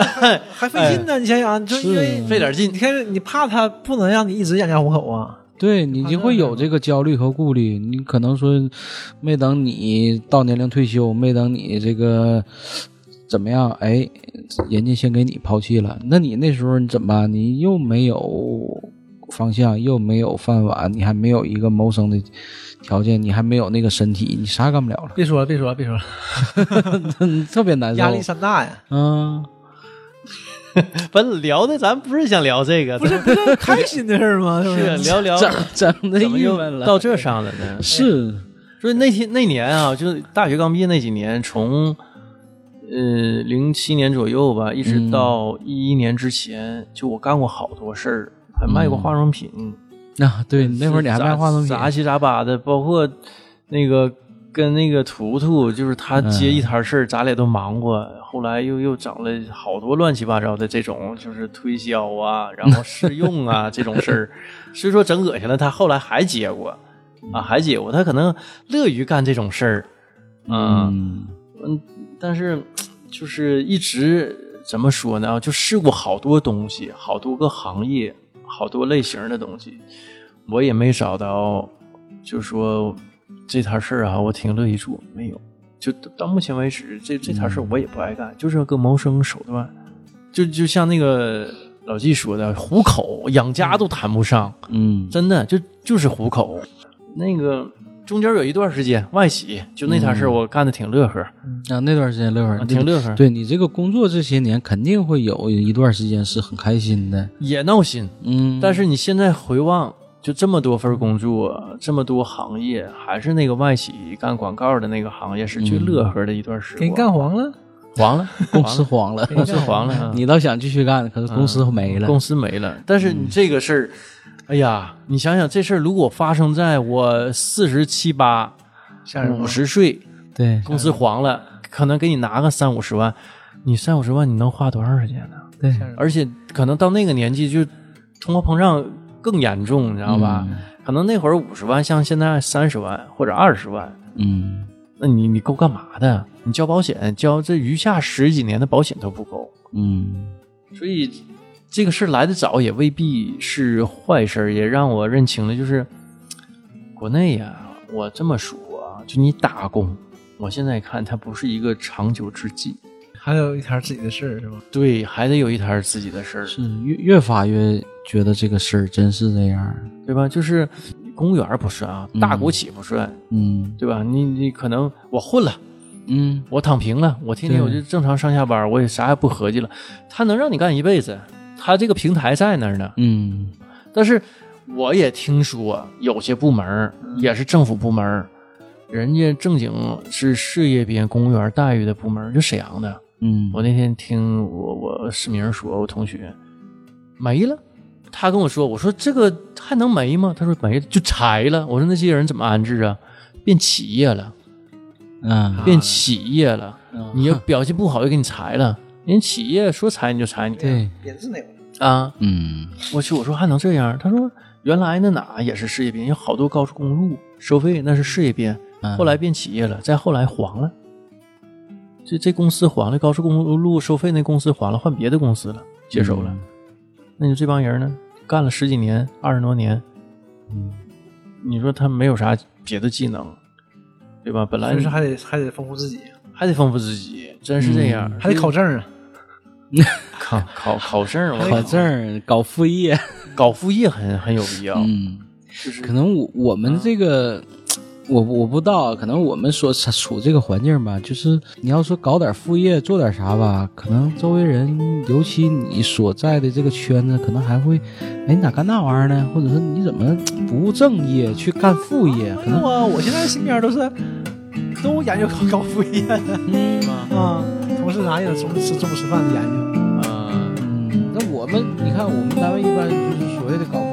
S2: 还费劲呢。你想想，就因为
S1: 费点劲
S2: 你看，你怕他不能让你一直养家糊口啊。
S3: 对你就会有这个焦虑和顾虑。你可能说，没等你到年龄退休，没等你这个怎么样，哎，人家先给你抛弃了，那你那时候你怎么办？你又没有方向，又没有饭碗，你还没有一个谋生的条件，你还没有那个身体，你啥也干不了了， [LAUGHS]
S2: 别说了，别说了，别说了，
S3: 特别难受。
S2: 压力山大呀。
S3: 嗯，
S1: 本聊的咱不是想聊这个，不是
S2: 不是开心的事儿吗？是不
S1: [LAUGHS] 是啊
S2: 是？
S1: 聊聊
S3: 整整的
S1: 怎么
S3: 郁
S1: 又
S3: 闷了，
S1: 到这上了呢？
S3: 是
S1: 就是那天那年啊，就是大学刚毕业那几年，从呃零七年左右吧，一直到一一年之前，就我干过好多事儿，还卖过化妆品，
S3: 啊，对，那会儿你还卖化妆品，啊
S1: 杂七杂八的，包括那个跟那个图图，就是他接
S3: 嗯
S1: 一摊事儿，咱俩都忙过。后来又又整了好多乱七八糟的这种，就是推销啊，然后试用啊这种事儿，所以说整恶心了。他后来还接过啊，还接过，他可能乐于干这种事儿，嗯
S3: 嗯
S1: 嗯，但是就是一直怎么说呢？就试过好多东西，好多个行业，好多类型的东西，我也没找到，就说这摊事儿啊，我挺乐意做，没有。就到目前为止，这这摊事儿我也不爱干，就是个谋生手段。就就像那个老纪说的，糊口养家都谈不上，
S3: 嗯，
S1: 真的就就是糊口。那个中间有一段时间外企，就那摊事儿我干的挺乐呵。
S3: 啊，那段时间乐会
S1: 啊
S3: 儿
S1: 挺乐呵
S3: 对你这个工作这些年，肯定会有一段时间是很开心的。
S1: 也闹心。
S3: 嗯，
S1: 但是你现在回望，就这么多份工作，这么多行业，还是那个外企干广告的那个行业是最乐呵的一段时
S2: 给
S1: 光。
S2: 人干黄了，
S1: 黄 [LAUGHS] 了，
S3: [LAUGHS] 公司黄了，
S1: 公司黄了， [LAUGHS] 啊
S3: [LAUGHS] 你倒想继续干，可是公司没
S1: 嗯
S3: 了。
S1: 公司没了。嗯但是你这个事儿，哎呀，你想想这事儿如果发生在我四十七八、
S2: 吓人
S1: 五
S2: 吗？
S1: 十岁，
S3: 对，
S1: 公司黄了，可能给你拿个三五十万，你三五十万你能花多长时间呢？
S3: 对，
S1: 而且可能到那个年纪就通货膨胀更严重，你知道吧？可能那会儿五十万，像现在三十万或者二十万，
S3: 嗯，
S1: 那你你够干嘛的？你交保险，交这余下十几年的保险都不够，
S3: 嗯
S1: 所以这个事儿来得早也未必是坏事儿，也让我认清了，就是国内呀、我这么说啊，就你打工，我现在看它不是一个长久之计，
S2: 还有一摊自己的事儿是吧？
S1: 对，还得有一摊儿自己的事儿。
S3: 是越越发越觉得这个事儿真是这样。
S1: 对吧？就是公务员不算啊，大国企不算，
S3: 嗯
S1: 对吧？你你可能我混了，
S3: 嗯，
S1: 我躺平了，我天天我就正常上下班，我也啥也不合计了，他能让你干一辈子，他这个平台在那儿呢。
S3: 嗯
S1: 但是我也听说有些部门儿也是政府部门儿，人家正经是事业编公务员待遇的部门儿，就沈阳的。
S3: 嗯，
S1: 我那天听我我市民说，我同学没了。他跟我说：“我说这个还能没吗？”他说：“没，就拆了。”我说：“那些人怎么安置啊？变企业了，
S3: 嗯，
S1: 变企业了。你要表现不好，又给你裁了。人企业说裁你就裁你
S3: 对，
S2: 编制那块，
S1: 啊！
S3: 嗯
S1: 我去，我说还能这样？他说原来那哪也是事业编，有好多高速公路收费那是事业编，
S3: 嗯
S1: 后来变企业了，再后来黄了。这这公司黄了，高速公路收费那公司黄了，换别的公司了，接手了。
S2: 嗯
S1: 那你这帮人呢，干了十几年、二十多年，
S3: 嗯，
S1: 你说他没有啥别的技能，对吧？本来
S2: 就是还得还得丰富自己，
S1: 还得丰富自己，真是这样。
S2: 还得考证啊。
S1: [LAUGHS] 考考考证儿，我
S3: 考证儿搞副业，
S1: 搞副业很很有必要。
S3: 嗯，
S1: 就是啊
S3: 可能我我们这个，我我不知道，可能我们所处处这个环境吧，就是你要说搞点副业做点啥吧，可能周围人，尤其你所在的这个圈子，可能还会，哎，你咋干那玩意儿呢？或者说你怎么不务正业去干副业？可
S2: 没有
S3: 能
S2: 啊，我现在身边都是都研究搞搞副业
S3: 嗯
S2: 啊，同事啥也中午吃中午吃饭研究。
S1: 呃
S3: 嗯，那我们你看，我们单位一般就是所谓的搞副啊